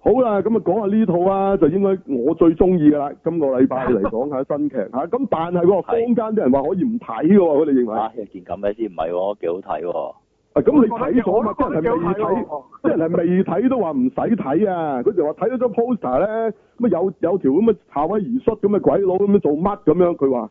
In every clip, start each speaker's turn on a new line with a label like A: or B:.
A: 好啦，咁啊講下呢套啊，就應該我最中意噶啦。今個禮拜嚟講下新劇嚇，啊咁但係喎，
B: 係
A: 坊間啲人話可以唔睇嘅喎，佢哋認為
B: 啊，見咁嘅先唔係喎，幾好睇喎。
A: 啊，咁你
C: 我覺得
A: 睇咗嘛？
C: 我
A: 啲
C: 都覺得
A: 人係未
C: 幾好啊睇
A: 睇
C: 喎，
A: 啲人係未睇都話唔使睇啊！佢就話睇咗張 poster 咧，咁啊有有條咁嘅夏威夷恤咁嘅鬼佬咁樣做乜咁樣？佢話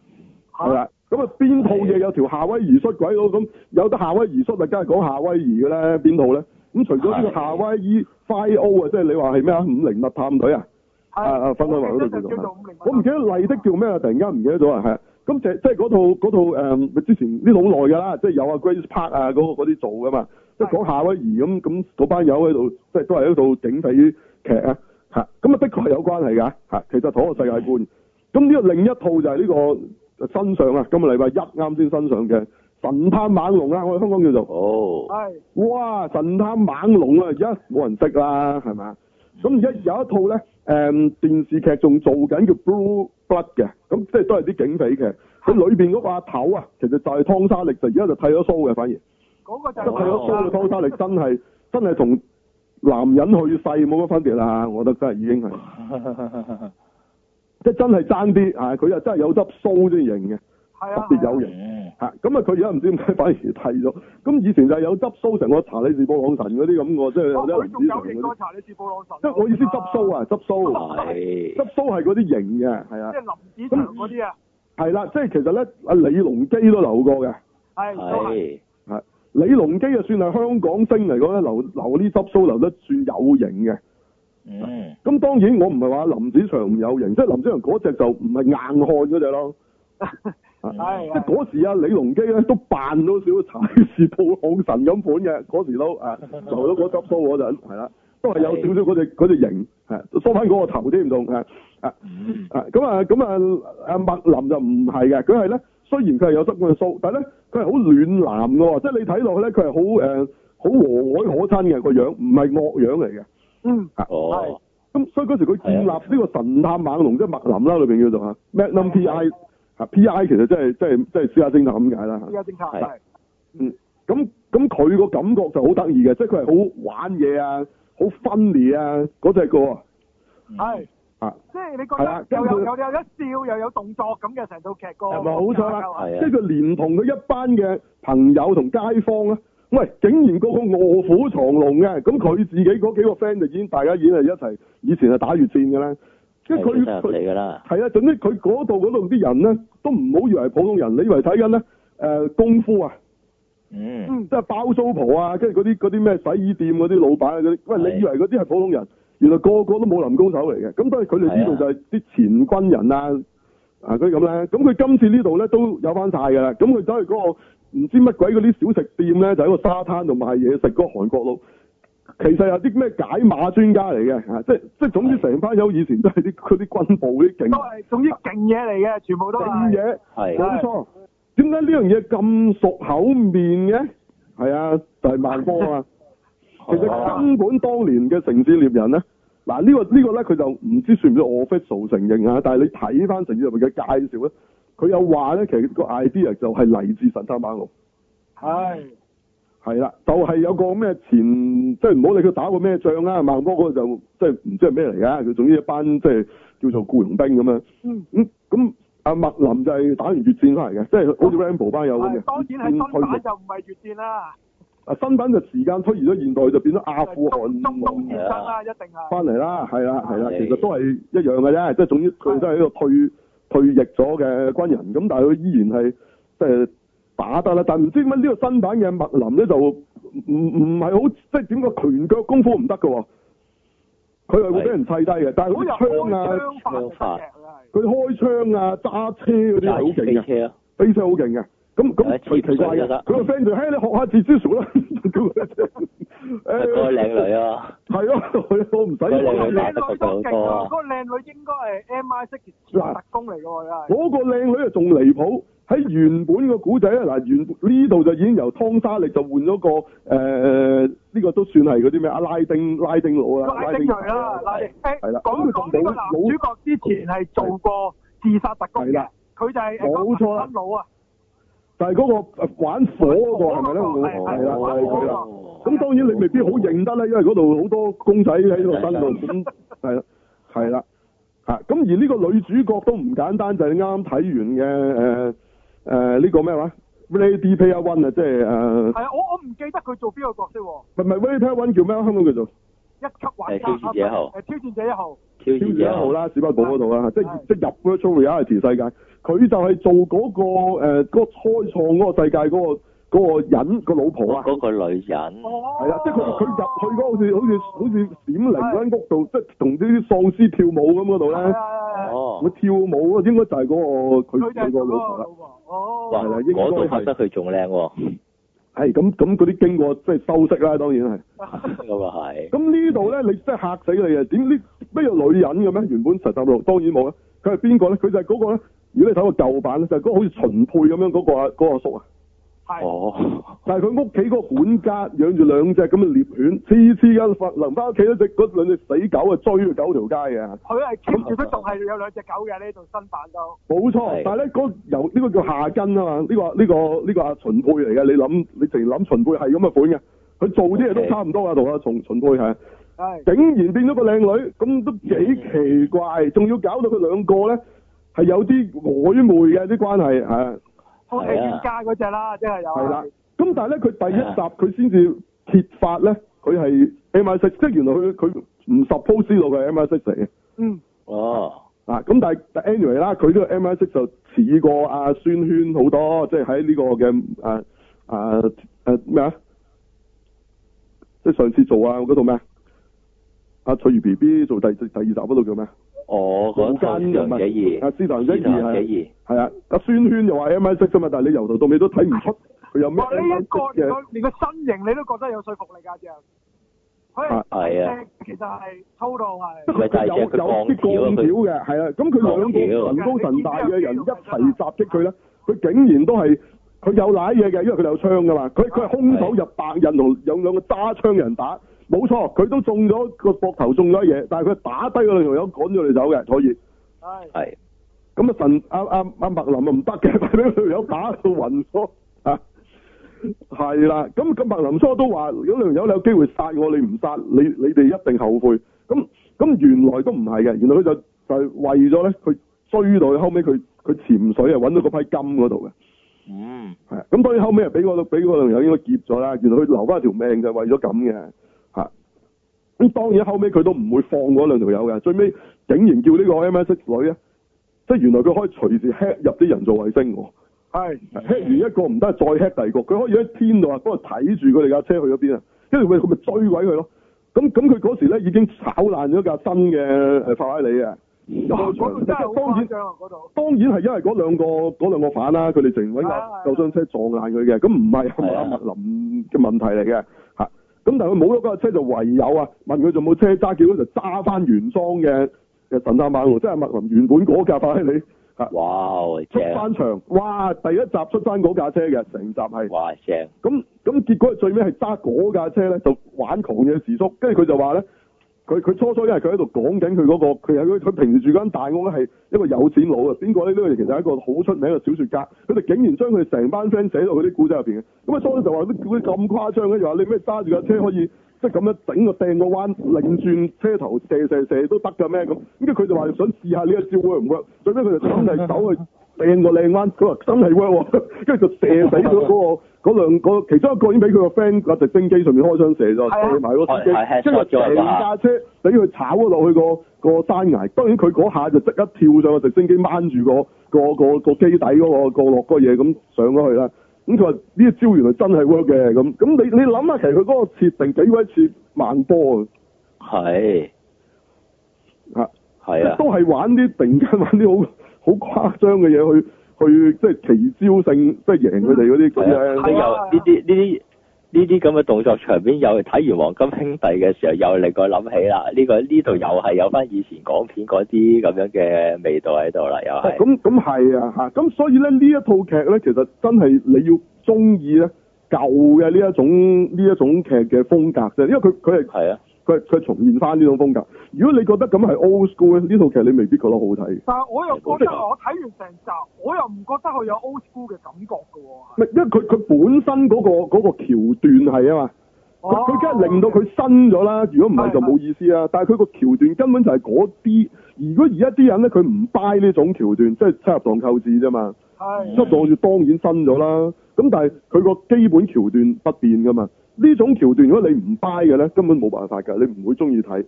A: 係啦，咁啊邊套嘢有條夏威夷恤鬼佬咁？有得夏威夷恤咪梗係講夏威夷嘅咧？邊套咧？咁除咗呢個
B: 係
A: 夏威夷 Five O 啊，即係你話係咩啊？五零密探隊啊？
C: 係
A: 啊啊分開埋嗰度
C: 我記得就
A: 叫做
C: 叫做五零。
A: 我唔記得麗的叫咩啊！突然間唔記得咗啊，係啊。咁就即係嗰套嗰套誒、嗯之前呢套好耐㗎啦，即係有啊 Grace Park 啊嗰個嗰啲做㗎嘛，即係講夏威夷咁咁嗰班友喺度，即係都係喺度整體劇啊嚇。咁啊，的確係有關係㗎嚇。其實同一個世界觀。咁呢個另一套就係呢個新上啊，今個禮拜一啱先新上嘅《神探猛龍》啊啦，我哋香港叫做。
B: 哦，
C: 係
A: 哇！神探猛龍啊，而家冇人識啦，係咪？咁而家有一套咧，誒、電視劇仲做緊叫 Blue Blood 嘅，咁即係都係啲警匪嘅。咁裏邊嗰個阿頭啊，其實就係湯沙力，就而家就剃咗鬚嘅，反而即
C: 嗰個就
A: 係剃咗鬚嘅
C: 係
A: 湯沙力真係真係同男人去世冇乜分別啦，我覺得真係已經係即係真係爭啲啊！佢又真係有執鬚先型嘅，
C: 係
A: 特
C: 啊，
A: 別有型。
B: 嗯，
A: 嚇！咁啊，佢而家唔知點解 反而剃咗。咁以前就係有執鬚成個查理士布朗神嗰啲咁喎，即係
C: 哦
A: 有啲林
C: 佢仲
A: 子祥
C: 有
A: 嗰
C: 型
A: 啲
C: 過。查理士布朗神。
A: 即係我意思執鬚
C: 啊，
A: 啊，執鬚，
B: 係
A: 執鬚係嗰啲型嘅，係啊
C: 即，係林子祥嗰啲啊，
A: 係啦，即係其實咧，阿李龍基都留過嘅，
C: 係都係
B: 係
A: 係李龍基就算係香港星嚟講咧，留留呢執鬚留得算有型嘅。
B: 嗯
A: 咁當然我唔係話林子祥唔有型，即係林子祥嗰隻就唔係硬漢嗰只咯，
C: 係
A: 即
C: 係
A: 係嗰時啊李龍基咧都扮到少少查理士布朗神咁款嘅，嗰時都啊留咗嗰執鬚嗰陣係啦，都係有少少嗰隻嗰隻型，係梳翻嗰個頭添仲係啊。
B: 嗯
A: 啊，咁啊，咁啊，阿麥林就唔係嘅，佢係咧，雖然佢係有執過嘅鬚，但係咧，佢係好暖男嘅喎，即係你睇落去咧，佢係好誒，好和藹可親嘅個樣，唔係惡樣嚟嘅。
C: 嗯
B: 哦，
A: 咁所以嗰時佢建立呢個神探猛龍，即係麥林啦，裏邊叫做嚇 Magnum P.I. 嚇 P.I. 其實即係即係即係私家偵探咁解啦嚇
C: 呢個政策
B: 係
C: 係
A: 嗯，咁咁佢個感覺就好得意嘅，即係佢係好玩嘢啊，好 funny 啊，嗰只個喎
C: 係。
A: 啊。
C: 即係你
A: 係啦
C: 覺得
A: 跟
C: 又
A: 住
C: 有有有一笑又有動作咁嘅成套劇個，
A: 係咪好彩啦
B: 係
A: 即係
B: 啊，
A: 佢連同佢一班嘅朋友同街坊咧，喂，竟然個個卧虎藏龍嘅，咁佢自己嗰幾個 friend 就已經大家已經係一齊，以前係打越戰嘅啦，即係佢
B: 係
A: 佢
B: 嚟㗎啦，
A: 係啊，總之佢嗰度嗰度啲人咧，都唔好以為係普通人，你以為睇緊咧誒功夫啊，
B: 嗯
C: 嗯
A: 即係包租婆啊，跟住嗰啲嗰啲咩洗衣店嗰啲老闆啊嗰啲，喂，
B: 係
A: 你以為嗰啲係普通人，原來個個都武林高手嚟嘅，咁當然佢哋呢度
B: 係
A: 就係啲前軍人啊。啊嗰啲咁咧，咁佢今次呢度咧都有翻晒㗎啦，咁佢走去嗰個唔知乜鬼嗰啲小食店咧，就喺個沙灘度賣嘢食嗰個韓國佬，其實有啲咩解碼專家嚟嘅，啊嚇、即係即係總之成班友以前都係啲嗰啲軍部啲勁
C: 都係總之勁嘢嚟嘅，全部都
A: 勁
C: 係。
A: 嘢，
B: 係
A: 冇錯。點解呢樣嘢咁熟口面嘅？係啊，就係、萬科啊嘛。其實
B: 啊
A: 根本當年嘅城市獵人咧，嗱、呢個呢、個咧佢就唔知算唔算 official 承認啊，但係你睇翻城市獵人嘅介紹咧，佢有話咧，其實個 idea 就係嚟自神探馬路，
C: 係
A: 係啦，就係、有個咩前即係唔好理佢打過咩仗啦，孟波嗰個就即係唔知係咩嚟㗎，佢總之一班即係叫做僱傭兵咁樣，
C: 嗯
A: 咁咁阿麥林就係打完越戰翻嚟嘅，即係好似 Rambo 班友咁
C: 哦係
A: 嘅，
C: 當然
A: 越
C: 係新
A: 戰退役
C: 版就唔係越戰啦，
A: 啊新版就時間推移咗現代就變咗
C: 啊
A: 阿富汗
C: 中中東戰爭啦，一定係。
A: 翻嚟啦，係啦，係啦，啊
B: 係
A: 其實都係一樣嘅啫，即係總之佢都係一個退退役咗嘅軍人，咁但係佢依然係即係打得啦，但唔知點解呢個新版嘅麥林咧就唔唔係好即係點個拳腳功夫唔得嘅喎，佢係會俾人砌低嘅，但係
C: 好
A: 好
C: 有
A: 似槍啊，
C: 開槍法嘅劇啊
A: 佢開槍啊、揸車嗰啲係好
B: 揸
A: 勁
B: 飛
A: 嘅，
B: 車啊，
A: 飛車好勁嘅。咁咁
B: 係啊
A: 奇奇怪
B: 潛水
A: 嘅
B: 就得，
A: 佢個 friend 就嘿你學下自知數啦，叫佢
B: 嗰個靚女
A: 啊，
B: 啊，
A: 係咯，我唔使
B: 嗰個
C: 係。
B: 靚女
C: 靚
B: 打
C: 女
B: 得
C: 都
B: 過佢好
C: 勁
B: 多
C: 啊！嗰
B: 啊，
C: 個靚女應該係 MI6 特工嚟嘅喎，又係。
A: 嗰個靚女啊，仲離譜。喺原本個古仔咧，嗱原呢度就已經由湯沙力就換咗個誒呢、個都算係嗰啲咩阿拉丁拉丁佬啦，
C: 拉丁裔啊啦，拉丁。誒，
A: 係啦
C: 講
A: 咁佢
C: 講
A: 就
C: 呢個
A: 老
C: 男主角之前係做過自殺特工
A: 係
C: 嘅
A: 啦，
C: 佢就係
A: 冇錯啦
C: 新佬啊，
A: 就係嗰個呃玩火嗰個係咪咧？
C: 玩火
A: 我
C: 係係
A: 係啦，就係佢啦。
B: 哦
A: 咁當然你未必好認得咧，因為嗰度好多公仔喺個 身度，咁係啦，係啦，嚇咁而呢個女主角都唔簡單，就係啱啱睇完嘅誒誒呃呢個咩話？Ready Player One 啊，即係誒
C: 係啊，我我唔記得佢做邊個角色喎，
A: 唔係 Ready Player One 叫咩？啊香港叫做
C: 一級玩家
B: 誒挑戰者一號
C: 誒挑戰者一號，哦
B: 挑
A: 挑
B: 戰
A: 戰一
B: 者啊
A: 號
B: 好啦，
A: 啦，小不寶嗰度啦，即係
C: 係
A: 即係入 virtual reality 世界，佢就係做嗰個呃誒嗰個開創嗰個世界嗰個嗰個人個老婆啊。
B: 嗰個女人，
C: 啊
A: 係啦，即係佢佢入去嗰好似好似好似閃靈嗰
C: 係
A: 間屋度，即係同啲喪屍跳舞咁嗰
C: 啊
A: 度咧，
C: 咧
A: 佢
B: 哦，
A: 跳舞啊，應該就係嗰個
C: 佢
A: 佢
C: 就係
A: 佢個
C: 嗰個
A: 老婆啦
C: 老。婆，哦，
B: 哇，
A: 係啦應該係
B: 嗰度拍得佢仲靚喎，
A: 係咁咁嗰啲經過即係修飾啦，當然係。
B: 咁啊係，
A: 咁呢度咧，你真係嚇死你啊！點呢咩有女人嘅咩？原本實習路當然冇啦。佢係邊個咧？佢就係嗰個咧。如果你睇過舊版咧，就係、嗰個好似秦沛咁樣嗰、個啊嗰、個阿叔啊。
C: 係
B: 哦，
A: 但係佢屋企嗰個管家養住兩隻咁嘅獵犬，次次間發臨翻屋企嗰只嗰兩隻死狗啊追佢狗條街嘅。啊
C: 佢係 keep 住都仲係有兩隻狗嘅呢度新版都，
A: 冇錯
B: 係，
A: 但係咧嗰由呢個叫夏根啊嘛，呢、個呢、個呢、個阿秦沛嚟嘅，你諗你成諗秦沛係咁嘅款嘅，佢做啲嘢都
B: OK
A: 差唔多啊，同阿秦秦沛係，
C: 係
A: 竟然變咗個靚女，咁都幾奇怪，仲要搞到佢兩個咧係有啲曖昧嘅啲關係係
C: 好奇冤家嗰只啦，即係有
A: 係啦，咁但係咧佢第一集佢先至揭發咧，佢係 M I 即係原來佢佢唔 suppose 知道佢係 M I 嚟嘅。
C: 嗯，
B: 哦，
A: 啊，咁但係但 anyway 啦，佢呢個 M I 色就似過阿孫軒好多，即係喺呢個嘅啊啊誒咩啊，即係上次做啊嗰度咩啊，阿翠如 B B 做第第第二集嗰度叫咩啊？
B: 我哦嗰套《
A: 人
B: 梁者義
A: 啊，》，斯
B: 《
A: 唐者
B: 之梁者
A: 二係
B: 義》，
A: 係啊，阿孫軒又話 M I 色啫嘛，但係你由頭到尾都睇唔出佢有咩
C: 哇！呢
A: M I
C: 一
A: 色
C: 個連
A: 嘅
C: 個。連個身形你都覺得有說服力㗎，只佢
B: 係啊
C: 係其實係粗到係
A: 即係佢啊有有啲鋼條嘅，係啊，咁佢兩個神高神大嘅人一齊襲擊佢咧，佢竟然都係佢有攋嘢嘅，因為佢哋有槍噶嘛，佢佢係空手入白人同有兩個揸槍嘅人打，冇錯，佢都中咗個膊頭中咗嘢，但係佢打低嗰兩條友趕咗佢走嘅，所以
C: 係
B: 係
A: 咁啊神阿阿阿麥林啊唔得嘅， 俾兩條友打到暈咗啊！係啦，咁咁麥林初都話：如果兩條友你有機會殺我，你唔殺，你你哋一定後悔。咁咁原來都唔係嘅，原來佢就就係為咗咧，佢追到後尾佢佢潛水啊，揾到嗰批金嗰度嘅。
B: 嗯，
A: 係啊，咁當然後尾係俾嗰俾嗰兩友應該劫咗啦。原來佢留翻條命就係為咗咁嘅嚇。咁當然後尾佢都唔會放嗰兩條友嘅，最尾竟然叫呢個 M S 女啊，即係原來佢可以隨時 hack 入啲人造衛星喎。
C: 係
A: hack 完一個唔得，再 hack 第二個，佢可以喺天度啊，嗰度睇住佢哋架車去咗邊啊，跟住佢佢咪追鬼佢咯。咁咁佢嗰時咧已經炒爛咗架新嘅誒法拉利啊！
C: 哇嗰度真係
A: 當
C: 好
A: 然
C: 誇張啊！嗰度
A: 當然係因為嗰兩個嗰兩個反啦，佢哋成揾
C: 係啊係
A: 架
C: 啊
A: 救傷車撞爛佢嘅，咁唔係
B: 係
A: 阿
B: 啊
A: 麥林嘅問題嚟嘅嚇。咁但係佢冇咗嗰架車，就唯有啊問佢仲冇車揸，結果就揸翻原裝嘅嘅神探馬路，即係麥林原本嗰架法拉利嚇
B: 哇，
A: 出
B: 正，
A: 翻場，哇！第一集出翻嗰架車嘅，成集係。
B: 哇正，
A: 咁咁結果最尾係揸嗰架車咧，就玩狂野時速，跟住佢就話咧，佢佢初初因為佢喺度講緊佢嗰個，佢喺佢平時住間大屋咧係一個有錢佬啊，邊個咧？呢個其實係一個好出名嘅小説家，佢哋竟然將佢成班 friend 寫到佢啲古仔入邊嘅。咁啊，初初就話啲咁誇張嘅，又話你咩揸住架車可以即係咁樣整個掟個彎，擰轉車頭射射射都得嘅咩咁？跟住佢就話想試下呢一招 work 唔 work，最尾佢就真係走去。掟個靚彎，佢話真係 work 喎，跟住就射死咗嗰、個嗰兩個，其中一個已經俾佢個 friend 架直升機上面開槍射咗，
C: 係啊
A: 射埋個司機
B: 哦係係，
A: 跟住
B: headshot 咗
A: 成
B: 佢吧
A: 架車俾佢炒咗落去個個山崖。當然佢嗰下就即刻跳上個直升機掹住個個個個機底嗰、個個落嗰嘢咁上咗去啦。咁佢話呢一招原來真係 work 嘅咁，咁你你諗下，其實佢嗰個設定幾鬼似慢波啊！
B: 係
A: 啊
B: 係啊
A: 都，係玩啲突然間玩啲好好誇張嘅嘢去去即係奇招性，即係贏佢哋嗰啲咁
B: 係啊，
A: 樣
B: 都。有呢啲呢啲呢啲咁嘅動作場面，又睇完《黃金兄弟》嘅時候，又令我諗起啦。呢個呢度又係有翻以前港片嗰啲咁樣嘅味道喺度啦，又
A: 哦
B: 係。
A: 咁咁係啊嚇，咁所以咧呢一套劇咧，其實真係你要中意咧舊嘅呢一種呢一種劇嘅風格啫，因為佢佢係
B: 係啊，
A: 佢係佢係重現翻呢種風格。如果你覺得咁係 old school 咧，呢套劇你未必覺得好睇。
C: 但係我又覺得我睇完成集，我又唔覺得佢有 old school 嘅感覺嘅喎。
A: 唔係，因為佢佢本身嗰、個嗰、個橋段係啊嘛，佢佢梗係令到佢
C: 哦
A: 新咗啦。如果唔係就冇意思啦。但係佢個橋段根本就係嗰啲。如果而家啲人咧，佢唔 buy 呢種橋段，即係出入檔購置啫嘛。
C: 係
A: 出入檔購置當然新咗啦。咁但係佢個基本橋段不變噶嘛。呢種橋段如果你唔 buy 嘅咧，根本冇辦法㗎，你唔會中意睇。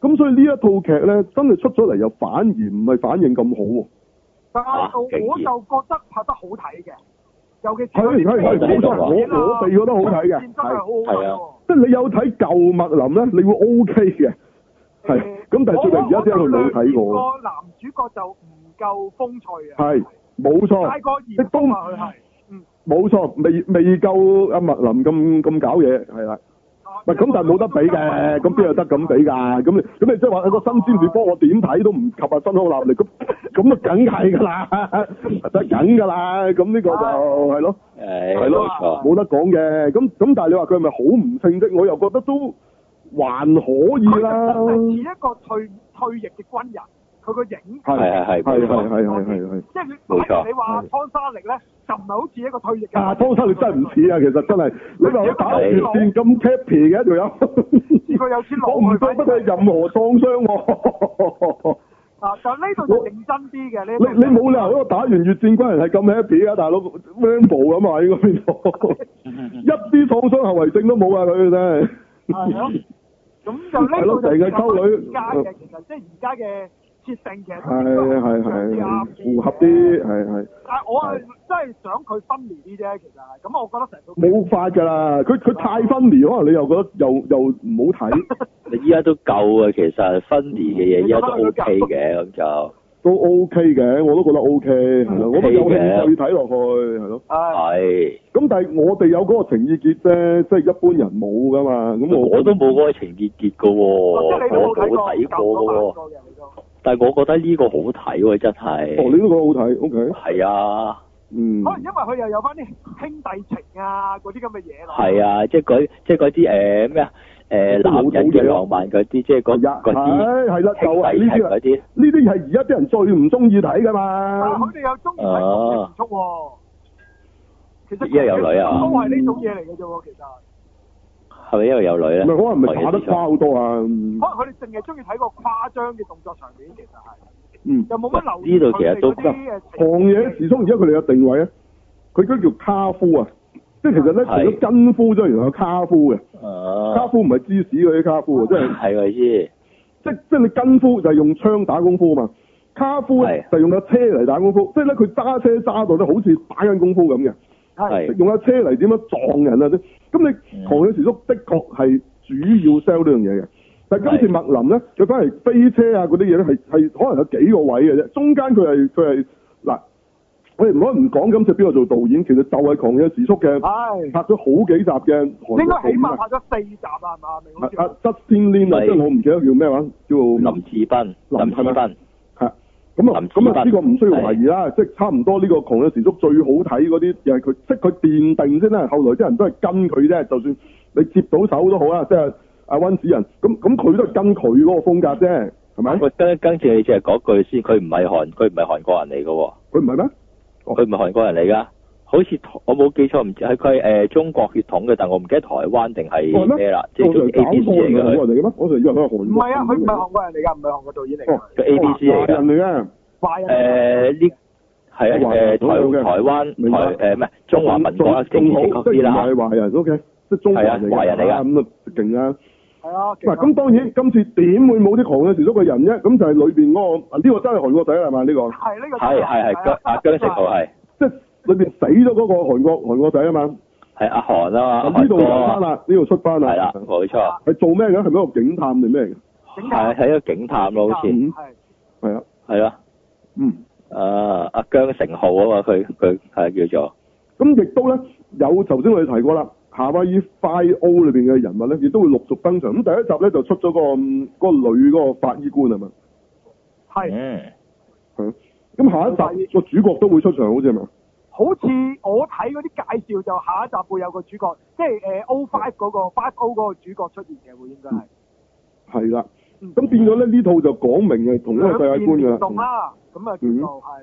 A: 咁所以呢一套劇咧，真係出咗嚟又反而唔係反應咁好喎。
C: 但係我
B: 啊勁
C: 我
B: 啲
C: 就覺得拍得好睇嘅，尤其是
A: 係係係
B: 冇錯我
A: 我哋覺得好睇嘅
C: 真係好
B: 係
C: 好
A: 即係你有睇舊麥林咧，你會 O K 嘅，係。
C: 睇喎。
A: 咁但係最近而家啲人冇睇過，
C: 個男主角就唔夠風趣啊。
A: 係冇
C: 太
A: 錯，
C: 過嚴肅啊！佢係嗯
A: 冇錯，未未夠阿麥林咁咁搞嘢，係啦。
C: 啊
A: 唔係咁，但係冇得比嘅，咁邊有得咁比㗎？咁你咁你即係話個新鮮血波，我點睇都唔及啊新好立力，咁咁啊梗係㗎啦，得梗㗎啦，咁呢個就係咯。
B: 诶，
A: 係咯
B: 冇錯，
A: 冇得講嘅。咁咁，但係你話佢係咪好唔稱職？我又覺得都還可以啦。
C: 佢就真係似一個退退役嘅軍人，佢個影
A: 係
B: 係係係
A: 係
B: 冇
A: 係係
B: 錯
A: 係係係。
C: 即係佢
B: 冇錯
C: 你話湯沙力咧，就唔係好似一個退役嘅軍人。
A: 啊，湯生你真係唔似啊！其實真係，你話佢打越戰咁 happy 嘅一條友，
C: 似佢有錢佬
A: 我唔覺得佢有任何創傷喎。
C: 啊！但呢度就認真啲嘅呢
A: 你
C: 度。
A: 你冇理由一個打完越戰軍人係咁 happy 啊，大佬 Rambo 咁啊，應該邊度？一啲創傷後遺症都冇啊！佢真係。
C: 係咯，咁就呢
A: 係
C: 度
A: 咯
C: 就
A: 成日溝女
C: 而家嘅其實即係而家嘅設定其實
A: 係係係
C: 係
A: 符合啲係係。
C: 但係我係真係想佢分離啲啫，其實咁我覺得成套
A: 冇法㗎啦，佢佢太分離，可能你又覺得又又唔好睇，
B: 你依家都夠啊，其實分離嘅嘢依家都 O K 嘅，咁就
A: 都 OK 嘅，我都覺得 OK，係咯，我都有興趣睇落去，係咯。
B: Ờ,
C: 係
B: 係。
A: 咁但係我哋有嗰個情意結啫，即係一般人冇㗎嘛。咁我哦
B: 我都冇嗰個情結結嘅喎，我
C: 啊即係你都冇睇過，
B: 冇睇過嘅喎，
C: 過嘅你都。
B: 但係我覺得呢個好睇喎，真
A: 哦，你
B: 係。
A: 都覺得好睇，OK，
B: 係啊，
A: 嗯
C: 可，能因為佢又有翻啲兄弟情啊，嗰啲咁嘅嘢咯。
B: 係啊，即係嗰即係嗰啲誒咩啊誒男人嘅浪漫嗰啲，即係嗰
A: 係啊，
B: 嗰啲
A: 係係啦，就
B: 兄
A: 係
B: 弟
A: 呢
B: 情
A: 啲啦
B: 嗰，啲，啊
A: 呢啲係而家啲人最唔中意睇㗎
C: 但係
A: 嘛。
C: 佢哋又中意睇同嘅元速喎。其實
B: 依家有女啊
C: 都係呢種嘢嚟嘅啫喎，其實。
B: 係咪因為有女咧？
A: 唔係可能咪
B: 我有
A: 打得
B: 啲錯
A: 花好多啊，嗯
C: 可能佢哋淨係中意睇個誇張嘅動作場面，其實係
A: 嗯。
C: 又冇乜留意
B: 呢度其實都
C: 佢哋嗰啲誒情
A: 行野時鐘而家佢哋嘅定位咧，佢嗰叫卡夫啊，即係其實咧除
B: 係
A: 咗根夫之外，原來有卡夫嘅，卡
B: 啊，
A: 夫唔係芝士嗰啲卡夫啊，即係
B: 係咪先？
A: 即即係你根夫就係用槍打功夫啊嘛，卡夫咧
B: 係
A: 就用架車嚟打功夫，即係咧佢揸車揸到咧好似打緊功夫咁嘅，
C: 呃係
B: 係
A: 用架車嚟點樣撞人啊啫，咁你
B: 嗯
A: 行野時鐘的確係主要 sell 呢樣嘢嘅。但係今次麥林咧，佢反而飛車啊嗰啲嘢咧，係係可能有幾個位嘅啫，中間佢係佢係嗱，我哋唔可以唔講今次邊個做導演，其實就係狂野時速嘅，
C: 係
A: 拍咗好幾集嘅韓
C: 啊應該
A: 國
C: 起
A: 片
C: 碼
A: 啊
C: 拍咗四集啊，係嘛？明好
A: 啊
C: 似
A: 啊，Justin Lin 啊，
B: 係
A: 即係我唔記得叫咩話，叫
B: 林志斌，
A: 嗯林
B: 林志
A: 係咪
B: 斌。
A: 係啊咁啊
B: 林志
A: 咁啊，呢
B: 斌
A: 個唔需要懷疑啦，即係差唔多呢個狂野時速最好睇嗰啲，又係佢即係佢奠定先啦。後來啲人都係跟佢啫，就算你接到手都好啦，即係阿温子仁咁咁，佢都係跟佢嗰個風格啫，係咪？
B: 喂，跟跟住你淨係講句先，佢唔係韓，佢唔係韓國人嚟嘅喎，
A: 佢唔係咩？哦
B: 佢唔係韓國人嚟噶，好似我冇記錯，唔知係佢係誒中國血統嘅，但我唔記得台灣定
A: 哦咩
B: 係咩啦，即
A: 我
B: 係
A: 成
B: 做
A: 日
B: A
A: 搞
B: B C
A: 錯
B: 嚟
A: 人
B: 嘅
A: 係韓
B: 佢，哦
A: 國人嚟嘅咩？我成日以為佢係韓國
C: 唔係啊，佢唔係韓國人嚟㗎，唔係韓國導演嚟㗎啊
A: 哦，
B: 佢 A B C 嚟
A: 人
B: 嘅。
A: 嚟嘅，
C: 華人嚟
B: 誒
C: 㗎。
B: 呃呢係
A: 華
B: 啊
A: 人
B: 誒台
A: 好嘅
B: 台灣
A: 明白
B: 台誒唔係中華民國政
A: 仲
B: 治正
A: 好，
B: 確
A: 即係
B: 啲啦
A: 唔係華人，OK，即係中國人嚟
B: 係啊華人嚟㗎
A: 㗎，咁啊勁啊！
C: 係啊，其實
A: 嗱，咁當然今次點會冇啲狂野時速嘅人啫？咁就係裏邊嗰
B: 嗯
A: 個，啊呢、個真係韓國仔啦係嘛？呢、個
C: 係呢個真
B: 係係係姜阿姜食豪係
A: 即係裏邊死咗嗰個韓國韓國仔啊嘛。
B: 係阿韓
A: 咁
B: 啊嘛，
A: 呢
B: 韓
A: 度
B: 哥
A: 又翻
B: 啊
A: 啦，呢度出翻啦。
B: 係啦，冇錯，
A: 係做咩嘅？係咪一個警探定咩嘅？
C: 警
B: 係
C: 察
B: 係一個警探咯，好似
A: 嗯
C: 係
A: 係啊，
B: 係咯。
A: 嗯。
B: 啊，阿姜成浩啊嘛，佢佢係叫做
A: 咁亦都咧有頭先我哋提過啦，夏威夷 Five O 裏邊嘅人物咧，亦都會陸續登場。咁第一集咧就出咗個嗯嗰個女嗰個法醫官係啊嘛？
C: 係。
B: 嗯
A: 係啊咁下一集個主角都會出場，好似係嘛？
C: 好似我睇嗰啲介紹就下一集會有個主呃角，即係誒 O Five 嗰個 Five O 嗰個主角出現嘅會應該係。
A: 係啦，
C: 嗯
A: 咁變咗咧呢套就講明係同一個世界觀㗎
C: 兩邊聯
B: 嗯
C: 動
A: 啦。
C: 啦，咁啊叫做係。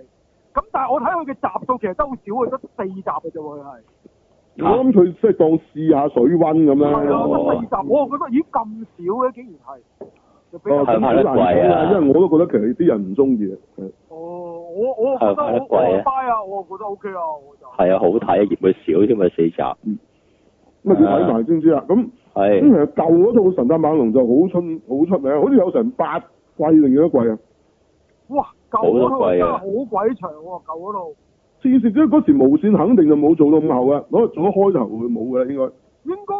C: 咁但係我睇佢嘅集數其實都好少，佢得四集嘅啫喎，佢係。
A: 我諗佢即係當試下水温咁啦。
C: 係
B: 哦
C: 啊，得四集，我覺得咦咁少嘅，竟然係。就比較
A: 哦，咁
B: 係咪
A: 好
B: 咧
A: 難講啊，因為我都覺得其實啲人唔中意嘅。係
C: 哦，我我覺得
B: 係咪
C: 我
B: 得貴
C: 我
B: 啊
C: buy 啊，我覺得 OK 啊，我就。
B: 係啊，好睇啊，葉佢少添啊，四集。
A: 咁啊，要睇埋先知啦。咁咁其
B: 係
A: 實舊嗰套《神探猛龍》就好出好出名，好似有成八季定幾多季啊？
C: 哇！舊嗰
B: 好
C: 套
B: 得
C: 真
B: 貴
C: 係
B: 啊
C: 好鬼長喎，舊嗰套
A: 黐線，即係嗰時無線肯定就冇做到咁厚啊，攞做咗開頭會冇嘅啦，應該。
C: 應該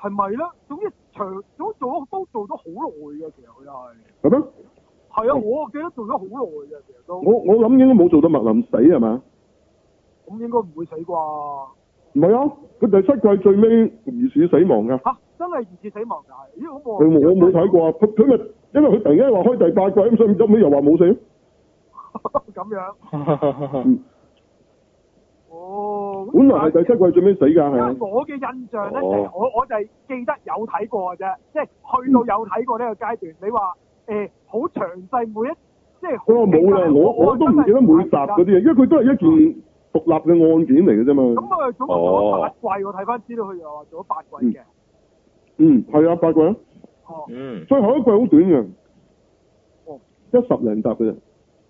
C: 係咪咧？總之長都做咗都做咗好耐嘅，其實佢係。
A: 係咩？
C: 係啊，
B: 嗯
C: 我記得做咗好耐嘅，其實都。
A: 我我諗應該冇做到麥林死係嘛？
C: 咁應該唔會死啩？
A: 唔係啊，佢第七季最尾疑似死亡㗎。
C: 嚇、真係疑似死亡就係，咦咁我
A: 佢我冇睇過啊，佢佢咪因為佢突然間話開第八季，咁所以後尾又話冇死。
C: 咁樣。
A: 嗯，
C: 哦，咁
A: 本來係第七季最尾死㗎，係啊
C: 因為。我嘅印象咧，
B: 哦
C: 就係我我就係記得有睇過嘅啫，即係去到有睇過呢個階段。你話誒好詳細每一即係好
A: 佢話哦冇啦，
C: 記
A: 我我都唔記得每集嗰啲。
C: 真係
A: 嘢，因為佢都係一件獨立嘅案件嚟嘅啫嘛。
C: 咁啊，總共做咗八季，我睇翻資料，佢又話做咗八季嘅。
A: 嗯，係啊，八季啊，
C: 哦，
B: 嗯
A: 最後一季好短嘅
C: 哦，
A: 一十零集嘅啫。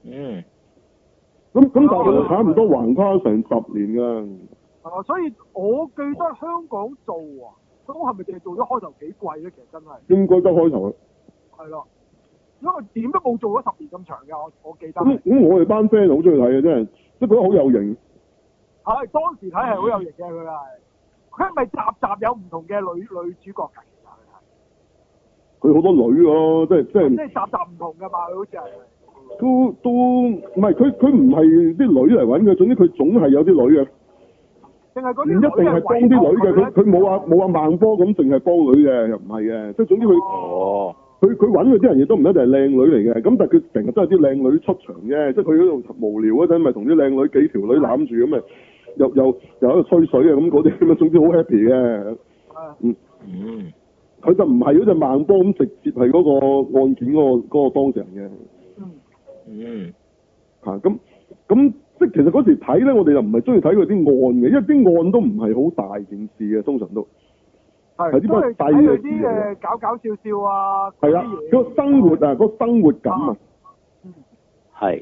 B: 嗯，
A: 咁咁但
C: 哦
A: 係差唔多橫跨成十年㗎。
C: 係嘛？所以我記得香港做啊，咁係咪淨係做咗開頭幾季咧？其實真係
A: 應該得開頭啊啦。
C: 係咯，因為點都冇做咗十年咁長嘅，我我記得係
A: 咁。咁我哋班 friend 好中意睇嘅，真係即係覺得好有型。
C: 係當時睇係好有型嘅，佢係佢係咪集集有唔同嘅女女主角㗎？其實佢係。
A: 佢好多女咯，即係即
C: 啊即
A: 係
C: 係集集唔同㗎嘛，佢好似係。
A: 都都唔係佢佢唔係啲女嚟揾佢，總之佢總係有啲女嘅，
C: 定係嗰
A: 唔
C: 啲
A: 一定係幫啲女嘅。佢佢冇啊話冇話孟波咁，淨係幫女嘅，又唔係嘅。即係總之佢
B: 哦，
A: 佢佢揾嗰啲人亦都唔一定係靚女嚟嘅，咁但係佢成日都係啲靚女出場啫，即係佢喺度無聊嗰陣，咪同啲靚女幾條女攬住咁咪，又又又喺度吹水啊咁嗰啲咁啊，總之好 happy 嘅。
C: 係
B: 嗯，
A: 佢就唔係嗰只孟波咁直接係嗰個案件嗰、個嗰、個當事人嘅
C: 嗯
B: 嗯，
A: 嚇，咁咁即係其實嗰時睇咧，我哋就唔係中意睇佢啲案嘅，因為啲案都唔係好大件事嘅，通常都
C: 係
A: 係啲
C: 都係
A: 乜
C: 睇
A: 細嘅
C: 佢
A: 事嚟
C: 啲誒搞搞笑笑啊，
A: 係啦，
C: 嗰啲嘢
A: 個生活啊，個生活感啊，
B: 係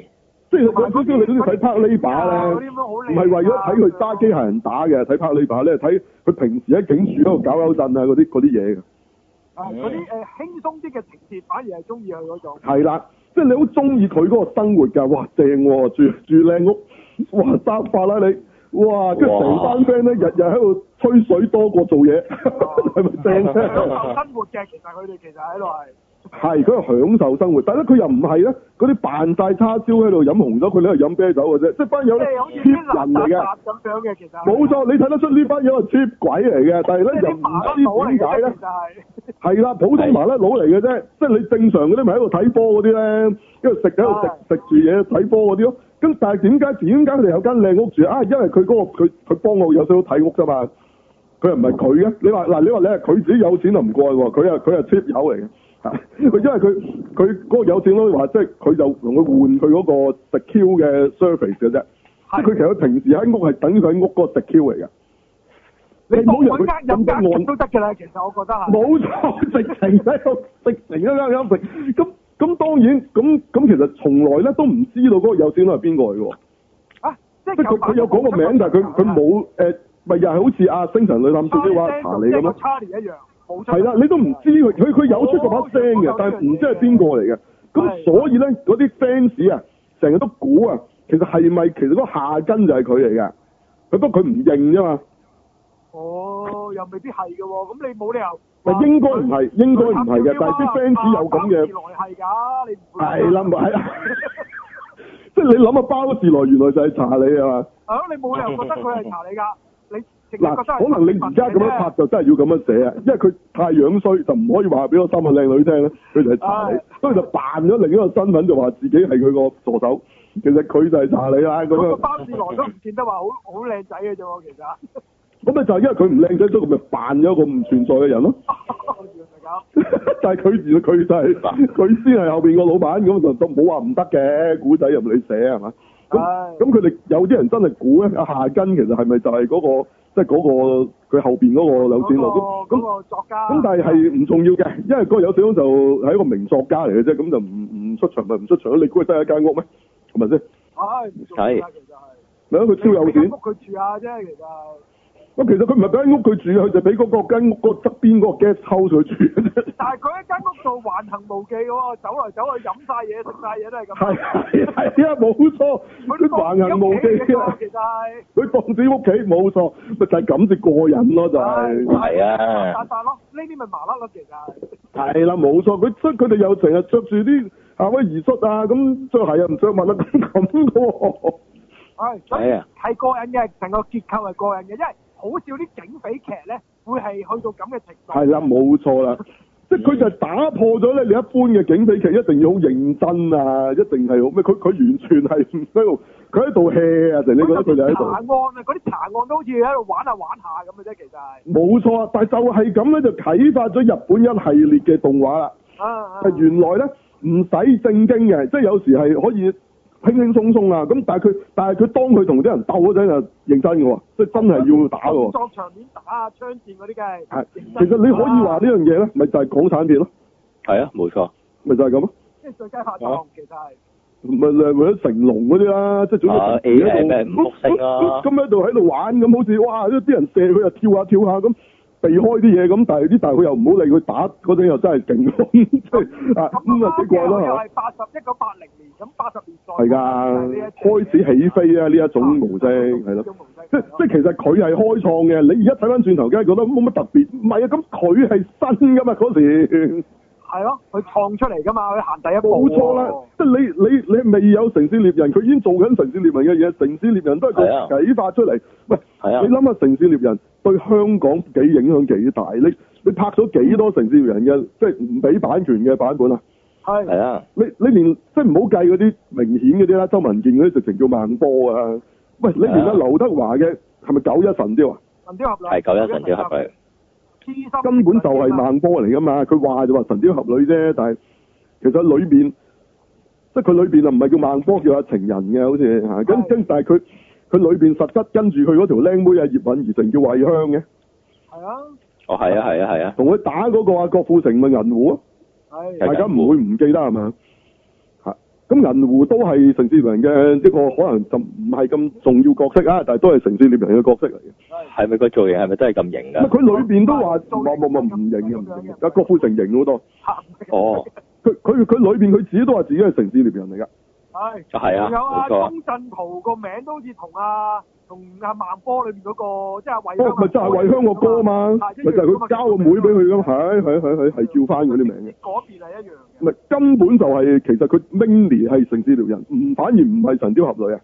A: 即係有少少你好似睇 Park 呢把
C: 啊
A: 咧
C: 嗰。啲咁樣好
A: 唔
C: 靚啊
A: 係為咗睇佢揸機械人打嘅，睇拍呢把咧，睇佢平時喺警署嗰度搞搞震啊嗰啲嗰啲嘢嘅。
C: 啊嗰啲誒輕鬆啲嘅情節，反而係中意佢嗰種。
A: 係啦，即係你好中意佢嗰個生活㗎，哇正喎、住住靚屋，哇揸法啦你，哇跟住成班 friend 咧日日喺度吹水多過做嘢，係咪正
C: 享
A: 啫？
C: 受生活嘅，其實佢哋其實喺度係
A: 係佢係享受生活，但係咧佢又唔係咧嗰啲扮晒叉燒喺度飲紅酒，佢哋喺度飲啤酒嘅啫，即係班
C: 即
A: 友咧
C: 係好似啲
A: 貼
C: 垃
A: 人嚟
C: 圾
A: 嘅。
C: 雜咁樣嘅，其實
A: 冇，錯，你睇得出呢班友係 cheap 鬼嚟嘅，但係
C: 即係
A: 咧又
C: 啲
A: 唔
C: 麻甩佬嚟
A: 知點解咧
C: 啊嘅，其。實係
A: 係啦，普通麻甩佬嚟嘅啫，即係你正常嗰啲咪喺度睇波嗰啲咧，因為食喺度
C: 係
A: 食食住嘢睇波嗰啲咯。咁但係點解點解佢哋有間靚屋住啊？因為佢嗰、個佢佢幫我有少少睇屋啫嘛，佢又唔係佢嘅。你話嗱，你話你係佢自己有錢就唔怪喎，佢係佢係 cheap 友嚟嘅。 嚇佢因為佢佢嗰個有錢佬話，即係佢就同佢換佢嗰個食 Q 嘅 service 嘅啫。即係佢其實佢平時喺屋係等於佢喺屋嗰個食 Q 嚟嘅。
C: 你當佢呃
A: 咁
C: 飲
A: 多
C: 呃
A: 按
C: 食都得㗎啦，其實我覺得係。
A: 冇錯，直情喺度直情喺度飲食。咁咁當然，咁咁其實從來咧都唔知道嗰個有錢佬係邊個嚟喎。
C: 啊，即係
A: 即係佢佢有講個名，但係佢佢
C: 啊
A: 冇誒，咪又係好似阿星辰女探少少話查哦你咁樣。啊
C: 查理一樣，冇出
A: 係啦，你都唔知佢佢佢有出過把聲嘅，但係唔哦知係邊個嚟嘅。咁
C: 係
A: 所以咧，嗰啲 fans 啊，成日都估啊，其實係咪其實嗰個下根就係佢嚟嘅？佢不過佢唔認啫嘛，
C: 哦，又未必係嘅喎，咁你冇理由。
A: 咪應該唔係，應該唔係嘅，但係啲 fans
C: 啊
A: 有咁嘅。
C: 來係㗎，你唔會
A: 係啦，咪係 啦， 即係你諗下包自來原來就係查理啊嘛。
C: 係咯，你冇理由覺得佢係查你㗎，你直接覺得
A: 嗱，
C: 係
A: 可能你而家咁樣拍
C: 啫
A: 就真係要咁樣寫啊，因為佢太樣衰，就唔可以話俾個三個靚女聽咧，佢就係查理
C: 唉，
A: 所以就扮咗另一個身份，就話自己係佢個助手，其實佢就係查理啦咁
C: 嗰個
A: 樣。
C: 包志來都唔見得話好好靚仔嘅啫喎，其實。
A: 咁咪就係因為佢唔靚仔，所以佢咪扮咗一個唔存在嘅人咯。
C: 原來係咁搞。
A: 但係佢原來 佢就係、 佢先係後邊個老闆咁就就冇話唔得嘅，古仔任你寫係嘛？咁
C: 唉
A: 咁佢哋有啲人真係估咧，阿夏根其實係咪就係嗰、個即係嗰個佢後邊嗰個有錢佬咁
C: 嗰個啊
A: 咁
C: 嗰個作家。
A: 咁但係係唔重要嘅，因為嗰個有錢佬就係一個名作家嚟嘅啫，咁就唔唔出場咪唔出場，你估佢得一間屋咩？係咪先？
C: 唉，唔重要㗎其實係。
A: 咪咯，佢超有
C: 你
A: 錢
C: 間屋。佢住下啫，其實。
A: 咁其實佢唔係俾間屋佢住，啊佢就俾嗰個間屋嗰側邊嗰個 guest house 佢住。啊
C: 但係佢喺間屋度橫行無忌喎，走嚟走去飲晒嘢食晒嘢都係
A: 係
C: 咁。
A: 係係啊，冇錯，佢橫行無忌啊！
C: 其實係。
A: 佢放自己屋企冇錯，咪就係咁至過癮咯，就係、
B: 係啊
C: 但但咯，呢啲咪麻甩咯，其實係。
A: 係啦，冇錯，佢即係佢哋又成日着住啲夏威夷恤啊，咁着鞋又唔着襪啦， 咁咁嘅喎。
C: 唉，所以
B: 係啊，
C: 係過癮嘅，成個結構係過癮嘅，因為好少啲警匪劇咧會係去到咁嘅程度。
A: 係啦，冇錯啦，即係佢就係打破咗咧，你一般嘅警匪劇一定要好認真啊，一定係好咩？佢佢完全係唔喺度，佢喺度 hea 啊，成你覺得佢就喺
C: 查
A: 度。
C: 案啊，嗰啲查案都好似喺度玩下玩下咁嘅啫，其實係。
A: 冇錯啊，但係就係咁咧，就啟發咗日本一系列嘅動畫啦。
C: 啊啊。
A: 係原來咧唔使正經嘅，即係有時係可以輕輕鬆鬆啊。咁但係佢，但係佢當佢同啲人鬥嗰陣就認真嘅喎，即係真係要打嘅喎。
C: 作場面打啊，槍戰嗰啲梗係
A: 係，其實你可以話呢樣嘢咧，咪就係港產片咯，
B: 係啊，冇錯，
A: 咪就係咁咯，
C: 即係最佳拍檔，其實係。
A: 啊咪咪咪成龍嗰啲啦，即係總之
B: 啊
A: 成龍
B: A- 咩
A: 喺
B: 五
A: 度
B: 福星啊
A: 咁喺度喺度玩咁，好似哇啲人射佢又跳下跳下咁。避開啲嘢咁，但係啲但係佢又唔好理佢打嗰陣又真係勁喎， 即係啊咁啊幾過癮啦
C: 又
A: 係嘛
C: 係八十一九八零年，咁八十年代
A: 係㗎，開始起飛啊！呢一種模式係咯，即即其實佢係開創嘅。你而家睇翻轉頭，梗係覺得冇乜特別。唔係啊，咁佢係新噶嘛嗰時，
C: 係咯，佢創出嚟㗎嘛，佢行第一步
A: 冇
C: 喎。
A: 錯啦。即係你你你未有城市獵人，佢已經做緊城市獵人嘅嘢。城市獵人都係
B: 係啊
A: 佢啟發出嚟。喂，
B: 係啊
A: 你諗下城市獵人對香港幾影響幾大？你你拍咗幾多城市獵人嘅即係唔俾版權嘅版本啊？
B: 係
C: 係
B: 啊，
A: 你你連即係唔好計嗰啲明顯嗰啲啦，周文健嗰啲直情叫孟波啊！喂，你連阿
B: 係啊
A: 劉德華嘅係咪九一神雕啊？
C: 神雕俠侶，
B: 係九一神雕俠侶，
C: 侶
A: 根本就係孟波嚟噶嘛，佢話就話神雕俠侶啫，但係其實裏面即係佢裏面啊，唔係叫孟波，叫阿情人嘅好似嚇，跟
C: 係
A: 跟但係佢佢裏面實質跟住佢嗰條靚妹啊葉韻儀成叫惠香嘅，
C: 係啊，
B: 哦係啊係啊係啊，
A: 同佢打嗰個啊郭富城咪銀狐啊，
C: 係
B: 係
A: 大
B: 㗎
A: 家唔會唔記得係嘛？嚇咁銀狐都係城市獵人嘅一個可能就唔係咁重要角色啊，但係都係城市獵人嘅角色嚟嘅。
B: 係咪個造型係咪真係咁型
A: 咁
B: 㗎？
A: 佢裏面都話冇冇冇唔型嘅唔型嘅，但係郭富城型好多。
B: 哦，
A: 佢佢佢裏邊佢自己都話自己係啊城市獵人嚟㗎，
C: 係
B: 係啊
C: 仲有
B: 冇
C: 啊，
B: 錯啊
C: 鍾鎮濤個名都好似同啊同阿孟波裏面嗰個，即係惠
A: 哦，咪就係惠香個哥嘛，咪就係啊佢交個妹俾佢咁，係係係係係叫翻嗰啲名嘅，
C: 嗰邊係一樣嘅。
A: 咪根本就係、其實佢 mainly 係城市獵人，唔反而唔係神雕俠侶啊，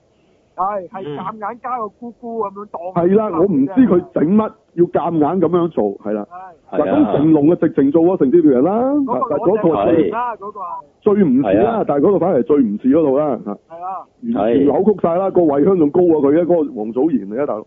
C: 係係夾硬加個姑姑咁樣當。
A: 係啊啦，我唔知佢整乜，要夾硬咁樣做，係啦。
C: 係
A: 嗱
B: 係
A: 咁成
B: 啊，
A: 龍嘅直情做咗城市獵人啦，
C: 嗰個
A: 但係嗰套
B: 攞
A: 係
B: 正
A: 最
B: 牌
C: 啦，嗰個係
A: 最唔似
B: 係
A: 啦
B: 啊，
A: 但係嗰度反而係最唔似嗰度啦，嚇
C: 係啊，
A: 完
B: 係
A: 全扭曲晒啦，個惠香仲高過佢啊，嗰、個黃祖賢嚟啊，大佬，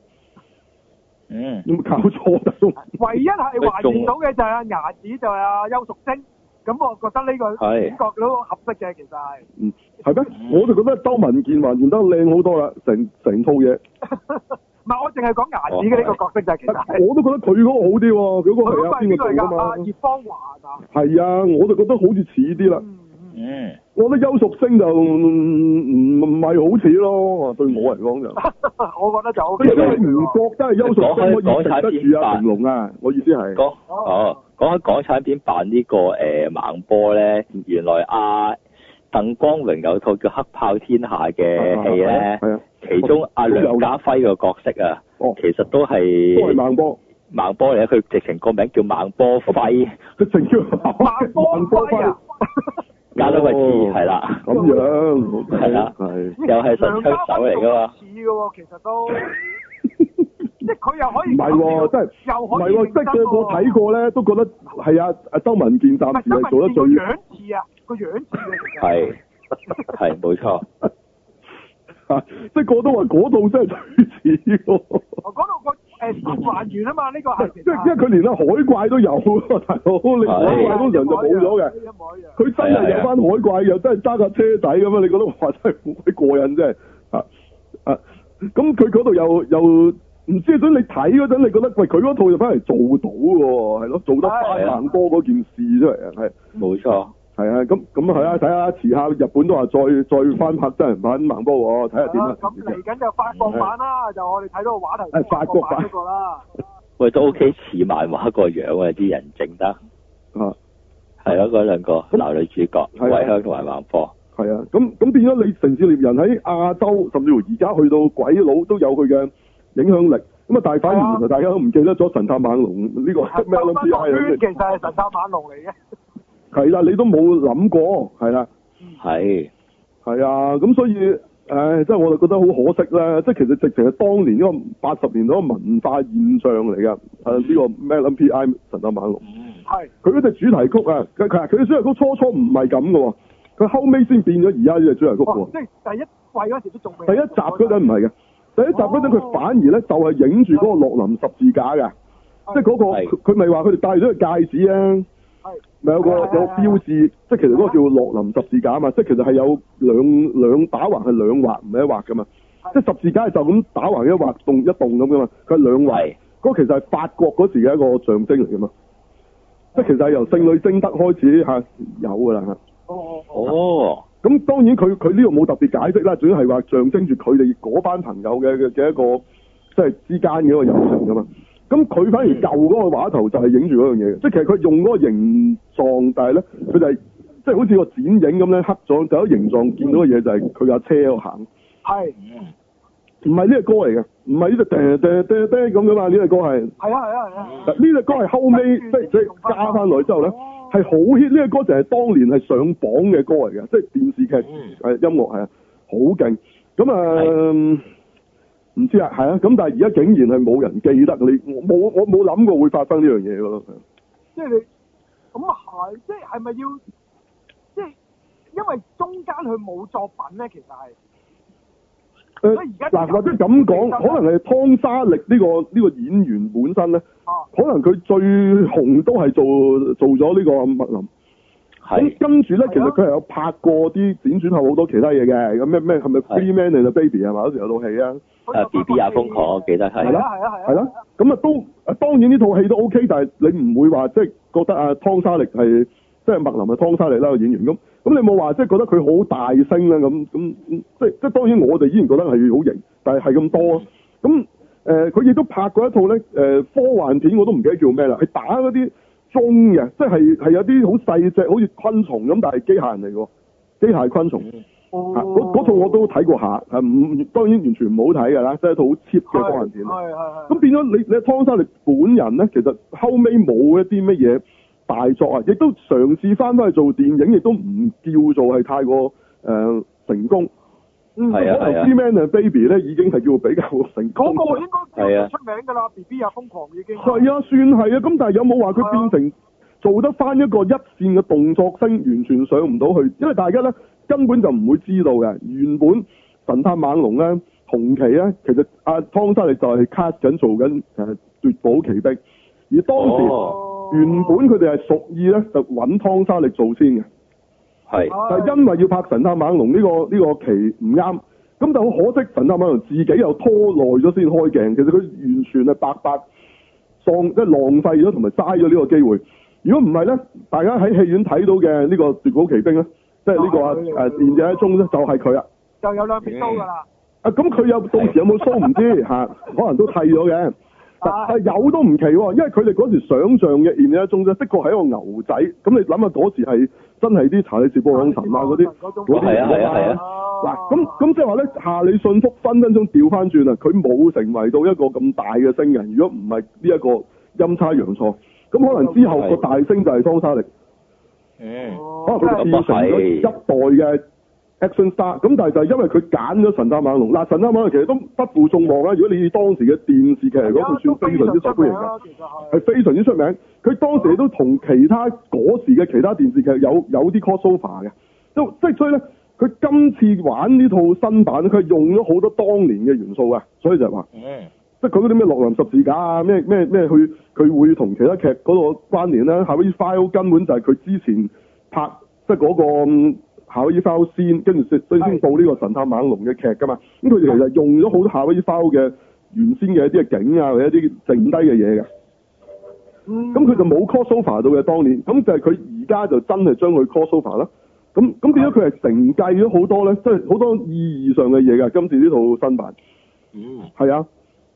B: 嗯，
A: 有冇搞錯啊大佬？
C: 唯一係懷念到嘅就係阿牙子就係阿邱淑貞，咁我覺得呢個
B: 係
C: 感覺都合適嘅，其實係
A: 嗯，係咩？我就覺得周文健還原得靚好多啦，成成套嘢，
C: 唔係我淨係講牙子嘅呢個角色就係其實係
A: 我都覺得佢嗰個好啲喎，佢嗰
C: 佢
A: 個係
C: 嗰
A: 啊
C: 個係邊
A: 邊
C: 個
A: 個
C: 嚟
A: 做
C: 㗎？阿
A: 噶嘛？
C: 葉芳華啊，
A: 係啊，我就覺得好似似啲啦。
C: 嗯嗯，
B: 嗯，
A: 我覺得邱淑貞就唔唔係好似咯，對我嚟講就。
C: 啊我覺得就 O
A: 即
C: K
A: 係你唔覺得係邱淑貞可以食得住阿成龍啊？我意思係。
B: 講哦講開港產片扮呢個誒孟波咧，原來阿鄧光榮有套叫《黑豹天下》嘅戲咧，
A: 係啊，
B: 其中阿梁家輝個角色啊，
A: 哦，
B: 其實
A: 都
B: 都
A: 係
B: 係
A: 孟波，
B: 孟波嚟，佢直情個名叫孟波輝，
A: 佢成叫
C: 孟 波輝啊，
B: 加多個字係啦，
A: 哦咁樣，係。
B: 又係神槍手嚟㗎嘛，
C: 似嘅喎，其實都即係佢又可以
A: 唔係喎，真係
C: 又
A: 唔
C: 可
A: 係
C: 以
A: 喎，
C: 認
A: 即
C: 真
A: 係個個睇過咧，都覺得係啊，阿周文健
C: 唔
A: 暫時
C: 係
A: 係做得最
C: 個樣似啊，個樣似啊，其實
B: 係係冇錯，
A: 啊即係個個都話嗰度真係最似喎。
C: 我嗰度個誒十還原啊嘛，呢個係 啊
A: 即係因為佢連啊海怪都有喎，大佬你海怪通常就冇咗嘅。
C: 一模一樣。
A: 佢真係啊有翻海怪，又真係揸架車底咁樣，啊你覺得哇真係好鬼過癮真係啊啊！咁佢嗰度又又唔知嗰陣你睇嗰陣，你覺得喂佢嗰套就翻嚟做到喎，係咯，做得翻
B: 係啊
A: 行波嗰件事出嚟，啊係
B: 冇錯，
A: 係啊，咁咁係啊，睇下遲下日本都話再再翻拍真人版孟波喎，睇下點啊
C: 係
A: 啦
C: 啊啦。咁嚟緊就法國版啦，就我哋睇到個話題
A: 係法國版
C: 嗰個啦。
B: 喂都 OK 似漫畫個樣啊，啲人整得
A: 啊，
B: 係咯，嗰兩個男女主角，
A: 係啊
B: 惠香同埋孟波，
A: 係啊，咁咁變咗你城市獵人喺亞洲，甚至乎而家去到鬼佬都有佢嘅影響力。咁啊，但係反而原來大家都唔記得咗神探猛龍呢個
C: 係
A: 咩諗
C: 翻個圈
A: 知啊
C: 其實係神探猛龍嚟嘅，
A: 係啦，你都冇諗過，係啦，
B: 係
A: 係啊，咁所以，唉，即係我就覺得好可惜啦。即係其實直情係當年呢個八十年代嗰個文化現象嚟㗎。係呢個咩 l P.I. 神探猛龍，
C: 係
A: 佢嗰隻主題曲啊，佢佢佢嘅主題曲初初唔係咁嘅喎，佢後尾先變咗而家呢隻主題曲喎
C: 哇。哦即係第一季嗰時都仲未。
A: 哦第一集嗰陣唔係嘅，第一集嗰陣
C: 哦
A: 佢反而咧就係影住嗰個洛林十字架嘅，
C: 哦
A: 即係嗰
B: 係
A: 個佢佢咪話佢哋戴咗個戒指咧，
C: 係
A: 咪有個有
C: 係係
A: 個標誌，即係其實嗰個叫洛林十字架啊嘛，即係其實係有兩兩打橫係兩畫唔係一畫噶嘛，即
C: 係
A: 係十字架係就咁打橫一畫動一動咁噶嘛，佢係兩畫
B: 係，
A: 嗰個其實係法國嗰時嘅一個象徵嚟噶嘛，即係其實係由聖女貞德開始嚇有噶啦嚇。
C: 哦哦
B: 哦，
A: 咁當然佢佢呢度冇特別解釋啦，主要係話象徵住佢哋嗰班朋友嘅嘅嘅一個即係之間嘅一個友情㗎嘛。咁佢反而舊嗰個畫頭就係影住嗰樣嘢嘅，即係其實佢用嗰個形狀，但係咧佢就係、即係好似個剪影咁咧，黑咗就喺形狀見到嘅嘢就係佢架車喺度行，
C: 係
A: 唔係呢隻歌嚟嘅，唔係呢隻嗲嗲嗲嗲咁噶嘛，呢隻歌係呃呢
C: 係啊係啊係啊係啊。
A: 隻歌係後尾
C: 嗯
A: 即係即係加翻落去之後咧。係好 hit 呢個歌就係當年係上榜嘅歌嚟嘅，即係電視劇誒、
B: 嗯
A: 音樂係啊，好勁。咁啊，
B: 係
A: 嗯唔知啊，係啊。咁但係而家竟然係冇人記得你，我冇我冇諗過會發生呢樣嘢㗎咯。
C: 即係你咁啊係，即係係咪要即係因為中間佢冇作品咧，其實係
A: 誒
C: 所以而家
A: 呃嗱、或者咁講，可能係湯沙力呢、個呢、個演員本身咧，
C: 啊
A: 可能佢最紅都係做做咗呢個麥林。咁
B: 係
A: 跟住咧
C: 係，啊
A: 其實佢係有拍過啲輾轉後好多其他嘢嘅，咁咩咩係咪
B: 係
A: Free Man 定係 Baby 係嘛？嗰時有套戲啊。
B: 啊 B B 啊瘋狂，我記得係
C: 係啦係啦
A: 係
C: 係
A: 啦，咁啊都啊當然呢套戲都 O K，但係你唔會話即係覺得啊湯沙力係即係麥林係啊湯沙力啦個演員咁，咁你冇話即係覺得佢好大聲啦咁咁，嗯即係即係當然我哋依然覺得係好型，但係係咁多啊咁誒佢亦都拍過一套咧誒、科幻片，我都唔記得叫咩啦，係打嗰啲鐘嘅，即係係有啲好細隻，好似昆蟲咁，但係機械人嚟嘅喎，機械昆蟲。
C: 哦
A: 啊嗰嗰套我都睇過下，係唔當然完全唔好睇㗎啦，即係一套好 cheap 嘅科幻片。
C: 係係係
A: 咁變咗你你湯沙力本人咧，其實後尾冇一啲乜嘢大作啊，亦都嘗試翻返去做電影，亦都唔叫做係太過誒、呃成功。
C: 嗯
B: 係啊
A: 可能 Man and Baby 咧已經係叫比較成功。
C: 嗰個應該叫做出名㗎啦，B B 啊瘋狂已經
A: 係啊，算係啊。咁但係有冇話佢變成做得翻一個一線嘅動作星，完全上唔到去？因為大家咧根本就唔會知道嘅。原本神探猛龍咧紅旗咧，其實阿、湯沙力就係 cut 緊做緊誒奪寶奇兵，而當時。
B: 哦
C: 哦
A: 原本佢哋係屬意咧，就揾湯沙力做先嘅，
B: 係
A: 但係因為要拍神探猛龍呢、個呢、個期唔啱，咁就好可惜神探猛龍自己又拖耐咗先開鏡，其實佢完全係白白喪即係浪費咗同埋嘥咗呢個機會。如果唔係咧，大家喺戲院睇到嘅呢個奪寶奇兵咧，即係呢個啊
C: 就係佢
A: 誒電影中咧就係佢啦。
C: 就有兩邊刀㗎啦，
A: 啊，咁佢有到時有冇 show 唔知 嚇、可能都剃咗嘅。但
C: 啊
A: 但有都唔奇喎，因為佢哋嗰時想像嘅現一中啫，的確係一個牛仔。咁你諗下嗰時係真係啲查理士布朗神啊嗰啲
C: 嗰種
A: 嗰啲人
B: 係啊係啊係啊
A: 嗱，咁咁即係話咧，夏里信福分分鐘調翻轉啊！佢冇成為到一個咁大嘅星人，如果唔係呢一個陰差陽錯，咁可能之後個
B: 係
A: 大星就係湯沙力，
B: 嗯
A: 可能
C: 哦
A: 佢就
B: 咁
A: 變成咗一代嘅 action star。咁但係就係因為佢揀咗神探猛龍，嗱神探猛龍其實都不負眾望啦。如果你以當時嘅電
C: 哎啊
A: 視劇嚟講，佢算非常之受歡迎㗎。
C: 其實係
A: 係呃非常之出名。佢當時都同其他嗰時嘅其他電視劇有有啲 crossover 嘅，都即係所以咧，佢今次玩呢套新版，佢係用咗好多當年嘅元素啊，所以就係話，
B: 嗯，
A: 即係佢嗰啲咩洛林十字架啊，咩咩咩，佢佢會同其他劇嗰個關聯啦。夏威夷 file 根本就係佢之前拍即係嗰個嗯夏威夷 file 先，跟住所以先到呢個神探猛龍嘅劇噶嘛。咁佢哋其實用咗好多夏威夷 file 嘅原先嘅一啲嘅景啊，或者一啲剩低嘅嘢嘅。
C: 嗯，
A: 咁佢就冇 crossover 到嘅當年，咁就係佢而家就真係將佢 crossover 啦。咁咁變咗佢係承繼咗好多咧，即係好多意義上嘅嘢㗎。今次呢套新版
B: 嗯，
A: 係啊，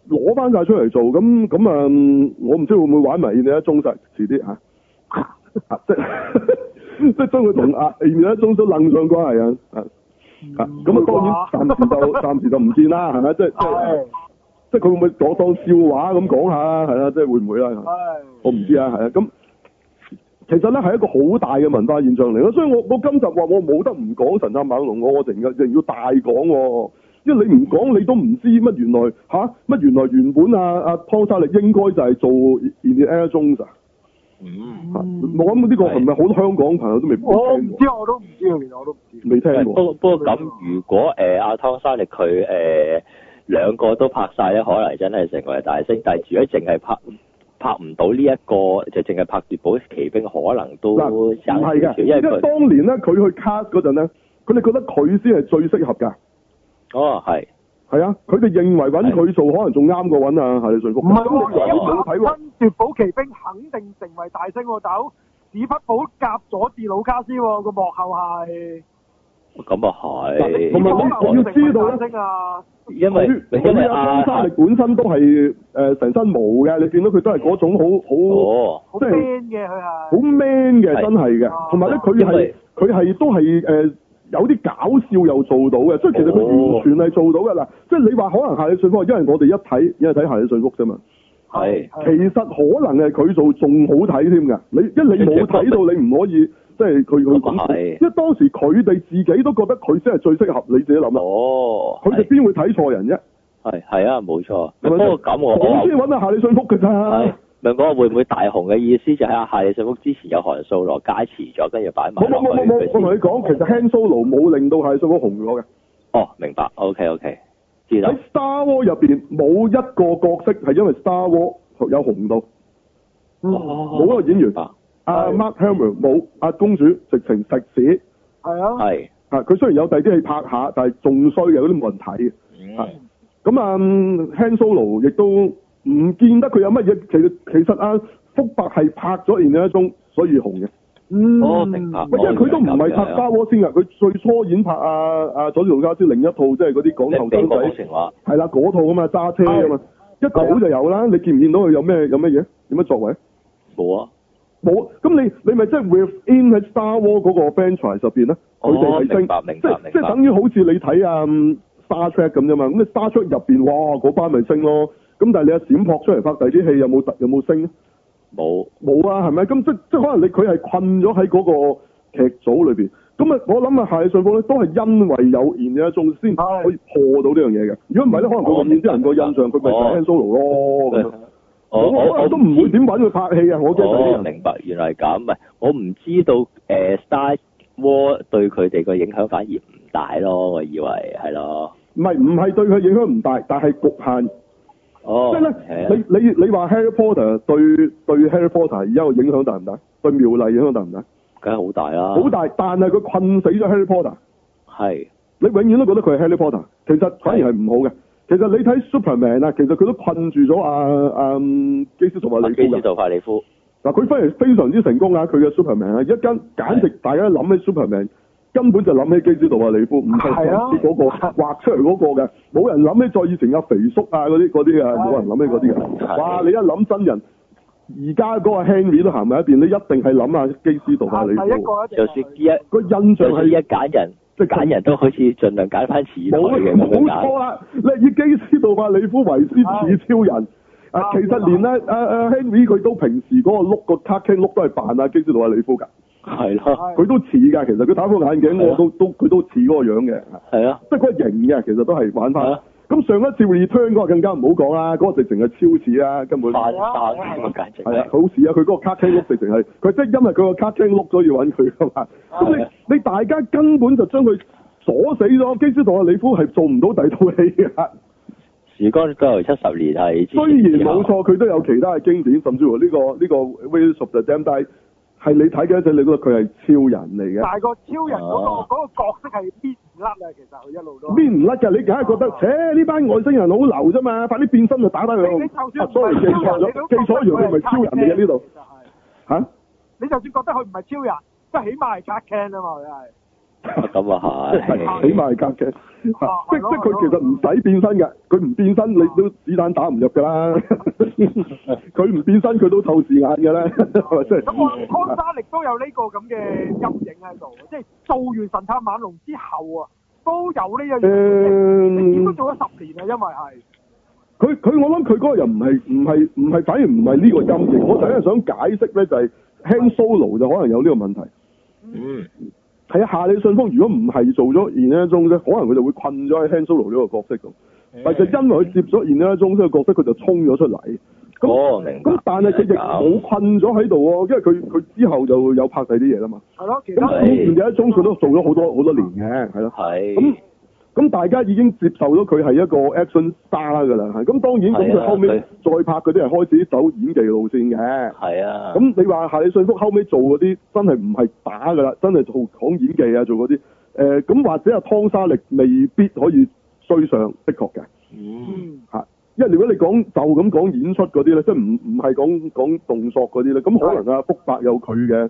A: 攞翻晒出嚟做，咁咁啊，嗯我唔知會唔會玩埋 i n d i 中實遲啲嚇，啊 即係 即係將佢同啊 i n d i 中實楞上關係啊啊啊！咁啊，當然暫時就暫時就唔見啦，係咪？即係即係
C: 係
A: 即係佢會唔會攞當笑話咁講下啦？係啦，即係會唔會啦？
C: 係
A: 我唔知啊，係啊，咁其實咧係一個好大嘅文化現象嚟咯，所以我我今集話我冇得唔講神探猛龍，我我成日就要大講喎、因為你唔講你都唔知乜原來吓乜、原來原本啊啊湯沙力應該就係做 Indiana Jones 啊，
B: 嗯，
A: 嚇我諗呢個係咪好多香港朋友都未必
C: 我
A: 聽
C: 唔
A: 過
C: 知，我都唔知，原來我都唔知。
A: 未聽
B: 不
A: 過，
B: 過不過咁，如果誒阿湯沙力佢誒兩個都拍晒咧，可能真係成為大星。但係如果淨係拍拍唔到呢一個，就淨係拍奪寶奇兵，可能都
A: 嗱
B: 有
A: 唔
B: 少少，
A: 係嘅，
B: 因為
A: 因為
B: 佢
A: 當年咧佢去 cast 嗰陣咧，佢哋覺得佢先係最適合㗎，
B: 哦係
A: 係啊，佢哋認為揾佢做可能仲啱過揾啊夏利順福，
C: 唔係
A: 咁你咁
B: 我
A: 樣睇喎
C: 喎，。跟奪寶奇兵肯定成為大星喎，大佬。史匹堡夾咗至老卡斯喎，個幕後係。
B: 咁啊係，
A: 同埋我
C: 可能
A: 要知道呢
C: 成為大星啊，
B: 因啊為
A: 佢
B: 因為
A: 佢
B: 阿
A: 阿沙力本身都係誒成身毛嘅，你見到佢都係嗰種好好
B: 哦
C: 好
A: 即係
C: man 嘅佢係。
A: 好 man 嘅，
B: 係
A: 真係嘅。同埋咧，佢
B: 因
A: 係
B: 為
A: 佢係都係誒有啲搞笑又做到嘅，所以其實佢
B: 哦
A: 完全係做到嘅嗱。即係你話可能夏利信福，因為我哋一睇一係睇夏利信福啫嘛，
B: 係
A: 其
C: 啊
A: 實可能係佢做仲好睇添㗎。你因為你冇睇到，你唔可以即係佢佢
B: 咁啊
A: 咁，
B: 係
A: 因為當時佢哋自己都覺得佢先係最適合，你自己諗啦。
B: 哦，
A: 啊佢哋邊會睇錯人啫？
B: 係係啊，冇錯。
A: 係咪
B: 不過咁我我
A: 我先揾阿夏利信福㗎
B: 係
A: 咋。
B: 明講會唔會大雄嘅意思就係啊阿夏利信福之前有韓素羅加持咗，跟住擺
A: 冇冇冇
B: 埋落去
A: 冇冇，我同你講，其實 Han Solo 冇令到係信哥紅咗嘅。
B: 哦，明白。OK OK，知道
A: 喺。Star War 入邊冇一個角色係因為 Star War 有紅
B: 哦
A: 到，冇
B: 冇
A: 一個演員
B: 明。白。
A: 阿
C: 係
A: Mark Hamill 冇，阿公主直情食屎。
C: 係啊，
B: 係。
A: 啊！佢雖然有第二啲戲拍下，但係仲衰嘅，嗰啲冇人睇嘅。係
B: 嗯
A: 咁啊嗯，Han Solo 亦都唔見得佢有乜嘢。其實其實阿福伯係拍咗然之中，所以紅嘅。
C: 嗯
B: 哦明白
A: 喂，因為佢都唔係拍
B: 哦
A: Star War 先㗎，佢最初演拍啊阿阿佐治盧卡斯另一套，即係嗰啲講
B: 你
A: 頭
B: 俾
A: 生
B: 個
A: 仔
B: 好。情話。
A: 係啦，嗰套啊嘛，揸車啊嘛，一早就有啦。你見唔見到佢有咩有咩嘢？有咩作為？
B: 冇啊。
A: 冇，咁你你咪即係 within 喺 Star War 嗰個 franchise 入邊咧，佢
B: 哦
A: 哋係
B: 明
A: 升，
B: 白明
A: 即
B: 白
A: 係
B: 明
A: 即係
B: 白。
A: 等於好似你睇啊嗯 Star Trek 咁啫嘛。咁你 Star Trek 入邊，哇嗰班咪升咯。咁但係你阿閃撲出嚟拍第啲戲有冇突有冇升咧？
B: 冇。
A: 冇啊，係咪？咁即即可能你佢係困咗喺嗰個劇組裏邊。咁啊，我諗啊，夏利信福咧都係因為有現嘅仲先
C: 係
A: 可以破到呢樣嘢嘅。如果唔係咧，可能佢永遠啲人個印象佢咪就係
B: 哦
A: Han Solo 咯咁樣。
B: 我
A: 我
B: 我
A: 可能
B: 哦我
A: 都唔會點揾佢拍戲啊！我驚係
B: 哦，
A: 呢樣。
B: 明白，原來係咁。唔係，我唔知道誒、呃 Star War 對佢哋個影響反而唔大咯，我以為係咯。
A: 唔係唔係對佢影響唔大，但係局限。
B: 哦，
A: 即係
B: 係啊
A: 咧，你你你話 Harry Potter 對對 Harry Potter 而家個影響大唔大？對妙麗影響大唔大？
B: 梗係好大啦，
A: 好大，但係佢困死咗 Harry Potter。
B: 大，係
A: 你永遠都覺得佢係 Harry Potter，其實反而係唔好嘅。其實你睇 Superman 啊，其實佢都困住咗阿阿基斯同埋
B: 麥
A: 利
B: 啊基
A: 夫
B: 斯
A: 嘅。
B: 道法利夫，
A: 嗱，佢反而非常之成功啊！佢嘅 Superman 啊，一間簡直大家諗起 Superman，根本就諗起基斯同埋利夫，唔係
C: 係啊
A: 嗰個畫出嚟嗰個嘅，冇人諗起再以前阿肥叔啊嗰啲嗰啲啊，冇人諗起嗰啲嘅。
B: 係
A: 哇！你一諗真人，而家嗰個 Henry 都行埋一邊，你一定係諗下基斯同埋利
C: 係啊第一
A: 夫。
C: 個一定
B: 就算呢一
A: 個 印象
B: 就算
A: 係
B: 一揀人，
A: 即係
B: 揀人都好似盡量揀翻似佢
A: 冇
B: 嘅咁樣
A: 冇
B: 揀
A: 錯，啊啦！你以基斯道法里夫為先似超人。啊，其實連咧，阿阿 Henry 佢都平時嗰個碌個卡 King 碌都係扮啊基斯道法里夫㗎，
B: 係咯，
A: 佢都似㗎。其實佢打副眼鏡，
B: 係啊
A: 我都都佢都似嗰個樣嘅，
B: 係咯，
A: 即係嗰個型嘅，其實都係玩
B: 係
A: 翻
B: 啊。
A: 咁上一次 Return 嗰個更加唔好講啦，嗰、個直情係超似啦，根本
B: 翻
A: 係
C: 係啊
B: 生咁啊，簡直
A: 啊，
B: 係，
A: 好似啊，佢嗰個卡 King 碌直情係佢即係因為佢個卡 King 碌咗要揾佢㗎嘛。咁
B: 係
A: 你
B: 啊
A: 你大家根本就將佢鎖死咗基斯同阿里夫係做唔到第二套戲嘅。
B: 時光倒流七十年係之前
A: 雖然
B: 之後
A: 冇錯，佢都有其他嘅經典，甚至乎呢、個呢、個 Will of the Damned，但係係你睇嘅一陣，你覺得佢係超人嚟嘅。
C: 但係個超人嗰、
B: 哦
C: 個嗰、個角色係搣唔甩啊，其實佢一路都。
A: 搣唔甩㗎，你梗係覺
C: 哦
A: 得，切呢班外星人好流啫嘛，快啲變身就打低
C: 你
A: 佢
C: 你。就
A: 啊 Ờ,
C: 算唔
A: à, ，sorry，記
C: 係超
A: 錯
C: 人，
A: 咗
C: 你都，
A: 記錯咗，
C: 覺得佢
A: 佢咪
C: 係
A: 超人嚟嘅呢度
C: 其實係
A: 嚇？
C: 你就算覺得佢唔係超人，即係起碼係 Jack Can 啊嘛，佢係。
B: 咁啊係，
A: 係起碼係夾嘅，即即
C: 啊係咯哦
A: 佢其實唔使變身嘅，佢唔變身你都子彈打唔入㗎啦。 佢唔變身佢都透視眼㗎啦，係咪先？啊
C: 咁我諗康沙力都有呢個咁嘅陰影喺度，即係做完神探猛龍之後啊，都有呢樣嘢。你點都
A: 誒，
C: 做咗十年啊，因為係。
A: 佢佢我諗佢嗰個人唔係唔係唔係，反而唔係呢個陰影。我第一想解釋咧就係 Han Solo 就可能有呢個問題。
B: 嗯
A: 係啊，夏利信封如果唔係做咗 Indiana Jones 咧，可能佢就會困咗喺 Han Solo 呢個角色度。但就因為佢接咗 Indiana Jones 呢個角色，佢就衝咗出嚟。
B: 哦
A: 咁
B: 明白
A: 咁，但係佢亦冇困咗喺度喎，因為佢佢之後就有拍第啲嘢啦嘛。
C: 係咯，其他
A: 咁
B: 係
A: Indiana Jones 佢都做咗好多好多年嘅，係咯。咁
B: 係
A: 咁大家已經接受咗佢係一個 action star 㗎啦，係咁當然咁
B: 係
A: 佢
B: 啊
A: 後尾
B: 佢
A: 再拍嗰啲係開始走演技路線嘅。
B: 係啊，
A: 咁你話夏利信福後尾做嗰啲真係唔係打㗎啦，真係做講演技啊，做嗰啲誒咁或者阿湯沙力未必可以追上，的確嘅
B: 嗯
C: 嗯，
A: 嚇。啊因為如果你講就咁講演出嗰啲咧，即係唔唔係講講動作嗰啲咧，咁可能阿福伯有佢嘅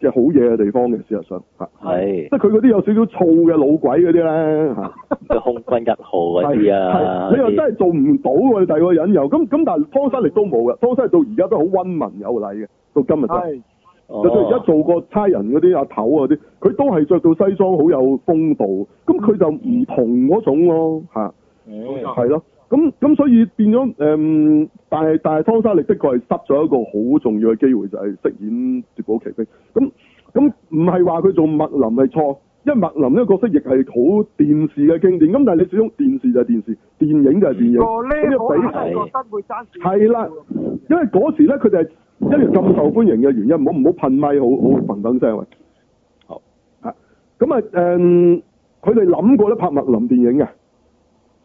A: 嘅好嘢嘅地方嘅，事實上嚇，
B: 係
A: 即係佢嗰啲有少少燥嘅老鬼嗰啲咧 嚇。
B: 佢空軍一號嗰啲啊，
A: 係係你又
B: 嗰啲
A: 真係做唔到喎，你第二個人又咁咁，但係湯生力都冇嘅，湯生力到而家都好温文有禮嘅，到今日都係。
C: 係。
B: 哦
A: 就算而家做過差人嗰啲阿頭嗰啲，佢都係着到西裝好有風度，咁佢就唔同嗰種咯嚇，
B: 嗯
A: 係咯。咁咁所以變咗誒、嗯但係但係湯沙力的確係失咗一個好重要嘅機會，就係、飾演奪寶奇兵。咁咁唔係話佢做麥林係錯，因為麥林呢個角色亦係好電視嘅經典。咁但係你始終電視就係電視，電影就係電影。
C: 個
A: 咁
C: 呢
A: 就
C: 我
A: 比
C: 真係覺得會爭少少
A: 係啦因為嗰時咧，佢哋係因為咁受歡迎嘅原因，唔好唔好噴咪，好好嘭嘭聲喂。
B: 好
A: 啊，咁啊誒，佢哋諗過咧拍麥林電影嘅，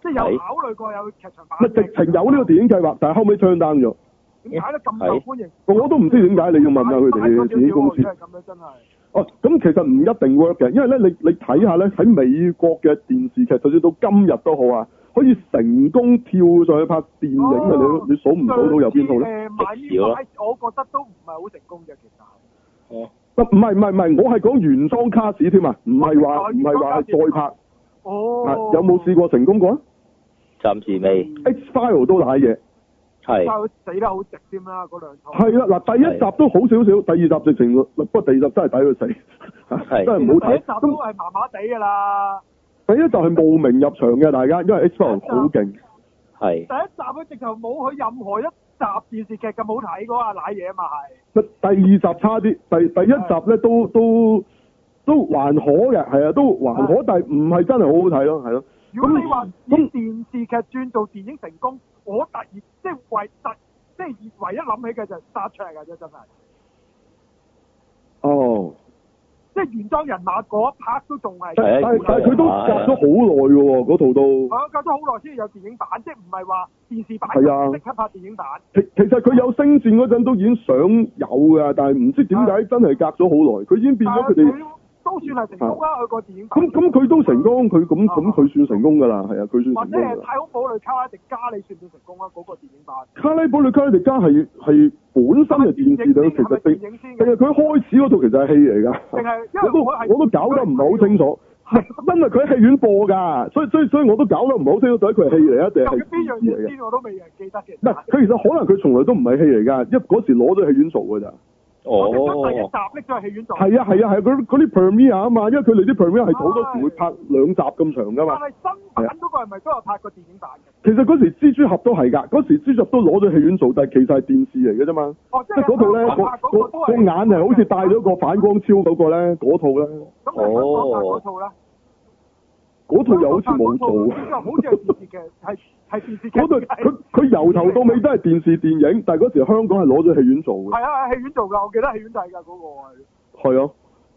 C: 即係有考慮過有劇場版
A: 咪
C: 嘅。
A: 直情有呢個電影計劃，但係後尾 turn down 咗。
C: 點解咧咁受歡迎？
A: 我都唔知點解你要問下佢哋自己公司
C: 真。係咁樣真係。
A: 哦，咁其實唔一定 work 嘅，因為咧你你睇下咧喺美國嘅電視劇，就算到今日都好啊，可以成功跳上去拍電影嘅，你你數唔數到有邊套咧？
C: 咧？買呢
B: 極少啦
C: 我覺得都唔係好成功嘅，其實。
A: 唔係唔係唔係，我係講原裝卡士添啊，唔係話唔係話係再拍。
C: 哦
A: 啊。有冇試過成功過啊
B: 暫時
C: Ừ.
B: 未
A: ？X File 都瀨嘢，
B: 係
C: 就死得好直添啦，嗰兩套。
A: 係啦，嗱第一集都好少少，第二集直情，不過第二集真係抵佢死，真
B: 係
A: 係
C: 其實
A: 唔好
C: 第
A: 睇
C: 一。集都
A: 咁
C: 係麻麻地㗎啦，
A: 第一集係慕名入場嘅，大家，因為 X File 好勁，
C: 第一
B: 係
C: 集佢直頭冇佢任何一集電視劇咁好睇嗰下奶嘢嘛係。
A: 第二集差啲，第第一集咧都都都還可嘅，係啊，都還可，但係唔係真係好好睇咯，係咯。
C: 如果你話以
A: 咁
C: 電視劇轉做電影成功，我突然即係唯突即係唯一諗起嘅就係 Star Trek 㗎啫，真係。
A: 哦，
C: 即係原裝人馬嗰一 part 都仲係。
A: 但
B: 係
A: 但
B: 啊
A: 係但係佢都隔咗好耐嘅喎，嗰套都。
C: 我隔咗啊好耐先有電影版，即係唔係話電視版
A: 係啊
C: 即刻拍電影版。
A: 其其實佢有星戰嗰陣都已經想有㗎，但係唔知點解真係隔咗好耐，佢已經變
C: 但
A: 咗佢
C: 係
A: 哋。啊
C: 佢都算係成功啊啦，佢個電影版
A: 咁。咁佢都成功，佢咁
C: 啊
A: 咁佢算成功㗎啦，係啊，佢
C: 或
A: 算成
C: 者
A: 功
C: 係
A: 㗎
C: 《
A: 啦。
C: 太空堡壘卡拉迪加》，你算唔算成功啊？嗰、個電影版。
A: 卡拉布里卡拉迪加係係本身係電視嚟，其實
C: 定
A: 定
C: 電影先
A: 定係
C: 嘅，
A: 佢開始嗰套其實係戲嚟㗎。
C: 定係因為
A: 我都
C: 係
A: 我都搞得唔係好清。楚，唔係因為佢喺戲院播㗎，所以所以所以我都搞得唔係好清楚，到底佢係戲嚟啊定
C: 究
A: 係
C: 竟邊樣
A: 電視嚟
C: 嘢
A: 嘅？
C: 先我都未人記得嘅。
A: 唔係，佢其實可能佢從來都唔係戲嚟㗎，因為嗰時攞咗戲院做㗎咋。
C: 我哋將第一
B: 哦
C: 集拎咗去戲院做。
A: 係啊係啊係啊，嗰啲嗰啲 premiere 啊嘛，因為佢哋啲 premiere 係好多時會拍兩集咁長㗎嘛
C: 但。係新版嗰個係咪都有拍過電影版嘅？
A: 其實嗰時蜘蛛俠都係㗎，嗰時蜘蛛俠都攞咗戲院做，但係其實係電視嚟嘅啫嘛。
C: 哦，
A: 即
C: 即
A: 係嗰套咧，個個個眼係好似戴咗個反光超嗰個咧，嗰套咧，
C: 咁係香港
A: 哦
C: 拍嗰套咧，
A: 嗰套又好似冇做。啊
C: 好似係電視劇，係係電視劇。
A: 嗰度佢佢由頭到尾都係電視電影，但係嗰時香港係攞咗戲院做嘅，
C: 係啊，喺戲院做㗎，我記得戲院睇㗎嗰個係。
A: 係啊，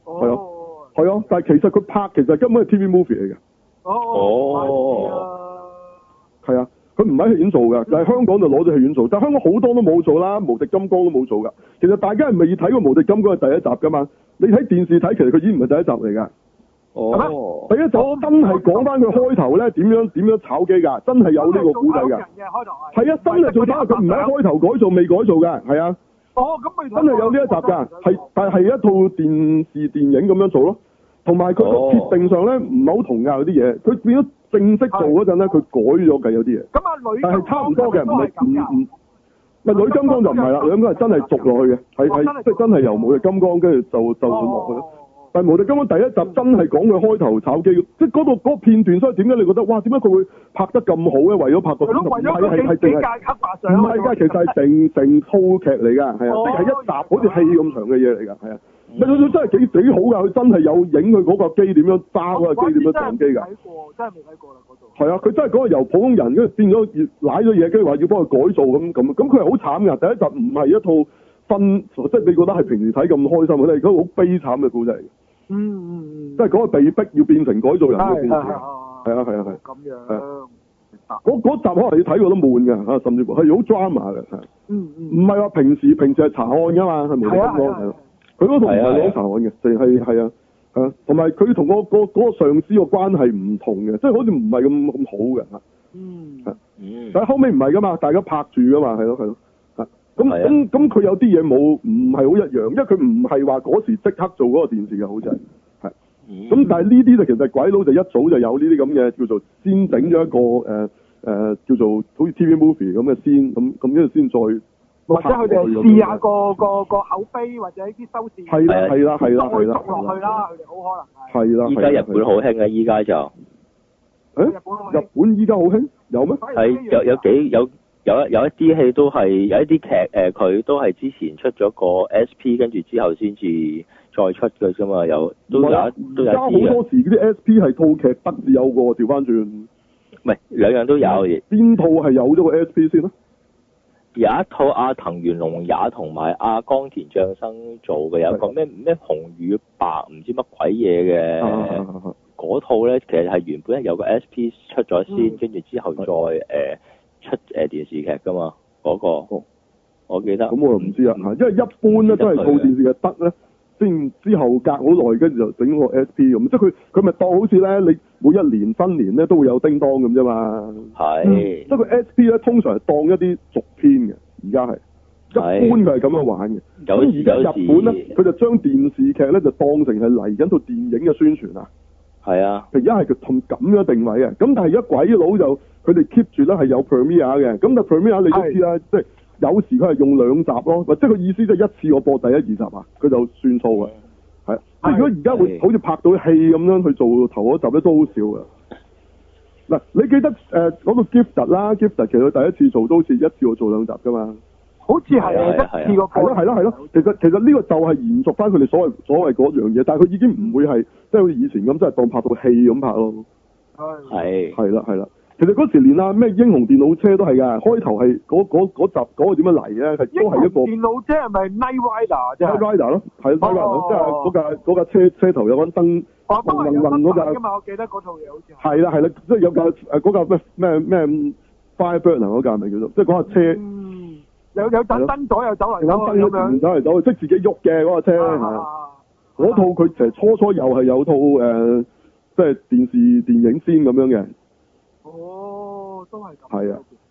C: 哦。
A: 係啊，但係其實佢拍其實根本係 TV movie 嚟嘅，係啊，佢唔喺戲院做嘅，
C: 嗯
A: 但係香港就攞咗戲院做，但係香港好多都冇做啦，無敵金剛都冇做㗎。其實大家係未睇過無敵金剛係第一集㗎嘛？你睇電視睇，其實佢已經唔係第一集嚟㗎。
B: 哦
A: 第，一集真係講翻佢開頭咧點樣點樣炒機㗎，真係有呢個古仔㗎。係啊，真係做打，佢唔係一開頭改造未改造㗎，係啊，真係有呢一集㗎，係但係一套電視電影咁樣做咯。同埋佢個
B: 哦
A: 設定上咧唔係好同㗎，有啲嘢佢變咗正式做嗰陣咧，佢改咗㗎有啲嘢，但係差唔多嘅，唔係唔唔，咪女金剛就唔係啦，女金剛係真係續落去哦嘅，係
C: 哦
A: 係即係真係由無力金剛跟住就就落去咯。但係無敵金剛第一集真係講佢開頭炒機，即係嗰度嗰個片段，所以點解你覺得哇點解佢會拍得咁好咧？為咗拍個係係淨係。唔係㗎，其實係成成套劇嚟㗎，係
C: 哦
A: 啊，即係一集好似戲咁長嘅嘢嚟㗎，係啊。咪佢佢真係幾幾好㗎，佢真係有影佢嗰個機點樣揸哦嗰個機點樣撞機㗎。係啊，佢真係嗰個由普通人跟住變咗越舐咗嘢，跟住話要幫佢改造咁咁，咁佢係好慘㗎。第一集唔係一套分，即係你覺得係平時睇咁開心嘅，佢係一個好悲慘嘅故仔嚟嘅，即係嗰個被逼要變成改造人嘅故事。係啊係啊係啊，嗰嗰集可能你睇過都悶㗎啊甚至乎係好 drama 嘅，係啊
C: Ừ,
A: 唔係話平時平時係查案㗎嘛，係無敵金剛係啊。佢嗰度唔係攞查案嘅，淨係係啊，係啊，同埋佢同個個嗰個上司個關係唔同嘅，即係好似唔係咁咁好嘅嚇。
B: 嗯，
A: 但係後尾唔係噶嘛，大家拍住噶嘛，係咯係咯。嚇咁
B: 係啊
A: 咁咁，佢有啲嘢冇唔係好一樣，因為佢唔係話嗰時即刻做嗰個電視嘅，好似係。
B: 嗯
A: 咁但係呢啲就其實鬼佬就一早就有呢啲咁嘅叫做先整咗一個誒誒、呃呃叫做好似 TV movie 咁嘅先，咁咁跟住先再或係啦係啦係啦係啦
B: 啊
A: 係啦係啦。
B: 依家日
A: 係
B: 本
A: 啦
B: 好興啊！依家就
A: 誒
C: Dạ,
A: 日本依家好興，有咩？
B: 係有有幾有有有一啲戲都係有一啲劇誒，佢、都係之前出咗個 SP，跟住之後先至再出嘅啫嘛，有都有一都有
A: 啊
B: 啊
A: 而
B: 一
A: 家好
B: 啲嘅，
A: 多時嗰啲 SP 係套劇得至有個喎，調翻轉
B: 唔係兩樣都有，
A: 邊套係有咗個 SP 先啦？啊
B: 有一套阿藤原龍也同埋阿江田將生做嘅，有一個咩咩紅與白唔知乜鬼嘢嘅
A: 啊
B: 嗰套咧，其實係原本係有個 SP 出咗
C: 嗯
B: 先，跟住之後再誒、出呃誒、電視劇噶嘛，嗰、個、
A: 哦
B: 我記得。
A: 咁我就唔知啊啦
B: 嗯
A: 嚇，因為一般咧都係套電視嘅得咧，先之後隔好耐，跟住就整個 SP 咁，即係佢佢咪當好似咧，你每一年新年咧都會有叮當咁啫嘛。嗯
B: 係
A: 即係佢 SP 咧，通常係當一啲續篇嘅，而家係
B: 係
A: 一般佢係咁樣玩嘅。
B: 有
A: 咁而家日本
B: 有
A: 咧，
B: 時
A: 佢就將電視劇咧就當成係嚟緊套電影嘅宣傳啊。
B: 係啊，
A: 佢而家係佢同咁樣定位嘅，咁但係而家鬼佬就佢哋 keep 住咧係有 premiere 嘅，咁但係 premiere 你都知啦，即係有時佢係用兩集咯，或者佢意思即係一次我播第一二集啊，佢就算數嘅，係即係如果而家會
B: 係
A: 好似拍到戲咁樣去做頭嗰集咧，都好少嘅。嗱，你記得誒嗰個 Gifted 啦，Gifted 其實佢第一次做都好似一次我做兩集噶嘛，
C: 哦
A: 係咯係咯係咯，其實其實呢個就係延續翻佢哋所謂所謂嗰樣嘢，但係佢已經唔會係即係好似以前咁，真係當拍套戲咁拍咯。
B: 係
A: 係啦，係啦。其實嗰時連啊咩英雄電腦車都係㗎，開頭係嗰嗰嗰集嗰個點樣嚟咧，係都係一個 Knight Rider 咯，係 Knight Rider 咯，即係嗰架嗰架車車頭有盞燈，係啦係啦，即係有架誒嗰架咩咩咩 Firebird 嗰架係咪叫做，即係嗰架車
C: Ừ.
A: 嗯哦有盞燈走嚟走去，即係自己喐嘅嗰架車
C: À,
A: 係啊嗰套佢其實初初又係有套誒，即係電視電影先咁樣嘅。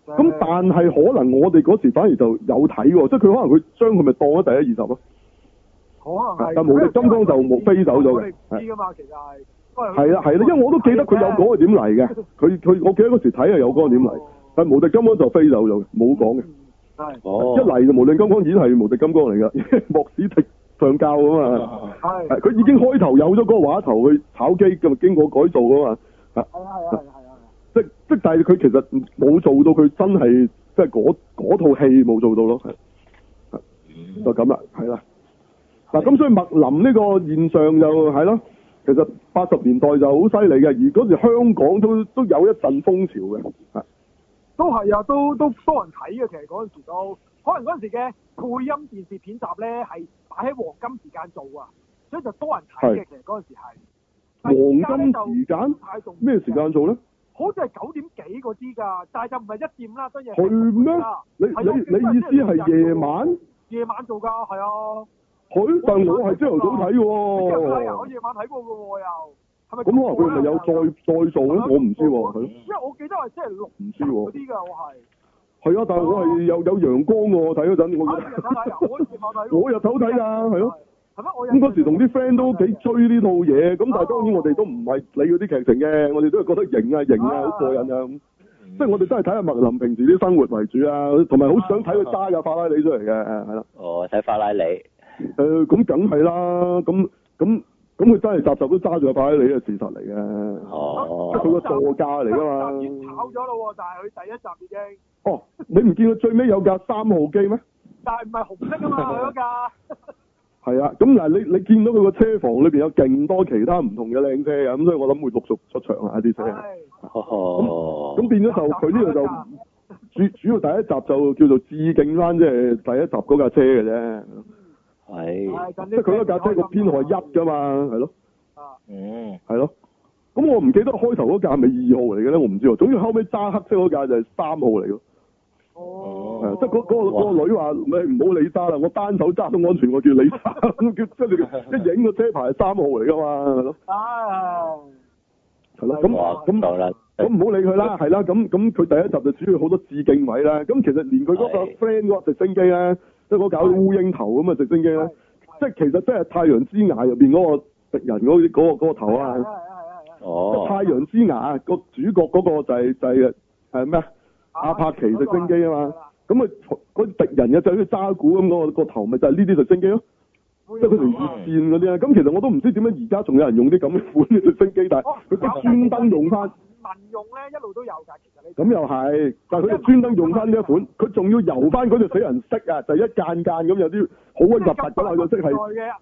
A: 咁但係可能我哋嗰時反而就有睇喎，即係佢可能佢將佢咪當咗第一二集咯。
C: 可能係。
A: 啊但無力金剛就冇飛走咗嘅，
C: 我哋唔知㗎嘛，其實係。因為佢-
A: 係啊啦係啦，因為我都記得佢有講佢點嚟嘅，佢佢我記得嗰時睇係有講佢點嚟，但係無敵金剛就飛走咗嘅，冇講嘅。
C: 嗯係。
B: 哦
A: 一，嚟就無敵金剛已經係無敵金剛嚟㗎， 莫史迪上教啊嘛，
C: 係。
A: 係佢已經開頭有咗嗰個話頭去炒機咁，經過改造啊嘛，
C: 係啊，係啊，係啊，係啊，係啊。
A: 即即但係佢其實冇做到佢真係即係嗰嗰套戲冇做到咯，係。
B: 嗯
A: 就咁啦，係啦。嗱，咁所以麥林呢個現象就係咯，其實八十年代就好犀利嘅，而嗰時香港都都有一陣風潮嘅，係
C: 都係啊，都-都-多人睇嘅，其實嗰陣時都。可能嗰陣時嘅配音電視片集呢，係擺喺黃金時間做啊。所以就多人睇
A: 係
C: 嘅。其實嗰陣時係，但係而家咧
A: 黃
C: 就
A: 金時間
C: 唔太重要
A: 咩時間做咧？
C: 好似係九點幾嗰啲㗎，但係就唔係一點啦，真係
A: 去咩
C: 係？
A: 你你你意思係夜晚？
C: 啊夜晚做㗎，係啊。
A: 佢但我係朝頭早睇
C: 邊有睇啊？我
A: 喎。
C: 夜晚睇過嘅喎又，係
A: 咁
C: 咪
A: 可能佢係咪有
C: 啊
A: 再再做咧？我唔知喎，係
C: 因
A: 咯，
C: 為我記得係星期六
A: 唔知
C: 嗰
A: 喎。
C: 啲㗎，我係。
A: 係啊，但係我係有有哦陽光喎，我睇嗰陣我
C: 啊
A: 記
C: 你
A: 得
C: 日頭睇啊，我夜晚睇喎。
A: 我日頭睇㗎，係咯。
C: 係咩？我有
A: 咁嗰時同啲 friend 都屋企追呢套嘢，咁但係當然我哋都唔係理嗰啲劇情嘅，我哋都係覺得型啊型啊，好過癮啊咁。即係我哋都係睇下麥林平時啲生活為主啊，同埋好想睇佢揸架法拉利出嚟嘅，啊係啦。
B: 哦，睇法拉利，
A: 誒咁梗係啦，咁咁咁佢真係集集都揸住架法拉利係事實嚟嘅，
B: 哦
A: 即係，佢個座駕嚟
C: 第一集已
A: 㗎
C: 經
A: 嘛
C: 炒。咗咯喎，但係佢第一集已經，
A: 哦，你唔見佢最尾有架三號機咩？
C: 但係唔係紅色啊嘛，佢 嗰架。
A: 係啊，咁嗱，你你見到佢個車房裏邊有勁多其他唔同嘅靚車啊嘅，咁所以我諗會陸續出場啊啲車。
C: 係。
B: 哦，
A: 咁變咗就佢呢度就主主要第一集就叫做致敬翻，即係第一集嗰架車嘅啫。
B: 係，
A: 即係佢嗰架車個編號係一㗎嘛，係咯，
C: 啊，
B: 嗯，
A: 係咯。咁我唔記得開頭嗰架係咪二號嚟嘅咧，我唔知喎。總之後尾揸黑色嗰架就係三號嚟咯。係啊
C: 哦。
A: 即係嗰嗰個
B: 哇
A: 嗰個女話：你唔好你揸啦，我單手揸都安全，我叫你 揸。咁叫即係你一影個車牌係三號嚟㗎嘛，係咯，
C: 唉。
A: 係咯。
B: 哇，
A: 咁咁
B: 咁到啦，
A: 咁唔好理佢啦，係啦，咁咁佢第一集就主要好多致敬位啦。咁其實連佢嗰個
B: 係
A: friend 嗰個直升機咧，即係嗰搞烏蠅頭咁嘅直升機咧，即係其實即係太陽之牙入邊嗰個敵人嗰啲嗰個嗰個頭啊，
C: 係啊，係啊，係啊，係啊。
A: 即係
B: 哦，
A: 太陽之牙個主角嗰個就係就係係咩啊？阿帕奇直升機啊嘛，咁啊嗰啲敵人嘅就好似揸鼓咁嗰個個頭咪就係呢啲直升機咯，即係佢條
C: 哦
A: 熱線嗰啲啊。咁其實我都唔知點解而家仲有人用啲咁嘅款嘅直升機，但係
C: 哦，
A: 佢專登用翻。
C: 民用呢，一路都有㗎，其實你-
A: 咁又係，但係佢就專登用翻呢一款，佢仲要油翻嗰隻死人色啊，就一間間咁有啲好核突咁啊，有隻色係係啊，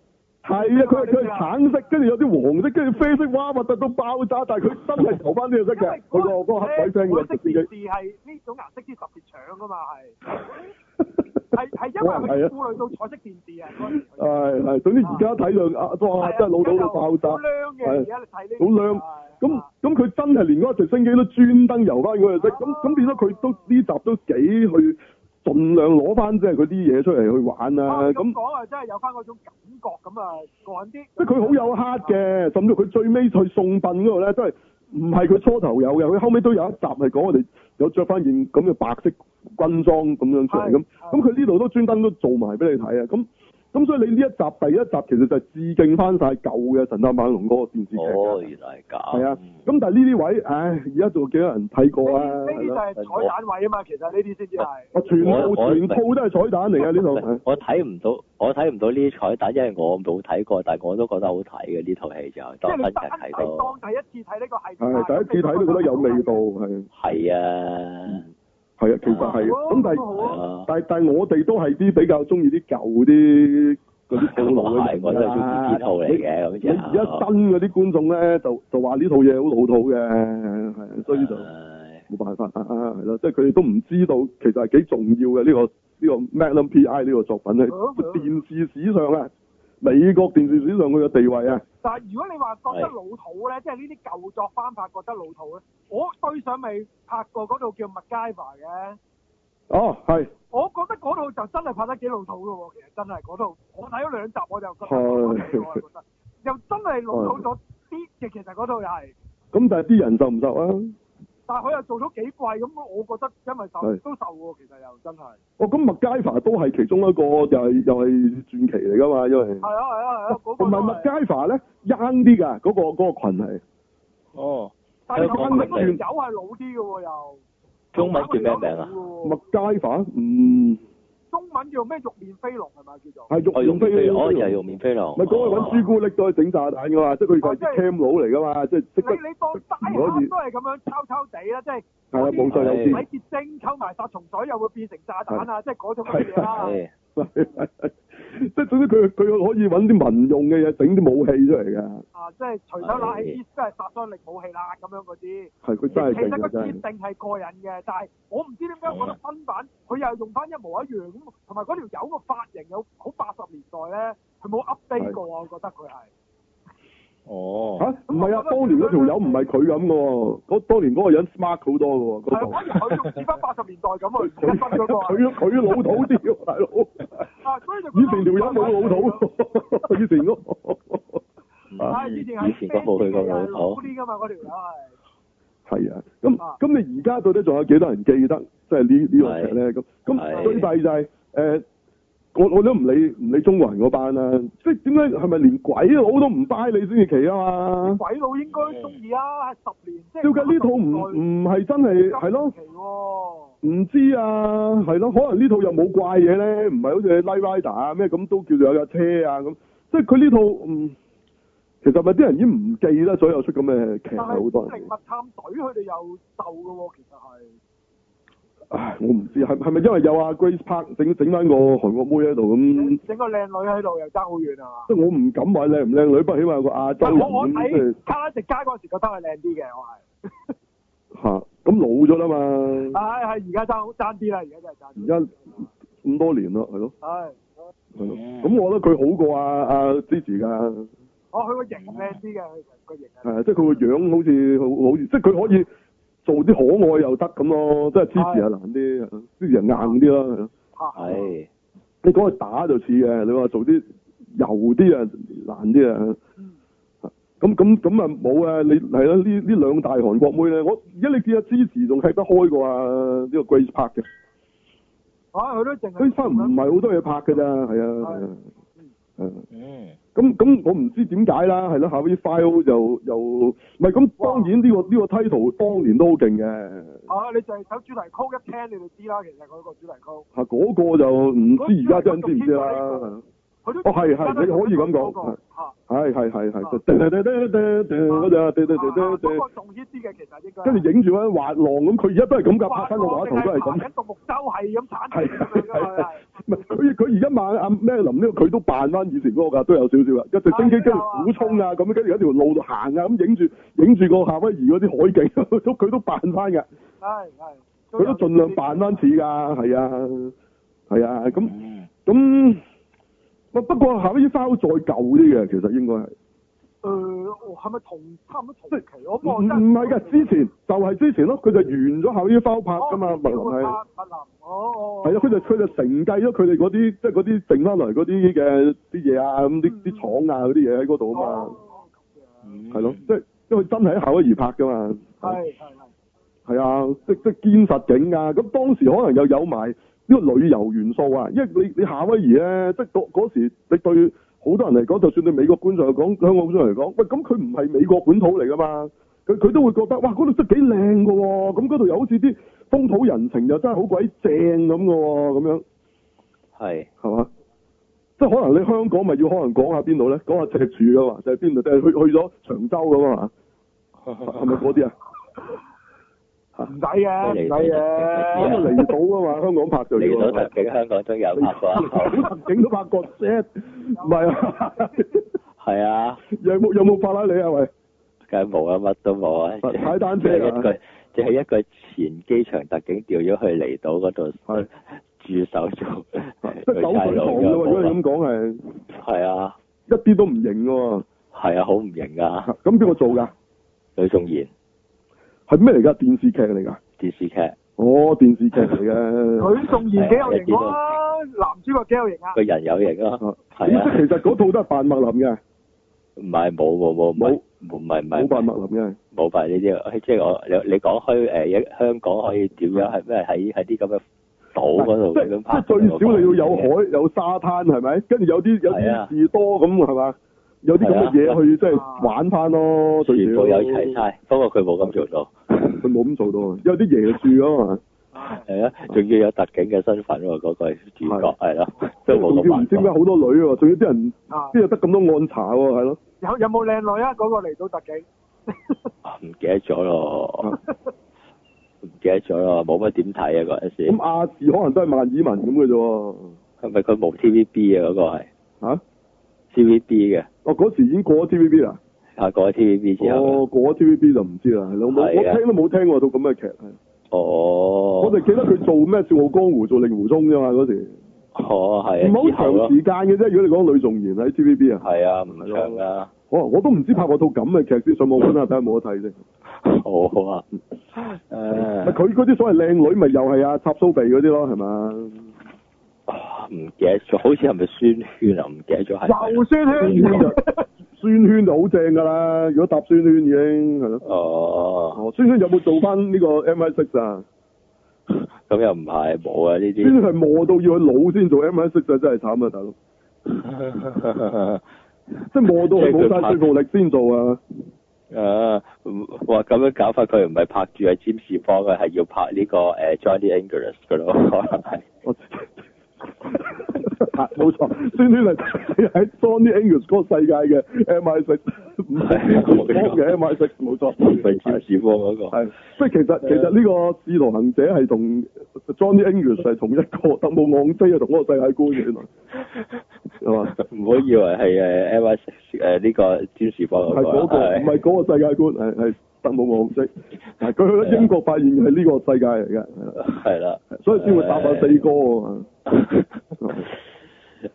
A: 佢係佢係橙色，跟住有啲黃色，跟住啡色，哇核突到爆炸，但係佢真係油翻呢隻色嘅，佢個
C: 因為
A: 嗰
C: 嗰陣時呢，
A: 個黑鬼聲嘅自己，
C: 嗰啲電視係呢種顏色先特別搶㗎嘛，係。
A: 可能係
C: 係-係因為佢
A: 啊，
C: 顧慮到彩色電視啊，嗰陣時。
A: 係係，總之而家睇就啊，哇
C: 係啊，
A: 真係老到到爆炸，
C: 好靚嘅，啊
A: 係。
C: 而家你睇呢啲，
A: 好靚。
C: 係，
A: 咁咁佢真係連嗰個直升機都專登油翻嗰隻色，
C: 啊
A: 咁咁變咗佢都呢集都幾去盡量攞翻即係嗰啲嘢出嚟去玩啊，
C: 啊，咁
A: 咁。
C: 講啊，真係有返嗰種感覺咁啊，過癮啲。
A: 即係佢好有黑嘅，甚至佢最尾去送殯嗰度咧，都係唔係佢初頭有嘅，佢後尾都有一集係講我哋有着翻件咁嘅白色軍裝咁樣出嚟咁
C: 係，係
A: 咁佢呢度都專登都做埋俾你睇啊，咁咁所以你呢一集第一集其實就係致敬翻晒舊嘅《神探猛龍》嗰個電視劇㗎，
B: 哦，原來係
A: 係
B: 咁，
A: 啊，咁但係呢啲位，唉，而家仲幾多人睇過啊？
C: 呢啲
A: 係
C: 就
A: 咯，
C: 係彩蛋位啊嘛，其實呢啲先至係。
A: 我全
B: 我
A: 部
B: 我
A: 全套都係彩蛋嚟嘅啊呢度 係，
B: 我睇唔到，我睇唔到呢啲彩蛋，因為我冇睇過，但係我都覺得好睇嘅呢套戲就
C: 即係
B: 當
C: 你
B: 新劇
C: 單係
B: 睇咯，
C: 當第一次睇呢個係。
A: 係第一次睇都覺得有味道，係
B: 係啊，
A: 係啊，其實係，咁但係。
B: 係啊，
A: 但但我哋都係啲比較中意啲舊啲嗰啲套路嘅
B: 哦係，我都係中意呢
A: 人
B: 套嚟嘅，啊咁
A: 你
B: 就
A: 而家新嗰啲觀眾咧，就就話呢套嘢好老土嘅，係所以就
B: 啊唉
A: 冇辦法啊，係咯，即係佢哋都唔知道其實係幾重要嘅呢、個呢、個 Magnum PI 呢個作品咧，
C: 嗯嗯
A: 電視史上啊，美國電視史上佢嘅地位啊，
C: 但係如果你話覺得老土咧，即係呢啲舊作翻拍覺得老土咧，我對上咪拍過嗰套叫《麥街華》嘅，
A: 哦係
C: 我覺得嗰套就真係拍得幾老土嘅喎，其實真係嗰套，我睇咗兩集我就覺得
A: 係
C: 我覺得又真係老土咗啲 嘅，其實嗰套又係，
A: 咁，但係啲人受唔受啊？
C: 但係佢又做咗幾貴咁，我覺得因為受
A: 係
C: 都受喎，其實又真係。
A: 哦，咁麥佳凡都係其中一個，又係又係傳奇嚟㗎嘛，因為
C: 係啊係啊係啊，嗰個
A: 同埋
C: 都係
A: 麥佳凡咧 young 啲㗎，嗰、個嗰、個羣係。
B: 哦，
C: 但係
B: 香
C: 佢
B: 港
C: 嗰個
B: 明
C: 友
B: 星
C: 係老啲嘅喎又。
B: 中文叫咩名啊？
A: 麥街法，嗯，
C: 中文叫咩？玉面飛龍係咪叫做？
A: 係肉
B: 我用
A: 面飛
B: 哦免飛，
A: 嚟，
B: 我就係用免哦飛龍，
A: 咪講佢揾朱古力都去整炸彈噶嘛，即係佢係
C: 哦即係
A: cam 佬嚟噶嘛，即係即
C: 你
A: 係
C: 你當大蝦都係咁樣抄抄地啦，即係
A: 係啊，冇錯有
C: 洗
A: 啲
C: 潔
B: 哎
C: 精溝埋殺蟲水又會變成炸彈啊！即係嗰種嘅嘢啦。
B: 係，
A: 係係係 即係總之佢佢可以揾啲民用嘅嘢整啲武器出嚟㗎，
C: 啊，即係隨手拿起
B: 係
C: 啲真係殺傷力武器啦，咁樣嗰啲。
A: 係佢
C: 其
A: 真係勁啊
C: 實個
A: 㗎真
C: 設
A: 係。
C: 定係過癮嘅，但係我唔知點解我覺得新版佢又用翻一模一樣咁，同埋嗰條友個髮型有好八十年代咧，佢冇 update 過啊，我覺得佢係。
A: 嚇
D: 哦，
A: 唔係啊，當年嗰條友唔係佢咁嘅喎，嗰當年嗰個人 smart 好多嘅喎，嗰
C: 係
A: 度
C: 反而佢仲似翻八十年代咁啊，而
A: 佢
C: 家新嗰個啊
A: 佢佢老土啲喎，大佬。
C: 啊，所以 就覺得
A: 以前條友冇老土喎， 以前嗰 個。
B: 嗯
A: 啊
C: 係以前係
B: 以前都冇去過老
C: 老
B: 土，
C: 啲噶嘛，嗰條友係。
A: 係啊，咁
C: 啊
A: 咁你而家到底仲有幾多人記得即係呢呢個劇咧？咁咁
B: 係
A: 最弊就係、呃我我都唔理唔理中國人嗰班啦、即係點解係咪連鬼佬都唔 buy 你先至奇啊嘛？
C: 鬼佬應該中意啊，十年即係。
A: 照計呢套唔唔係真係係咯，
C: 奇喎。
A: 唔知啊，係咯，可能呢套又冇怪嘢咧，唔係好似《Light Rider》啊咩咁都叫做有架車啊咁，即係佢呢套嗯，其實咪啲人已經唔記得所有出咁嘅劇
C: 但
A: 啦，
C: 係
A: 好多
C: 靈
A: 人。
C: 物探隊佢哋又鬥嘅喎，其實係。
A: 唉，我唔知係係咪因為有阿 Grace Park 整整翻個韓國妹喺度咁，
C: 整個靚女喺度又爭好遠啊嘛！
A: 即係我唔敢話靚唔靚女，不過起碼有個亞洲
C: 但
A: 人
C: 我我
A: 咁即係嗯
C: 睇卡拉迪加嗰陣時覺得係靚啲嘅，我係。
A: 嚇，咁老咗啦嘛，
C: 唉，係而家爭爭啲啦，而家真係爭啲。
A: 而家咁多年啦，係咯，
C: 唉，
A: 係咯，
D: 嗯
A: 咁我覺得佢好過阿阿 Gigi 㗎。
C: 我佢個型靚啲嘅，佢個型
A: 係啊，即係佢個樣好似好好似，即係佢可以做啲可愛又得咁咯，即係支持係難啲，支持係硬啲啦。係咯
C: 啊嚇。
B: 係
A: 你講佢打就似嘅，你話做啲柔啲啊難啲啊。咁咁咁啊冇啊！你係啦，呢呢兩大韓國妹咧，我而家你見阿支持仲吃得開過啊呢個 Grace Park 嘅
C: 啊，佢都淨係。
A: ，Grace Park 唔係好多嘢拍㗎咋，係啊，係啊，係啊。
D: 嗯，
A: 咁咁我唔知點解啦，係咯，夏威夷 file 就又唔係咁，當然呢、個呢、個 title 當年都好勁嘅，
C: 啊！你就係首主題曲一聽你就知啦，其實佢個主題曲。
A: 嚇嗰個就唔知而家真知唔知啦，
C: 佢都。
A: 哦係係你可以咁講
C: 嚇。
A: 係係係係，嗰隻
C: 嗰個仲 hit 啲嘅，其實應該。
A: 跟住影住嗰滑浪咁，佢而家都係咁㗎，拍翻個畫圖都係
C: 爬
A: 咁，
C: 緊獨木舟係咁鏟
A: 係
C: 住咁樣㗎嘛係。
A: 唔係佢佢而家扮阿咩林呢個，佢都扮翻以前嗰個㗎，都有少少啊，一隻蒸機跟住俯衝啊，咁跟住喺條路度行啊，咁影住影住個夏威夷嗰啲海景，都佢都扮翻㗎。
C: 係係。
A: 佢都盡量扮翻似㗎，係啊，係啊，咁
D: 嗯
A: 咁，不不過夏威夷花再舊啲嘅，其實應該係，
C: 誒，我係咪同差唔多同期？我
A: 唔
C: 望真
A: 唔係㗎，之前就係之前咯，佢就完咗夏威夷花拍㗎嘛，麥林係，啊
C: 麥林，哦哦，
A: 係啊，佢就佢就承繼咗佢哋嗰啲即係嗰啲剩翻嚟嗰啲嘅啲嘢啊，咁啲啲廠啊嗰啲嘢喺嗰度啊嘛，
C: 哦咁樣
A: 嗯係咯，
B: 嗯
A: 即係因為真係喺夏威夷拍㗎嘛，
C: 係啊係係，
A: 係啊，即即堅實景啊！咁當時可能又有埋呢個旅遊元素啊，因為你你夏威夷咧，即嗰嗰時你對好多人嚟講，就算對美國觀眾嚟講、香港觀眾嚟講，喂咁佢唔係美國本土嚟噶嘛，佢佢都會覺得哇嗰度真係幾靚噶喎，咁嗰度又好似啲風土人情又真係好鬼正咁噶喎，咁樣
B: 係
A: 係嘛？即係可能你香港咪要可能講下邊度咧，講下赤柱噶嘛，就係邊度？就係去去咗長洲咁啊嘛，係咪嗰啲啊？咁啊
C: 唔使嘅，唔使嘅，
A: 離島啊嘛，香港拍就要
B: 嚟到特警香港都有拍啊過一 套，
A: 好特警都拍過啫，唔係啊？
B: 係啊，
A: 有冇有冇法拉利啊？喂，
B: 梗係冇啊，乜都冇啊，
A: 踩踩單 車
B: 只
A: 啊
B: 係一個只係一個前機場特警調咗去離島嗰度
A: 係
B: 駐守做
A: 即係
B: 做
A: 走
B: 差
A: 水塘
B: 佬
A: 嘅喎，啊如果你咁
B: 㗎，
A: 講係
B: 係啊，
A: 一啲都唔型喎。
B: 係啊，好唔型啊，
A: 咁邊個做㗎？
B: 呂仲賢
A: 係咩嚟㗎？電視劇嚟㗎？
B: 電視劇
A: 哦，電視劇嚟嘅。
C: 佢仲然幾有型啊，男主角幾有型啊，
B: 個人有型啊，
A: 咁
B: 係
A: 即係
B: 啊，
A: 其實嗰套都係扮麥林嘅，
B: 唔係冇冇冇冇唔係唔係
A: 冇扮麥林嘅。
B: 冇辦呢啲，呃即係我你你講開誒一香港可以點樣係咩喺喺啲咁嘅島嗰
A: 啊即
B: 度
A: 係
B: 咁樣
A: 即
B: 拍
A: 係
B: 嗰
A: 最
B: 個
A: 少你要有
B: 嘢
A: 海有沙灘係咪？跟住有啲有
B: 係啊
A: 啲士多咁係嘛？有啲咁嘅
B: 係啊
A: 嘢去即係玩翻咯，最
B: 全
A: 少
B: 部有齊晒，不過佢冇咁做到，
A: 佢冇咁做到啊，有啲椰樹啊嘛，
B: 係啊，仲要有特警嘅身份喎，嗰個主角係咯，
A: 即
B: 都
A: 係
B: 冇
A: 仲
B: 咁
A: 要唔
B: 辦
A: 知點解
B: 法。
A: 好多女喎，仲要啲人
C: 啊，
A: 邊有得咁多案查喎，係咯，
C: 有有冇靚女啊？嗰個嚟到特警，
B: 啊唔記得咗
A: 啊
B: 咯，唔記得咗咯，冇乜點睇啊嗰陣時
A: 咁，亞視可能都係萬綺雯咁嘅啫喎，
B: 係咪佢冇 TVB 啊？嗰個係
A: 嚇、
B: TVB 嘅，
A: 哦，嗰時已經過咗 TVB 啦，
B: 啊過咗 TVB 之後，
A: 哦，過咗 TVB 就唔知啦，係咯，我我
B: 係啊
A: 聽都冇聽過到咁嘅劇，係
B: 哦
A: 我，就記得佢做咩《笑傲江湖》做令狐沖啫嘛嗰時，
B: 哦
A: 唔
B: 係啊，
A: 係
B: 之後
A: 好
B: 咯
A: 長時，間嘅啫。如果你講呂仲賢喺 TVB 啊，
B: 係啊，唔長噶，
A: 我我都唔知拍過套咁嘅劇先，上網揾下睇下有冇得睇先。哦
B: 好啊，
A: 咪
B: 誒，
A: 佢嗰啲所謂靚女，咪又係啊插蘇鼻嗰啲咯，係嘛？
B: 啊唔記得咗，好似係咪宣萱啊？唔記得咗係咪啦
C: 又酸圈，
A: 孫圈就 孫圈就好正㗎啦，如果搭孫圈已經係咯。
B: 哦，
A: 哦，孫圈有冇做翻呢個 M I Six 啊？
B: 咁又唔係冇啊呢
A: 孫
B: 啲
A: 圈係磨到要佢老先做 M I Six 啊，真係慘啊，大佬！，即係磨到佢冇晒說服力先做啊！
B: 啊，哇咁樣搞法，佢唔係拍住阿詹士邦嘅，係要拍呢個誒 Johnny English 噶咯，可能係。
A: 我 啊冇錯，孫圈係喺 Johnny English 嗰個世界嘅 M I Six，唔係
B: 冇錯
A: 嘅 M I Six，冇錯。
B: 係詹士邦嗰個。
A: 係，即係其實其實呢個《使徒行者》係同 Johnny English 係同一個特務昂飛啊，同嗰個世界觀嘅原來係嘛？
B: 唔好以為係誒 M I 誒呢個詹士邦
A: 係
B: 嗰
A: 嗰、個，
B: 個啊，
A: 唔係嗰個世界觀，係係特務 昂飛。但係佢去咗
B: 係啊
A: 英國發現係呢個世界嚟嘅，係啦
B: 係啦，
A: 所以先會搭下四哥啊嘛。好
B: 呃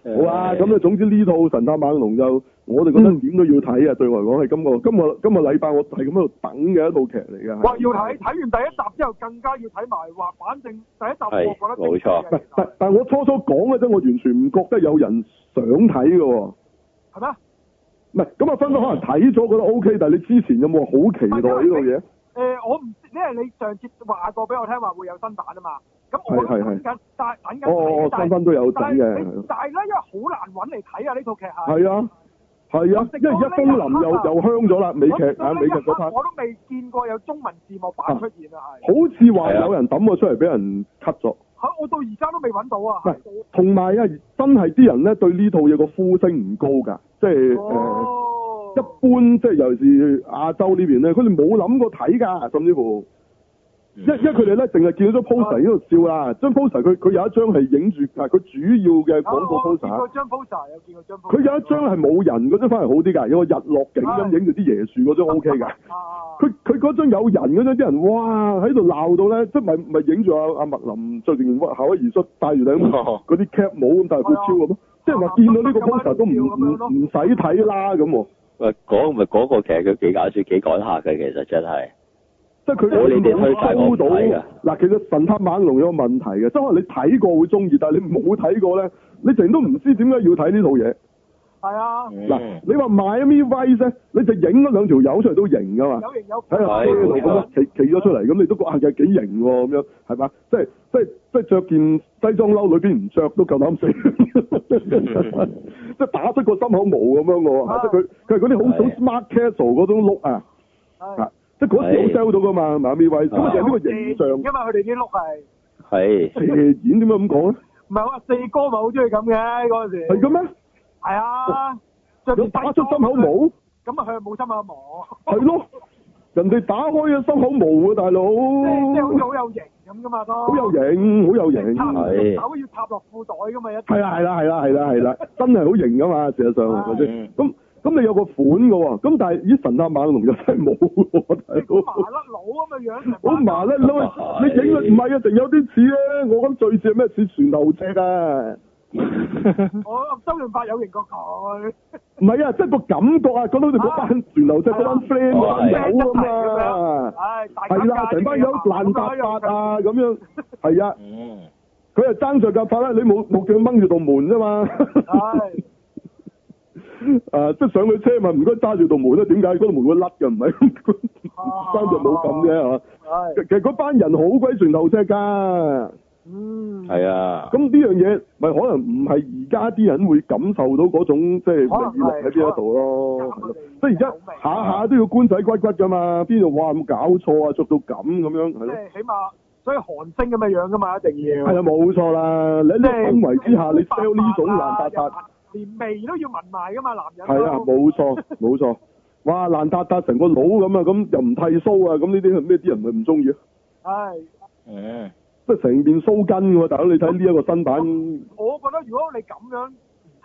C: 呃
A: 啊，咁啊，總之呢套《神探猛龍》就我哋覺
C: 嗯
A: 得點都要睇啊！對我嚟講係今個今個今個禮拜我係咁喺度等嘅一套劇嚟嘅。係
C: 哇！要睇，睇完第一集之後更加要睇埋話，反正第一集我覺得
B: 係冇錯
A: 唔係但但我初初講嘅啫，我完全唔覺得有人想睇嘅喎。
C: 係咩？
A: 唔係，咁啊，芬芬可能睇咗覺得 O K，但係你之前有冇好期待呢套嘢？
C: 誒、我唔知，因為你上次話過俾我聽話會有新版啊嘛，咁
A: 係
C: 我都
A: 係
C: 等緊，但係等緊
A: 哦哦
C: 睇，
A: 哦，芬
C: 但係
A: 芬都有整
C: 但
A: 嘅，
C: 係
A: 係
C: 你
A: 咯
C: 但係咧，因為好難揾嚟睇啊！呢套劇係，
A: 係啊，係啊，因為而家風林又又香咗啦，美劇啊，美劇嗰 part，
C: 我都未見過有中文字幕版出現啊，係，
A: 好似話有人抌咗出嚟俾人 cut 咗，
C: 嚇我到而家都未揾到啊，係
A: 同埋啊，真係啲人咧對呢套嘢個呼聲唔高㗎，即係誒。
C: 哦，
A: 一般即係尤其是亞洲呢邊咧，佢哋冇諗過睇㗎，甚至乎，因因為佢哋咧淨係見到張 poster 喺度笑啦，張 poster 佢佢有一張係影住啊，佢主要嘅廣告
C: 啊我見
A: poster，
C: 過張 poster，有見過張
A: 佢
C: poster，
A: 有一張係冇人嗰張反而好啲㗎，有個日落景咁影住啲椰樹嗰張 OK 㗎。
C: 啊，
A: 佢佢嗰張有人嗰張，啲人哇喺度鬧到咧，即係咪咪影住阿阿麥林着件夏威夷恤，戴住頂
B: 哦
A: 嗰啲 cap 帽咁，戴副超咁咯，即係話見到呢個 poster 都唔唔唔使睇啦咁喎，
B: 喂，嗰咪嗰個其實佢幾搞笑，幾趕客嘅，其實真係。
A: 即係佢
B: 我哦哋推介我
A: 冇
B: 唔
A: 到
B: 睇㗎
A: 嗱，其實神探猛龍有個問題嘅，即係可能你睇過會中意，但係你冇睇過咧，你成都唔知點解要睇呢套嘢。
C: 係啊，
B: 嗯
A: 嗱，你話 Miami Vice 咧，你就影咗兩條友出嚟都型㗎嘛。
C: 有型有
A: 睇
C: 款
A: 下
B: 係
A: 車度咁
B: 哎冇
A: 樣
B: 錯
A: 企企咗出嚟，咁你都覺得啊有幾型喎咁樣，係嘛？即係即係即係着件西裝褸，裏邊唔着都夠膽死， 即係打出個心口毛咁樣喎，
C: 啊
A: 即係佢佢係嗰啲好好
B: 係
A: smart casual 嗰種 look 啊，
C: 係
A: 啊，即係嗰時好 sell 到噶嘛，馬咪威，咁啊
B: 係
A: 有呢個形象
C: 因為佢哋啲碌係。
B: 係
A: 斜演點解咁講咧？
C: 唔係我話四哥咪好中意咁嘅嗰陣時。
A: 係咁咩？
C: 係啊，着
A: 有
C: 住
A: 打出心口哦毛，
C: 咁啊佢冇心口毛，
A: 係咯，人哋打開咗心口毛啊，大佬，
C: 即係即係好似好有型咁噶嘛都。
A: 好有型，好有型。
C: 插
B: 係
C: 手要插落褲袋噶嘛一定。
A: 係啦係啦係啦係啦係啦，真係好型噶嘛，事實上係咪先？咁咁你有個款嘅喎，咁但係咦神探猛龍又真係冇喎，大
C: 你 估麻
A: 佬。
C: 甩佬咁嘅樣。
A: 好麻甩佬啊，你影佢唔係啊，仲有啲似咧，我咁最似係咩似船頭尺啊？
C: 我周潤發有型過佢。
A: 唔係啊，即係個感覺啊，覺得好似嗰班船頭尺嗰班 friend 嗰班友咁啊嘛。
C: 唉，大家
A: 係啦，
C: 加啲
A: 成班友爛搭搭啊咁樣，係啊，
B: 嗯，
A: 佢係爭上架法拉利，冇冇叫佢掹住道門啫嘛。
C: 唉，
A: 啊，即係上佢車咪唔該揸住道門啦，點解嗰道門會甩嘅？唔 係三隻冇咁啫，係嘛？
C: 唉，
A: 其實嗰班人好鬼船頭尺㗎，
C: 嗯，
B: 係啊。
A: 咁呢樣嘢咪可能唔係而家啲人會感受到嗰種即係
C: 可
A: 魅
C: 能
A: 力
C: 係
A: 喺邊一度咯
C: 可能係。
A: 即係而家下下都要官仔骨骨㗎嘛，邊度哇有冇搞錯啊？着到咁咁樣係
C: 即
A: 咯。
C: 係起碼，所以韓星咁嘅樣噶嘛，一定要。
A: 係啊，冇錯啦！你喺呢個氛圍之下，你 sell 呢種爛達達。
C: 啊連味都要聞埋噶嘛，男人都。
A: 係啊，冇錯冇錯。哇，爛達達成個佬咁啊，咁又唔剃須啊，咁呢啲咩啲人咪唔中意啊？
C: 唉，
B: 嗯。
A: 即即係成邊鬚根喎，大佬你睇呢一個新版。
C: 我覺得如果你咁樣唔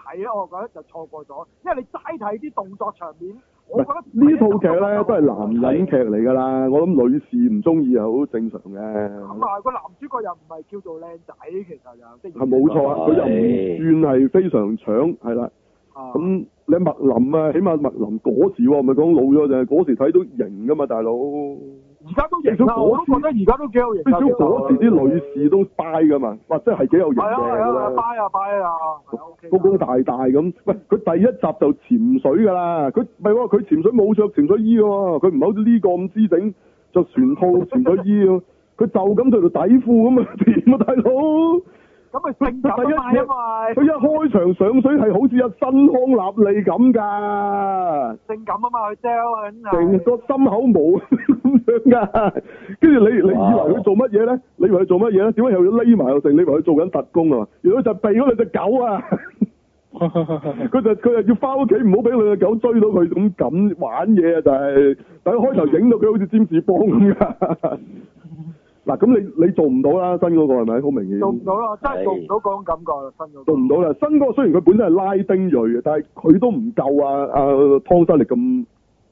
C: 睇咧，我覺得就錯過咗，因為你齋睇啲動作場面，
A: 唔
C: 我覺
A: 係
C: 得
A: 呢套劇咧都係男人劇嚟㗎啦，我諗女士唔中意係好正常嘅，
C: 咁啊，個男主角又唔係叫做靚仔，其實又即
A: 係冇錯啊，佢又唔算係非常搶，係啦。
C: 啊
A: 咁你麥林啊，起碼麥林嗰時喎，唔係講老咗就係嗰時睇到型㗎嘛，大佬。
C: 而家都型啦，我都覺得而家都幾有型
A: 至
C: 啊。
A: 少嗰時啲女士都 buy 㗎嘛，哇！真係幾有型
C: 係啊係
A: 嘅。
C: 啊係啊，拜啊拜啊，係啊 OK 㗎。
A: 高高大大咁，喂！佢第一集就潛水㗎啦，佢唔係喎，佢潛水冇着潛水衣喎，佢唔係好似呢個咁姿整着船套潛水衣喎，佢就咁着條底褲咁啊， 點啊大佬！
C: 咁咪性感啊嘛，
A: 第一
C: 因為
A: 佢一開場上水係好似阿新康納利咁㗎，
C: 性感啊嘛，佢 sell 緊
A: 成
C: 係。
A: 個心口毛咁樣㗎， 跟住你你以為佢做乜嘢咧？你以為佢做乜嘢咧？點解又要匿埋又剩？你以為佢做緊特工啊？原來佢就避嗰兩隻狗啊！佢就佢就要翻屋企，唔好俾兩隻狗追到佢咁咁玩嘢啊！就係，但係開頭影到佢好似占士邦咁噶。 嗱，咁你你做唔到啦，新嗰個係咪？好明顯
C: 做唔到啦，真係做唔到嗰種感覺啦，新嗰
A: 做唔到啦。新嗰個雖然佢本身係拉丁裔嘅，但係佢都唔夠啊啊湯生力咁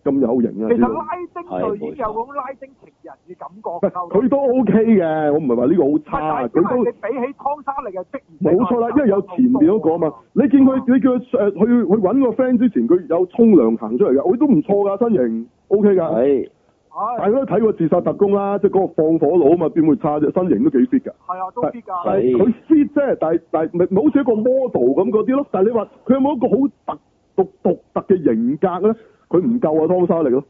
A: 咁有型啊！
C: 其
A: 呢
C: 實
A: 度
C: 拉丁就已經有嗰種拉丁情人嘅感覺
A: 喂
C: 㗎
A: 佢都 OK 嘅，我唔係話呢個好差，佢
C: 但係因
A: 都
C: 為你比起湯沙利嘅職業，
A: 冇錯啦，因為有前面嗰個啊嘛。你見佢你叫佢誒去去揾個 friend 之前，佢有沖涼行出嚟嘅，佢都唔錯㗎，身形 OK 㗎。
B: 係
C: 係
A: 大家都睇過《自殺特工》啦，即係嗰個放火佬啊嘛，邊會差啫？身形都幾 fit 㗎，
C: 係啊，都知㗎。
A: 但係佢 fit 啫，但係但係咪咪好似一個 model 咁嗰啲咯？但係你話佢有冇一個好特獨獨特嘅型格咧？佢唔夠啊，湯沙力咯。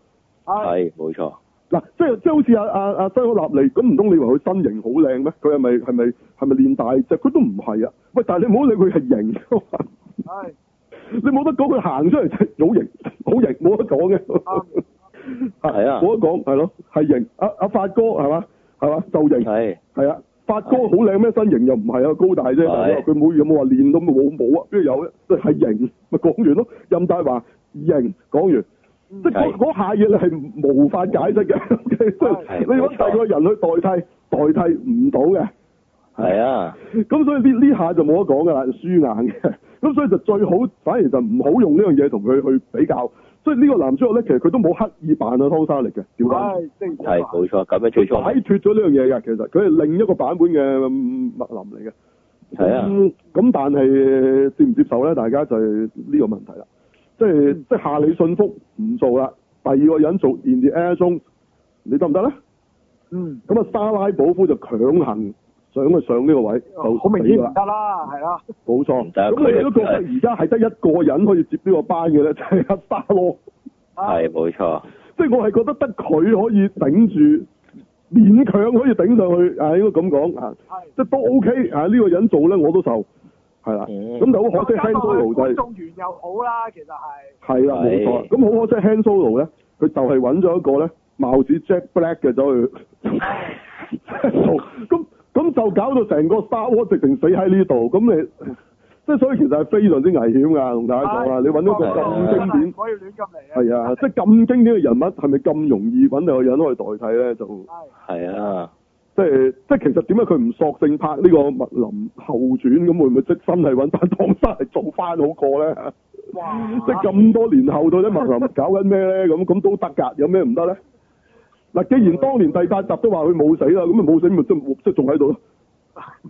C: 係
B: 係冇錯，
A: 嗱，即係即係好似阿阿阿西可納利咁，唔通你話佢身形好靚咩？佢係咪係咪係咪練大隻？佢都唔係啊！喂，但係你唔好理佢係型，
C: 係
A: 你冇得講佢行出嚟就係好型，好型冇得講 嘅。
C: 啱
B: 啊係啊
A: 冇得講係咯，係型。阿阿發哥係嘛係嘛就型。
B: 係
A: 係啊，發哥好靚咩？身形又唔係啊，高大啫。
B: 係
A: 但係佢冇有冇話練到冇冇啊？邊度有啫？即係型咪講完咯。任大華型講完，
C: 嗯
A: 即係嗰
B: 係
A: 嗰下嘢你係無法解釋嘅。 即係
B: 係
A: 你揾
B: 冇錯
A: 第二個人去代替，代替唔到嘅。
B: 係啊，
A: 咁所以呢呢下就冇得講㗎啦，輸硬嘅。 咁所以就最好，反而就唔好用呢樣嘢同佢去比較。所以呢個男主角咧，其實佢都冇刻意扮啊湯沙力嘅，調翻轉
C: 係即係
B: 係冇錯，咁樣最初
A: 擺脱咗呢樣嘢㗎，其實佢係另一個版本嘅嗯麥林嚟嘅。
B: 係啊
A: 咁咁但係接唔接受咧？大家就係呢個問題啦。即係、即係夏里信福唔做啦，第二個人做 In the Air Jones，你得唔得咧？
C: 嗯，
A: 咁啊，莎拉保夫就強行想去上呢個位，就
C: 哦好明
A: 死
C: 顯
A: 啦
C: 唔，得啦，係啦，
A: 冇錯。
B: 唔得
A: 咁你
B: 佢
A: 都覺得而家係得一個人可以接呢個班嘅咧， 就係、阿沙羅。
B: 係冇錯，
A: 即係我係覺得得佢可以頂住，勉強可以頂上去啊！應該咁講啊，
C: 係
A: 即係都 OK 啊！呢、個人做咧我都受，係啦。
B: 嗯
A: 咁就好可惜 Han
C: 觀
A: Solo 就係
C: 眾緣又好啦，其實係
A: 係啦，冇錯。
B: 係
A: 咁好可惜 Han Solo 咧，佢就係揾咗一個咧貌似 Jack Black 嘅走去做，咁咁就搞到成個 Star Wars 直情死喺呢度，咁你。 即係所以其實係非常之危險㗎，同大家講啊啦，你揾咗個咁經典
C: 唔，可以亂咁嚟嘅。
A: 係啊，即係咁經典嘅人物，係咪咁容易揾到個人可以代替咧？就
C: 係
B: 係啊，
A: 即係即係其實點解佢唔索性拍呢個麥林後傳咁，會唔會即係真係揾翻唐山嚟做翻好過 咧？
C: 哇，
A: 即係咁多年後到底麥林搞緊咩咧？咁咁都得㗎，有咩唔得咧？嗱，既然當年第八集都話佢冇死啦，咁咪冇死咪即係即係仲喺度咯，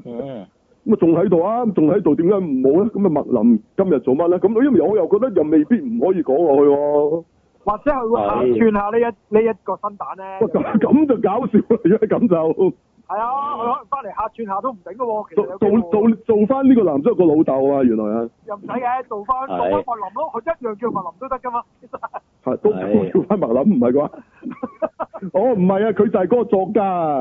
B: 嗯，
A: 咁啊仲喺度啊，咁仲喺度點解唔冇咧？咁啊麥林今日做乜咧？咁因為我又覺得又未必唔可以講落去喎、
C: 或者佢會客串下呢一呢一個新版咧。
A: 哇咁咁就搞笑啦，如果係咁就。
C: 係啊，佢可能翻嚟客串下都唔頂嘅喎。其實
A: 做
C: 有機會
A: 做做做翻呢個男主角個老豆啊，原來啊，
C: 又唔使嘅，做翻做
B: 係
C: 翻麥林咯，佢一樣叫麥林都得噶嘛。其實
A: 係啊都
B: 係
A: 叫翻麥林唔係啩？哦，唔係啊，佢就係嗰個作家啊，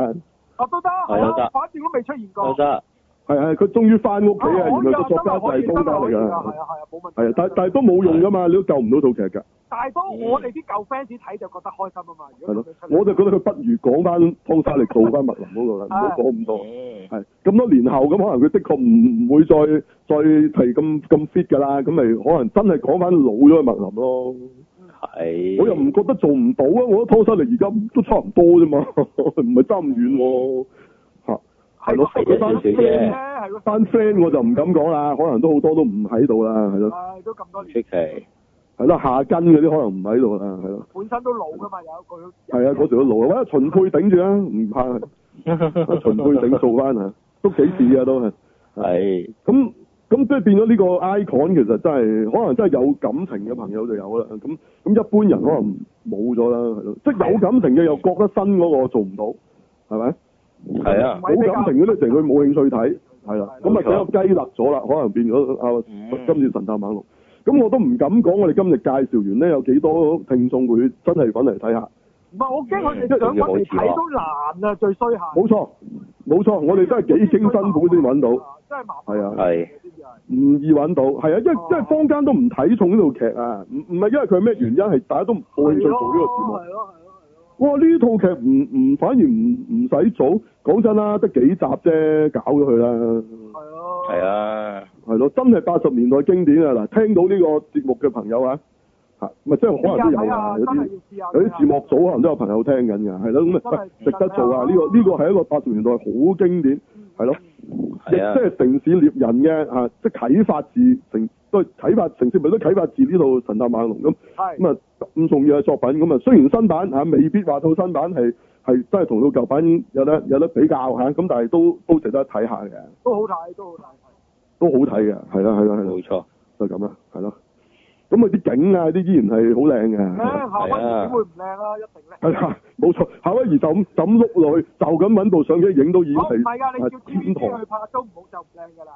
C: 啊都得，係
B: 係都
C: 啊
B: 得，
C: 反正都未出現過。
B: 都得，
A: 係係，佢終於翻屋企啊，
C: 啊可以啊
A: 原來個作家就
C: 可
A: 係
C: 以
A: 湯
C: 得
A: 家
C: 啊可以
A: 嚟
C: 㗎
A: 㗎，
C: 係啊係啊，冇問題。
A: 係啊，但但係都冇用㗎嘛，你都救唔到套劇㗎，
C: 但係當我哋啲舊 fans 睇就覺得開心啊嘛。
A: 係啊
C: 如
A: 咯
C: 果咁樣出，嚟
A: 我就覺得佢不如講翻湯沙力做翻麥林嗰 度啦，唔好講咁多。
B: 嗯，
A: 係咁多年後，咁可能佢的確唔唔會再再係咁咁 fit 㗎啦，咁咪可能真係講翻老咗嘅麥林咯。
B: 係，
A: 我又唔覺得做唔 到啊！我覺得湯沙力而家都差唔多啫嘛，唔係爭咁遠喎、嚇係咯
B: 係一
A: 班
B: 少少啫，
C: 啫，係咯，
A: 班 friend 我就唔敢講啦，可能都好多都唔喺度啦，係咯，
C: 唉，都咁多
B: 唔
C: 年，
B: 出奇。
A: 係咯，夏根嗰啲可能唔喺度啦，係咯，
C: 本身都老噶嘛，有一個
A: 係啊，嗰條路啊，喂，秦沛頂住啊，唔怕，阿秦沛頂做翻啊，都幾似啊都係，
B: 係
A: 咁咁即係變咗呢個 icon 其實真係可能真係有感情嘅朋友就有啦，咁咁一般人可能冇咗啦，係咯，即係有感情嘅又覺得新嗰個做唔到，係咪？
B: 係啊，
A: 冇感情嗰啲成佢冇興趣睇，係啦，咁啊
B: 冇錯
A: 俾個雞肋咗啦，可能變咗啊
B: 嗯
A: 今次神探猛龍，咁我都唔敢講，我哋今日介紹完咧，有幾多聽眾會真係揾嚟睇下？
C: 唔係，我驚
A: 嗯
C: 佢哋想揾嚟睇都難啊，最衰下。
A: 冇錯，冇錯，我哋真係幾經辛苦先揾到，，
C: 真係麻煩。
A: 係啊
B: 係
A: 唔易揾到，係啊，因為
C: 哦
A: 即係坊間都唔睇重呢套劇啊，唔唔係因為佢咩原因，係大家都冇興趣做呢個節目。
C: 係咯，係咯，係咯。
A: 哇！呢套劇唔唔反而唔唔使做，講真啦，得幾集啫，搞咗佢啦。
C: 係咯，
B: 係啊，
A: 係咯，真係八十年代經典啊！嗱，聽到呢個節目嘅朋友啊，嚇，咪即係可能都有啊，有啲有啲字幕組可能都有朋友聽緊㗎，係咯，咁啊，喂值得做啊！呢個呢個係一個八十年代好經典，係咯，亦即
B: 係啊，
A: 係城市獵人嘅嚇，即係啟發自城都係啟發城市，咪都啟發自呢套《神探猛龍》咁
C: 係
A: 咁啊咁重要嘅作品咁啊，雖然新版嚇未必話套新版係係真係同到舊版有得有得比較嚇，咁但係都都值得睇下嘅，
C: 都好睇，都好
A: 都好睇嘅，係啦係啦係啦。
B: 冇錯，
A: 就咁啦，係咯。咁佢啲景啊，啲依然係好靚
C: 睇。
A: 嘅。
C: 誒，夏威夷點會唔靚啊？一定
A: 嗯係
C: 靚。
A: 啦，冇錯，夏威夷就咁就咁碌落去，就咁揾部相機影到已經
C: 我唔
A: 係
C: 係㗎，你叫
A: 天堂
C: TVB 去拍都唔好就唔靚㗎啦。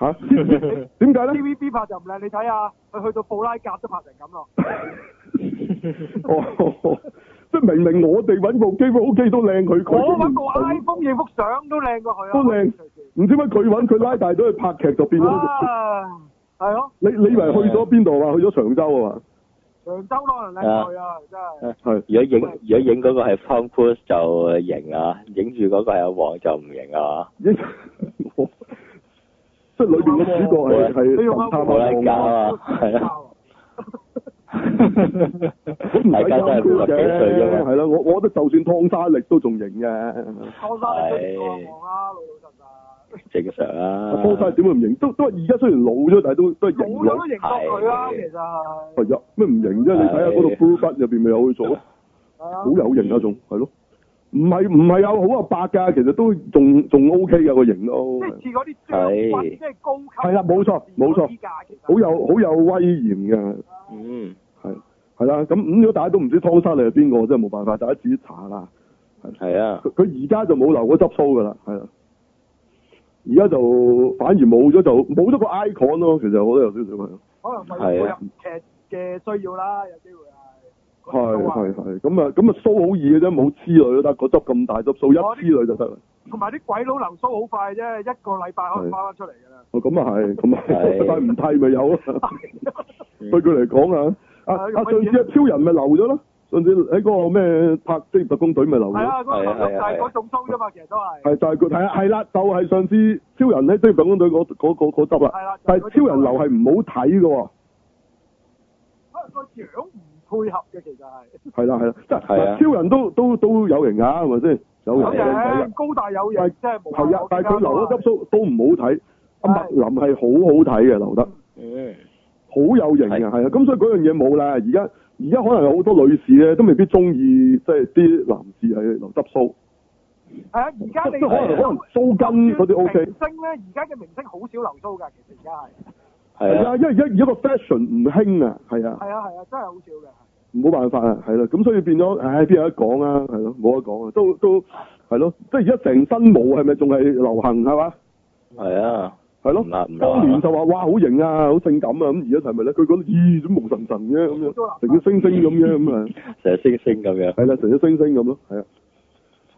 A: 嚇。點解咧？
C: TVB 拍就唔靚，你睇下佢去到布拉格都拍成咁咯。
A: 哦，即係明明我哋揾部機部機都靚，佢佢
C: 我揾
A: 都唔
C: 個 iPhone 影幅相都靚過佢啊！
A: 都靚唔知點解佢揾佢拉大咗去拍劇就變咗。
C: 啊，係咯，
A: 你你以為去咗邊度啊？去咗長洲啊嘛？
C: 長洲可能靚佢啊，真係。
A: 係
B: 如果影如果影嗰個係 Tom Cruise 就型啊，影住嗰個係阿黃就唔型啊，
A: 應我即係裏邊嘅主角係係
C: 你用
A: 神
C: 歐
A: 探
B: 布拉
A: 啊
B: 格啊嘛，係啊。大家都係五十幾歲啫嘛，
A: 啊
B: 啊
A: 係啦，我我覺得就算湯沙力都仲型嘅，
C: 湯沙你都過望啦，老老實實。
B: 正常啊。
A: 湯沙力點會唔型？都都係而家雖然老咗，但係都都係型
C: 冇咗
A: 佬
C: 都。認得佢啦，其實係。
A: 係啊，咩唔型啫？你睇下嗰度
B: 係
A: Blue Blood 入邊咪有佢做咯，
C: 好
A: 好有型啊，仲係咯。唔係唔係有好啊白㗎，其實都仲仲 OK 嘅個型
C: 即
A: 都，
C: 係似嗰啲張即係高級。
A: 係啦冇錯冇錯好有好有威嚴嘅，
B: 嗯，
A: 係係啦。咁咁如果大家都唔知湯沙力係邊個，真係冇辦法，大家自己查啦。
B: 係啊，
A: 佢佢而家就冇留嗰執須噶啦，係啊。而家就反而冇咗就冇咗個 icon 咯，其實我都有少少係，
C: 可能為配合劇嘅需要啦，有機會係。
A: 係係係咁啊咁啊須好易嘅啫，冇黐女都得，個執咁大執須一黐女就得啦。
C: 同埋啲鬼佬流蘇好快啫，一個禮拜可能翻翻出嚟㗎啦。
A: 哦咁啊係，咁啊係
B: 係
A: 但係唔剃咪有咯。
B: 嗯
A: 對佢嚟講啊，啊
C: 係
A: 啊上次啊超人咪留咗咯，上次喺嗰個咩拍職業特工隊咪留
C: 係
A: 咗，
C: 啊，嗰個流蘇就係嗰種蘇啫嘛，其實都係。
A: 係就係佢係啊係啦，就係上次超人喺職業特工隊嗰嗰嗰嗰執啦，
C: 係啦，
A: 但係超人流係唔好睇嘅喎。
C: 個樣唔配合嘅，其實係。
A: 係啦係啦，即
B: 係啊
A: 係超人都都都有型㗎，係咪先？有型
C: 有
A: 靚仔啊
C: 型，高大有型，即係冇。
A: 係啊，但係佢留咗執須都唔好睇。阿麥
C: 係
A: 林係好好睇嘅，留得
B: 嗯，
A: 好有型嘅，
B: 係
A: 係啊。咁所以嗰樣嘢冇啦。而家而家可能有好多女士咧，都未必中意，即係啲男士係留執須，
C: 係啊，而家
A: 即
C: 你
A: 係可能可能鬚根嗰啲 O K。
C: 明星咧，而家嘅明星好少留鬚㗎，其實而家係。
B: 係
A: 係
B: 啊
A: 啊，，因為而家而家個 fashion 唔興啊，係啊，
C: 係啊係啊，真係好少嘅。
A: 冇辦法啊，係啦。咁所以變咗，唉，邊有得講啊？係咯，冇得講啊，都都係咯。即係而家成身毛係咪仲係流行係嘛？
B: 係啊，
A: 係咯
B: 唔。難唔
A: 當年
B: 難。
A: 就話哇好型啊，好性感啊，咁而家係咪咧？佢覺得咦咁毛神神嘅 咁樣，成隻星星咁樣咁 啊，
B: 成日星星咁樣。
A: 係啦，成隻星星咁咯，係啊，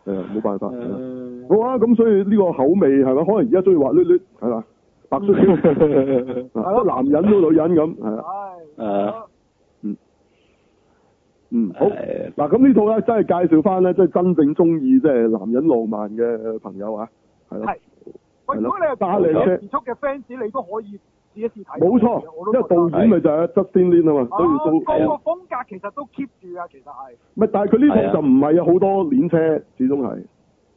A: 係啊，冇辦法。係啊
B: 嗯
A: 好啊，咁所以呢個口味係咪？可能而家中意滑捋捋係嘛，白雪雪 啊即係男人都女人咁係啊，
C: 唉。
B: 啊
A: 嗯好。
B: 係
A: 嗱咁呢套咧，真係介紹翻咧，即係真正中意即係男人浪漫嘅朋友啊，係咯
C: 係，喂，如果你係
A: 揸你車
C: 時速嘅 fans，你都可以試一試睇。
A: 冇錯，因為導演咪就係 Justin Lin 啊嘛，所以都
C: 個個風格其實都 keep 住啊，其實係。
A: 咪但係佢呢套就唔係有好多鏈車，始終係。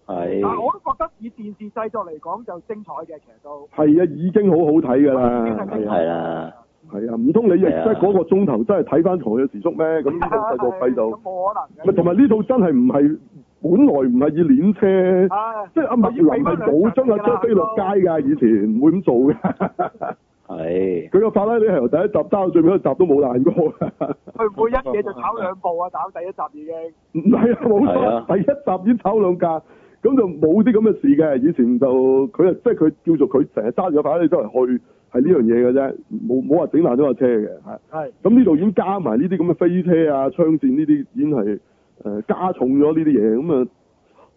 B: 係係
C: 但係我都覺得以電視製作嚟講就精彩嘅，其實都
A: 係啊，已經好好睇㗎啦，
C: 已經
A: 係
C: 係精
A: 啊
C: 彩
B: 係啦。
A: 係啊，唔通你亦即
B: 係啊
A: 係嗰個鐘頭真係睇翻同嘅時速咩？咁呢套細個費就
C: 咁冇可能
A: 咪
C: 嘅。
A: 同埋呢套真係唔係本來唔係以鏈車。
C: 啊，
A: 即係阿麥
C: 要俾
A: 林係
C: 翻兩
A: 冇將
C: 層
A: 架
C: 㗎
A: 車
C: 啦
A: 啊飛落街㗎，以前唔會咁做 嘅。
B: 係
A: 佢個法拉利係由第一集揸到最尾一集都冇爛過。
C: 佢唔會一嘢就炒兩步啊！打第一集已經
A: 唔係啊，冇
B: 係
A: 錯
B: 啊，
A: 第一集已經炒兩架，咁就冇啲咁嘅事嘅。以前就佢啊，即係佢叫做佢成日揸住個法拉利周圍去，係呢樣嘢嘅啫，冇冇話整爛咗架車嘅。係
C: 係
A: 咁呢度已經加埋呢啲咁嘅飛車啊、槍戰呢啲已經係誒、呃加重咗呢啲嘢，咁啊，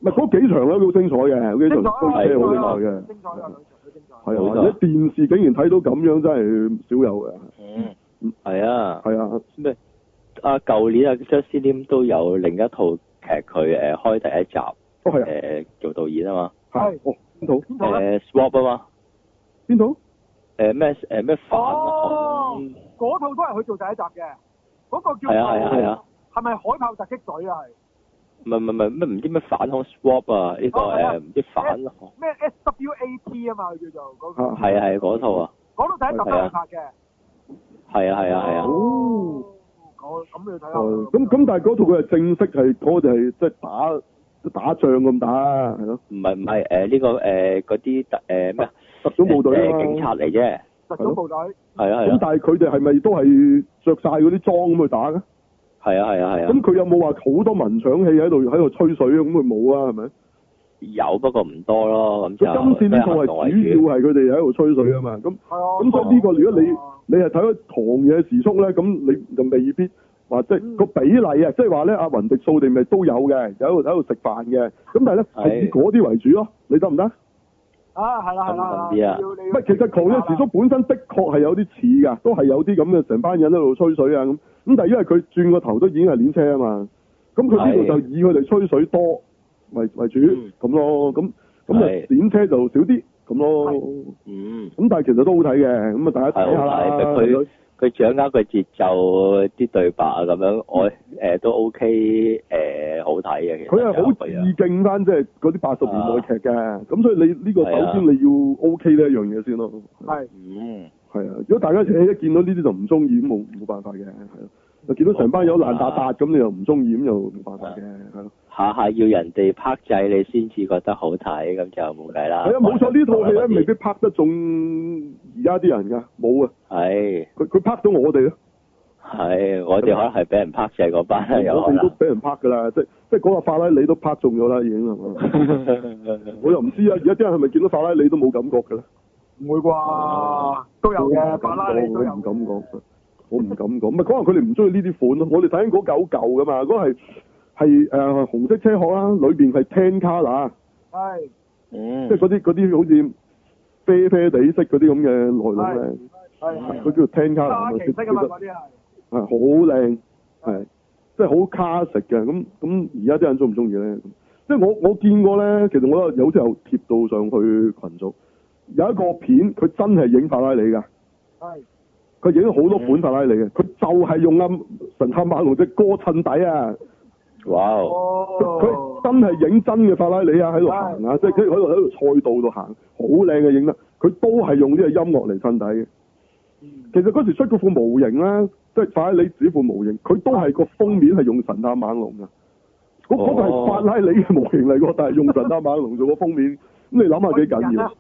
A: 唔係嗰幾場咧都好精彩嘅，嗰幾
C: 精彩
A: 場
C: 啊！
A: 飛車好精彩嘅。
C: 精彩啊！兩場都精彩。
A: 係
B: 冇
A: 啊，
B: 錯
A: 或者電視竟然睇到咁樣，真係少有嘅。
B: 嗯係啊。
A: 係啊，
B: 咩？啊，舊年啊，Justin Lin 都有另一套劇，佢誒開第一集誒、
A: 哦係啊，
B: 做導演啊嘛，
A: 係
C: 係
A: 哦邊套
C: 邊
B: 誒、
C: 套咧？
B: Swap 啊嘛，
A: 邊套？
B: 誒呃咩誒咩反
C: 哦
B: 恐
C: 嗰套都係佢做第一集嘅，嗰個叫
B: 係啊係啊係啊，
C: 係咪海豹突擊隊啊？係
B: 唔係唔係唔係咩唔知咩反恐 Swap 啊？呢、個
C: 哦係啊
B: 誒唔知反恐
C: 咩 SWAT 啊嘛？佢叫做嗰個
A: 嚇
B: 係啊係啊嗰套啊，
C: 嗰套第一集都係佢拍嘅。
B: 係啊係啊係啊，
A: 哦
C: 哦，咁你睇下
A: 哦
C: 佢。
A: 咁咁，但係嗰套佢係正式係嗰個係即係打打仗咁打，係咯，
B: 唔係唔係誒呢個誒嗰啲特誒咩啊
A: 特種部隊啊嘛
B: 誒警察嚟啫，
C: 特種部隊
B: 係啊係
A: 咁
B: 啊
A: 但係佢哋係咪都係着晒嗰啲裝咁去打嘅？
B: 係啊係啊係
A: 咁
B: 啊，
A: 佢有冇話好多文搶戲喺度喺度吹水啊？咁佢冇啊，係咪？
B: 有不過唔多咯，咁就
A: 佢今次呢套
B: 咩
A: 係
B: 行動為主哦
A: 主。要係佢哋喺度吹水啊嘛。咁
C: 係啊。
A: 咁所以呢個如果你
C: Ờ.
A: 你係睇咗狂野時速咧，咁你就未必話即係
B: 嗯
A: 個比例啊，即係話咧阿雲迪素地咪都有嘅，有喺度喺度食飯嘅，咁但係咧
B: 係
A: 係以嗰啲為主咯，你得唔得？唔
C: 啊，係啦係啦，
B: 咁啲啊
C: 要你要
A: 係，其實狂野時速本身的確係有啲似㗎，都係有啲咁嘅成班人喺度吹水啊咁，咁但係因為佢轉個頭都已經係練車啊嘛，咁佢呢度
B: 係
A: 就以佢哋吹水多為為主
B: 嗯
A: 咁咯，咁咁
B: 係
A: 就練車就少啲咁咯，
C: 係
A: 咁
B: 嗯。
A: 但係其實都好睇嘅，咁啊大家睇下啦
B: 係好睇，佢
A: 係咯
B: 佢掌握個節奏、啲對白啊咁樣，我誒、都 OK 誒、好睇嘅。其
A: 嗯
B: 實
A: 佢
B: 啊
A: 係好
B: 就
A: 致敬翻即係嗰啲八十年
B: 啊
A: 代劇嘅，咁所以你呢個首先你要 O K 呢一樣嘢先咯。
C: 係
B: 嗯，
A: 係啊，如果大家一見到呢啲就唔中意，咁冇冇辦法嘅，係咯。就見到成班友爛達達咁，你又唔中意，咁又冇辦法嘅，係咯。
B: 下下要人哋拍掣你先至覺得好睇，咁就冇計啦。
A: 係啊，冇錯，呢套戲咧未必拍得中而家啲人㗎，冇啊，
B: 係
A: 佢佢拍到我哋啊咯，
B: 係，我
A: 啊
B: 哋可能係俾人拍掣嗰班啊有
A: 我
B: 可
A: 哋都
B: 能。
A: 俾人拍㗎啦，即即係嗰個法拉利都拍中咗啦，已經係嘛？ 我又唔知啊，而家啲人係咪見到法拉利都冇感覺㗎咧？
C: 唔會啩？都有嘅，法拉利都有
A: 我唔敢啊講，我唔敢講。唔係可能佢哋唔中意呢啲款咯。我哋睇緊嗰嚿舊噶嘛，嗰個係係誒紅色車殼啦，裏邊係 tan colour，
C: 係
B: 嗯
A: 即係嗰啲嗰啲好似啡啡地色嗰啲咁嘅內
C: 係
A: 裏咧，
C: 係
A: 佢叫做 tan
C: 沙
A: colour，
C: 奇色啊嘛，嗰啲係
A: 係好靚，係即係好卡食嘅。咁咁而家啲人中唔中意咧？即係我我見過咧，其實我有時候貼到上去群組，有一個片佢真係影法拉利㗎。
C: 係
A: 佢影咗好多款法拉利嘅，佢就係用啱神探馬龍隻歌襯底啊！
B: 哇哦，
A: 佢
C: 哦
A: 佢，真係影真嘅法拉利啊，喺度行啊，即係佢喺度喺度賽道度行，好靚嘅影得。佢都係用呢個音樂嚟襯底嘅。
C: 嗯
A: 其實嗰時出嗰副模型咧，即係法拉利紙副模型，佢都係個封面係用神探馬龍嘅。嗰嗰個係
B: 哦
A: 法拉利嘅模型嚟喎，但係用神探馬龍做個封面，咁你諗下幾緊
C: 哦啊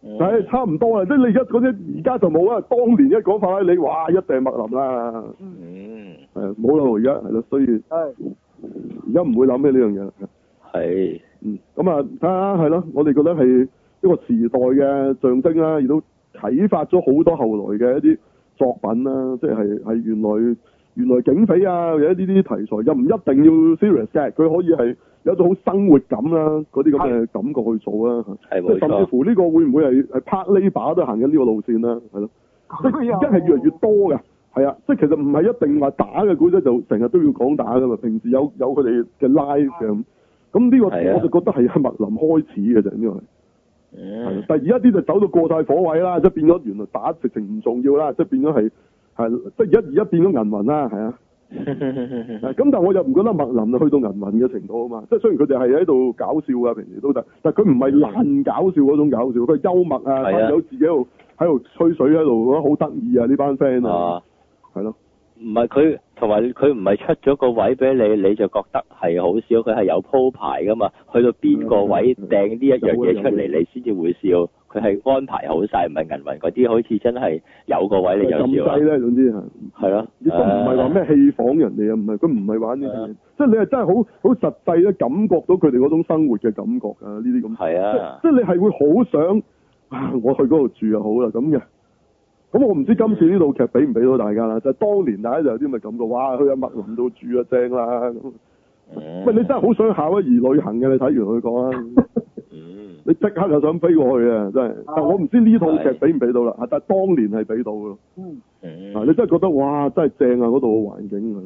A: 要？係差唔多啦，即係你而家嗰啲而家就冇啦。當年一講法拉利，哇，一定係麥林啦。
B: 嗯，
A: 誒冇啦，而家係咯，所以
C: 係
A: 而家唔會諗起呢樣嘢啦。
B: 係
A: 嗯，咁啊，睇下係咯，我哋覺得係一個時代嘅象徵啦，亦都啟發咗好多後來嘅一啲作品啦，即係係原來原來警匪啊，或者呢啲題材又唔一定要 serious 嘅，佢可以係有一種好生活感啦，嗰啲咁嘅感覺去做啦。
B: 係
A: 即係
B: 冇
A: 甚至
B: 錯，
A: 乎呢個會唔會係係拍呢把都行緊呢個路線啦？係咯。
C: 咁又
A: 而家係越嚟越多嘅，係啊，即係其實唔係一定話打嘅古仔就成日都要講打噶嘛，平時有有佢哋嘅 live 嘅，咁呢個
B: 係啊
A: 我就覺得係喺麥林開始嘅啫，呢個係，係啊
B: 嗯
A: 但係而家啲就走到過晒火位啦，即係變咗原來打直情唔重要啦，即係變咗係係，即係而家而家變咗銀魂啦，係啊，咁但係我又唔覺得麥林就去到銀魂嘅程度啊嘛，即係雖然佢哋係喺度搞笑啊，平時都得，但係佢唔係爛搞笑嗰種搞笑，佢係幽默啊，
B: 係啊
A: 有自己喺度喺度吹水喺度，覺得好得意啊呢班 friend 啊
B: 啊，，
A: 係咯，
B: 唔係佢同埋佢唔係出咗個位俾你，你就覺得係好笑。佢係有鋪排噶嘛，去到邊個位
A: 嗯嗯
B: 掟呢一樣嘢
A: 有嘅
B: 出嚟，
A: 有嘅
B: 你先至會笑。佢係安排好晒，唔係銀魂嗰啲，好似真係有個位你
A: 咁
B: 就笑啊
A: 低
B: 啦。
A: 咧，總之係。
B: 係咯，
A: 亦都唔係話咩戲仿人哋啊，唔係佢唔係玩呢
B: 啊
A: 啲嘢，即係你係真係好好實際咧，感覺到佢哋嗰種生活嘅感覺啊，呢啲咁，
B: 係啊
A: 即，係你係會好想啊，我去嗰度住就好啦咁嘅。咁我唔知今次呢套劇俾唔俾到大家啦，就係當年大家就有啲咁嘅感覺，哇！去阿麥林度住啊，正啦咁。
B: 嗯
A: 喂，你真係好想夏威夷旅行嘅，你睇完佢講 啊，
B: 嗯
A: 你即刻就想飛過去啊，真係。但我唔知呢套劇俾唔俾到啦，啊但係當年係俾到嘅咯。
C: 嗯，
B: 嗯
A: 啊！你真係覺得哇，真係正啊！嗰度嘅環境啊，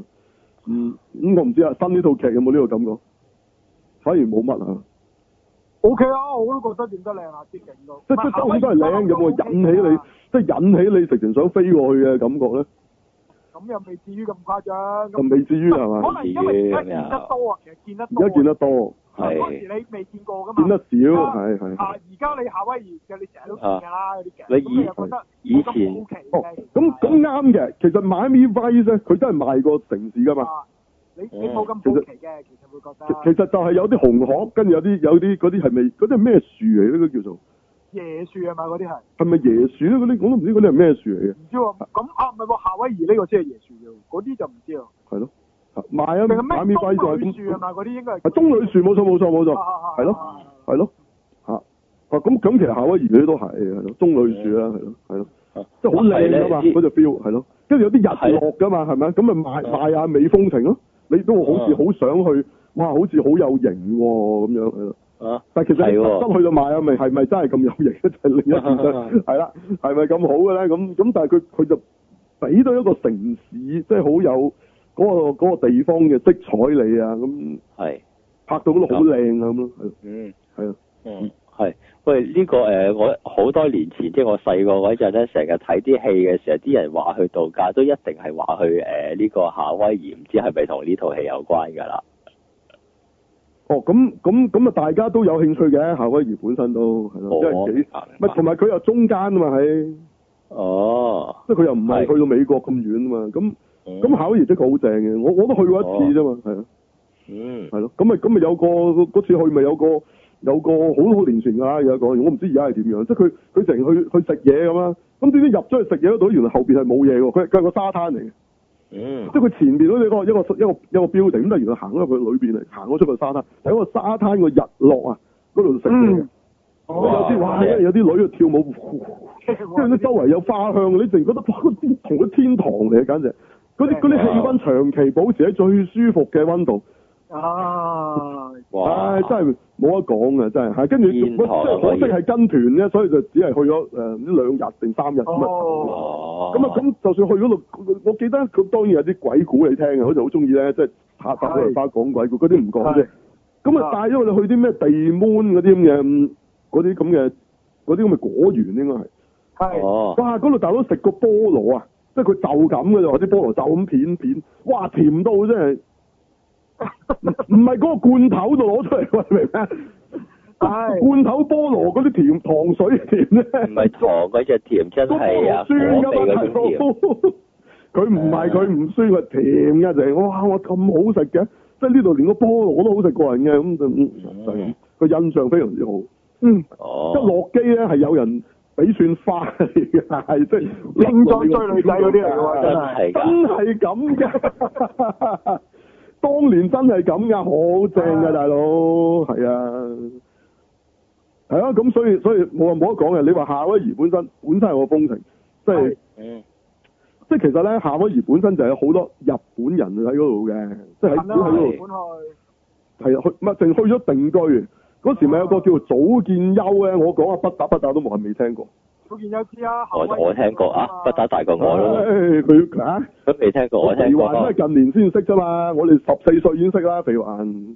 A: 嗯，咁我唔知啊，新呢套劇有冇呢個感覺？反而冇乜啊，
C: O K 啊，我都覺得影得靚啊，啲景都。
A: 即即當然都係靚，有冇引起
C: 啊
A: 你，即係引起你直情想飛過去嘅感覺咧？
C: 咁又未至於咁誇張。
A: 就
C: 咁
A: 未至於啊係
C: 可
A: 嘛？
C: 能因為而家見得多啊，其實見得多。
A: 而家見得多，
C: 嗰陣啊時你未見過噶嘛？
A: 見得少，係係。啊
C: 啊！
A: 係
C: 而家你夏威夷嘅你成日都見㗎啦，嗰啲嘅。
B: 你
C: 咁你
B: 以
C: 又覺得
B: 以
C: 冇咁
B: 前
C: 好奇
A: 哦
C: 嘅，
A: 咁咁啱嘅。其實 Miami Vice 咧，佢真係賣個城市噶嘛。
C: 啊你你冇咁好奇嘅，其實會覺
A: 嗯其其
C: 得
A: 實就係有啲紅殼，跟住有啲有啲嗰啲係咪嗰啲係咩樹嚟咧？嗰啲叫做
C: 椰樹係咪嗰啲係？
A: 係咪椰樹咧？嗰啲我都唔知嗰啲係咩樹嚟嘅，
C: 唔知喎，咁啊唔係喎，夏威夷呢個先係椰樹嘅，嗰啲就唔知喎。
A: 係咯。Miami 啊
C: 定係咩
A: Miami Vice 就係啊咁
C: 棕櫚樹啊係咪嗰啲應該係？
A: 係棕櫚樹，冇錯冇錯冇錯，
C: 啊，
A: 係咯係咯嚇啊咁咁其實夏威夷嗰啲都係係咯，棕櫚樹啦係咯啊係咯，即係好靚噶嘛嗰隻 feel 係咯，跟住有啲日落噶嘛係咪？咁咪賣
B: 係
A: 賣下美風情咯，你都好似
B: 啊
A: 好想去，哇好似好有型喎咁樣係咯。
B: 啊，
A: 但其實你
B: 係喎
A: 特登去到賣啊，咪係咪真係咁有型咧？就係另一件事係啦，係咪咁好嘅咧？咁咁但係佢佢就俾到一個城市，即係好有嗰個嗰個地方嘅色彩你啊咁。
B: 係。
A: 拍到嗰度好靚啊咁咯，係
B: 嗯，
A: 係啊，
B: 嗯，係。喂，呢、個誒、呃我好多年前即係我細個嗰陣咧，成日睇啲戲嘅時候，啲人話去度假都一定係話去誒呢、個夏威夷，唔知係咪同呢套戲有關㗎啦？
A: 哦咁咁咁啊，大家都有興趣嘅夏威夷本身都係咯，
B: 哦
A: 因為幾
B: 明
A: 咪
B: 白
A: 同埋佢又中間啊嘛喺，
B: 哦，
A: 即係佢又唔係
B: 係
A: 去到美國咁遠啊嘛，咁
B: 嗯
A: 咁夏威夷的確好正嘅，我我都去過一次啫
B: 哦
A: 嘛，係啊
B: 嗯
A: 係咯，咁咪咁咪有個嗰次去咪有個有個好好年前㗎啦，有一個我唔知而家係點樣，即係佢佢成日去去食嘢咁啦，咁點知入咗去食嘢嗰度，原來後邊係冇嘢喎，佢佢係個沙灘嚟嘅。
B: 嗯
A: 即係佢前面嗰啲個一個一個一個 building，咁但係原來行咗入去裏邊嚟，行咗出個沙灘，喺個沙灘個日落啊，嗰度食嘢嘅
C: 嗯，
A: 有啲哇，
B: 正
A: 有啲女喺度跳舞，
C: 跟
A: 跟住咧周圍有花香，你淨覺得哇，嗰啲同個天堂嚟嘅，簡直嗰啲嗰啲氣温長期保持喺最舒服嘅温度，
C: 啊，
B: 哇
A: 唉，真係冇得講啊，真係係跟住
B: 天堂啊
A: 即係可惜
B: 可以
A: 係跟團啫，所以就只係去咗誒呢兩日定三日咁啊。
C: 哦，
B: 哦
A: 咁啊，咁就算去嗰度，我我記得佢當然有啲鬼故你聽嘅，好似好中意咧，即係拍拍兩花講鬼故，嗰啲唔講啫
C: 係。
A: 咁啊，帶咗我哋去啲咩地 moon 嗰啲咁嘅，嗯嗰啲咁嘅，嗰啲咁嘅果園應該係。
C: 係
B: 哦，
A: 哇！嗰度大佬食個菠蘿啊，即係佢就咁嘅啫，啲菠蘿就咁片片，哇！甜到真係，唔唔係嗰個罐頭度攞出嚟，喂明唔明啊？
C: 係
A: 罐頭菠蘿嗰啲甜糖水甜咧
B: 唔。係糖嗰只甜，真
A: 個菠
B: 係啊
A: 蘿酸
B: 果味
A: 㗎嘛，
B: 嗰
A: 大佬
B: 種甜。
A: 佢唔係
B: 嗯
A: 佢唔酸，佢甜嘅就係哇！我咁好食嘅，即係呢度連個菠蘿都好食過人嘅，咁就嗯就係咁。個印象非常之好。嗯，一
B: 哦，
A: 落機咧係有人俾算花嚟嘅，係 即係
C: 正在追女仔嗰啲嚟嘅
B: 真
C: 喎真
B: 係
C: 係
A: 真
B: 㗎，
A: 係咁嘅。 當年真係咁噶，好正嘅
C: 啊
A: 大佬，係啊，係啊，咁所以所以冇話冇得講嘅。你話夏威夷本身本身係個風情，即係
C: 係
B: 嗯
A: 即係其實咧，夏威夷本身就有好多日本人喺嗰度嘅，即係喺
C: 近啦，
A: 喺嗰
C: 日
A: 度
C: 本去，
A: 係啊去唔係淨去咗定居。嗰時咪有個叫做早建優咧，我講啊不打不打都冇人未聽過。
C: 福建有知啊，
B: 我我聽過啊，不打大過我
A: 唉
B: 咯，
A: 佢啊，
B: 咁未聽過，我聽
A: 肥
B: 過
A: 環都
B: 咯。
A: 係近年先識啫嘛，我哋十四歲已經識啦，肥環。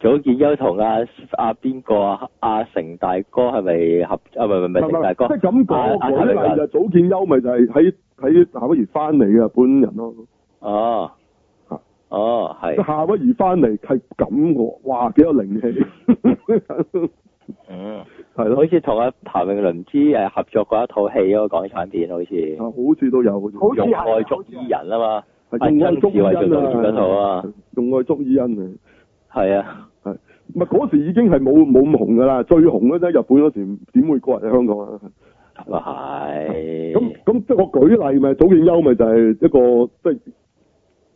B: 早見優同阿阿邊個啊？阿成大哥係咪合啊？唔係唔係唔
A: 唔係
B: 係成大哥，
A: 即係咁
B: 啊
A: 講，
B: 啊
A: 舉例就早見優咪就係喺喺夏威夷翻嚟嘅日本人咯，
B: 哦
A: 啊，
B: 哦，
A: 即
B: 係，
A: 係夏威夷翻嚟係咁嘅喎，哇幾有靈氣，
B: 嗯，
A: 係
B: 好
A: 咯，
B: 似同阿譚詠麟唔知誒合作過一套戲嗰個港產片，好似
A: 啊好似都有，好似
C: 好似
B: 用
C: 係
B: 愛捉伊人啊嘛，
A: 係用愛捉伊
B: 曾志偉做導演嗰
A: 恩
B: 套啊，
A: 用愛捉伊恩啊，
B: 係啊，
A: 唔係嗰時已經係冇冇咁紅㗎啦，最紅嗰陣日本嗰時點會過嚟香港啊？
B: 咁啊係，
A: 咁咁即係我舉例咪早見優咪就係一個即係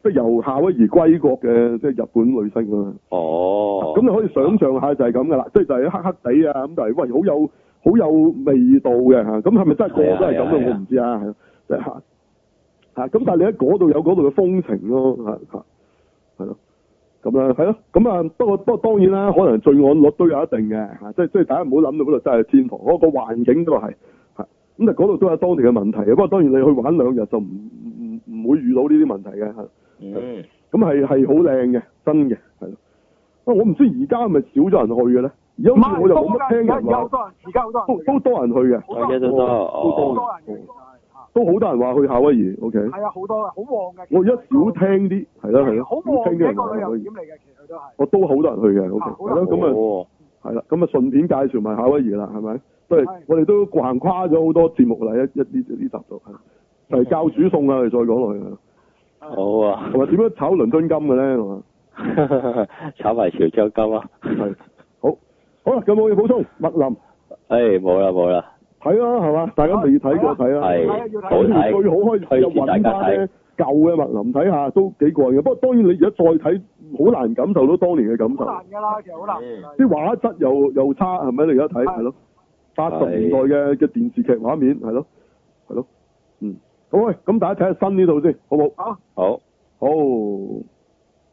A: 即係由夏威夷歸國嘅即係日本女星啊嘛。
B: 哦，
A: 咁你可以想象下就係咁噶啦，即係就係黑黑地啊，咁但係喂好有好有味道嘅嚇，咁係咪真係個個都係咁
B: 係啊係啊
A: 啊？我唔知啊，係啊即係嚇嚇咁，但係你喺嗰度有嗰度嘅風情咯嚇嚇，係咯。咁啦，係咯，咁啊，不過不過當然啦，可能罪案率都有一定嘅嚇，即係即係大家唔好諗到嗰度真係天堂，嗰、個環境都係嚇，咁但係嗰度都有當地嘅問題嘅，不過當然你去玩兩日就唔唔唔唔會遇到呢啲問題嘅嚇。
B: 嗯，
A: 咁係係好靚嘅，真嘅係咯。啊，我唔知而家係咪少咗人去嘅咧？而
C: 唔
A: 家好似
C: 係
A: 我就
C: 多
A: 冇乜聽
C: 㗎，而
A: 人
C: 家好
A: 話，
C: 多人，而家好多
A: 都
C: 人去
A: 都多
C: 嘅，
A: 人去嘅，
C: 好
B: 大家都多，
A: 都
C: 好
B: 哦，
C: 多人嘅，係
A: 都好多人話去夏威夷。OK，
C: 係啊，好多啊，好旺嘅。
A: 我而家少聽啲，係啦係啦，
C: 好
A: 少
C: 旺
A: 聽啲
C: 嘅一
A: 人
C: 個
A: 話夏
C: 旅遊
A: 威夷
C: 點。嚟嘅，其實都係。
A: 我都好多人去嘅，OK，
C: 啊好
A: 係
C: 多
A: 啦，
C: 人
A: 咁啊
B: 哦
A: 係啦，咁啊順便介紹埋夏威夷啦，係咪？都係
C: 係
A: 我哋都橫跨咗好多節目啦，一一呢呢集度係就係教主送啊，我哋再講落去啊，
B: 好啊
A: 同，埋點樣炒倫敦金嘅咧，係嘛？
B: 炒埋潮州金啊，
A: 啊係 好，好啦，有冇嘢補充？麥林。
B: 誒哎冇啦冇啦，
A: 睇啦，係嘛？大家未睇過睇啊啦，
B: 啊係
C: 係要睇
B: 好
A: 最
B: 睇，
A: 好開又揾翻咧舊嘅麥林睇下都幾過癮嘅。不過當然你而家再睇，好難感受到當年嘅感
C: 好
A: 受。
C: 難㗎啦，其實好難㗎啦。
A: 啲畫質又又差，係咪？你而家睇
C: 係
A: 係咯，八十年代嘅嘅電視劇畫面係咯，係咯，嗯，好喂，咁大家睇下新呢度先，好冇？
C: 好。
B: 好。
A: 好。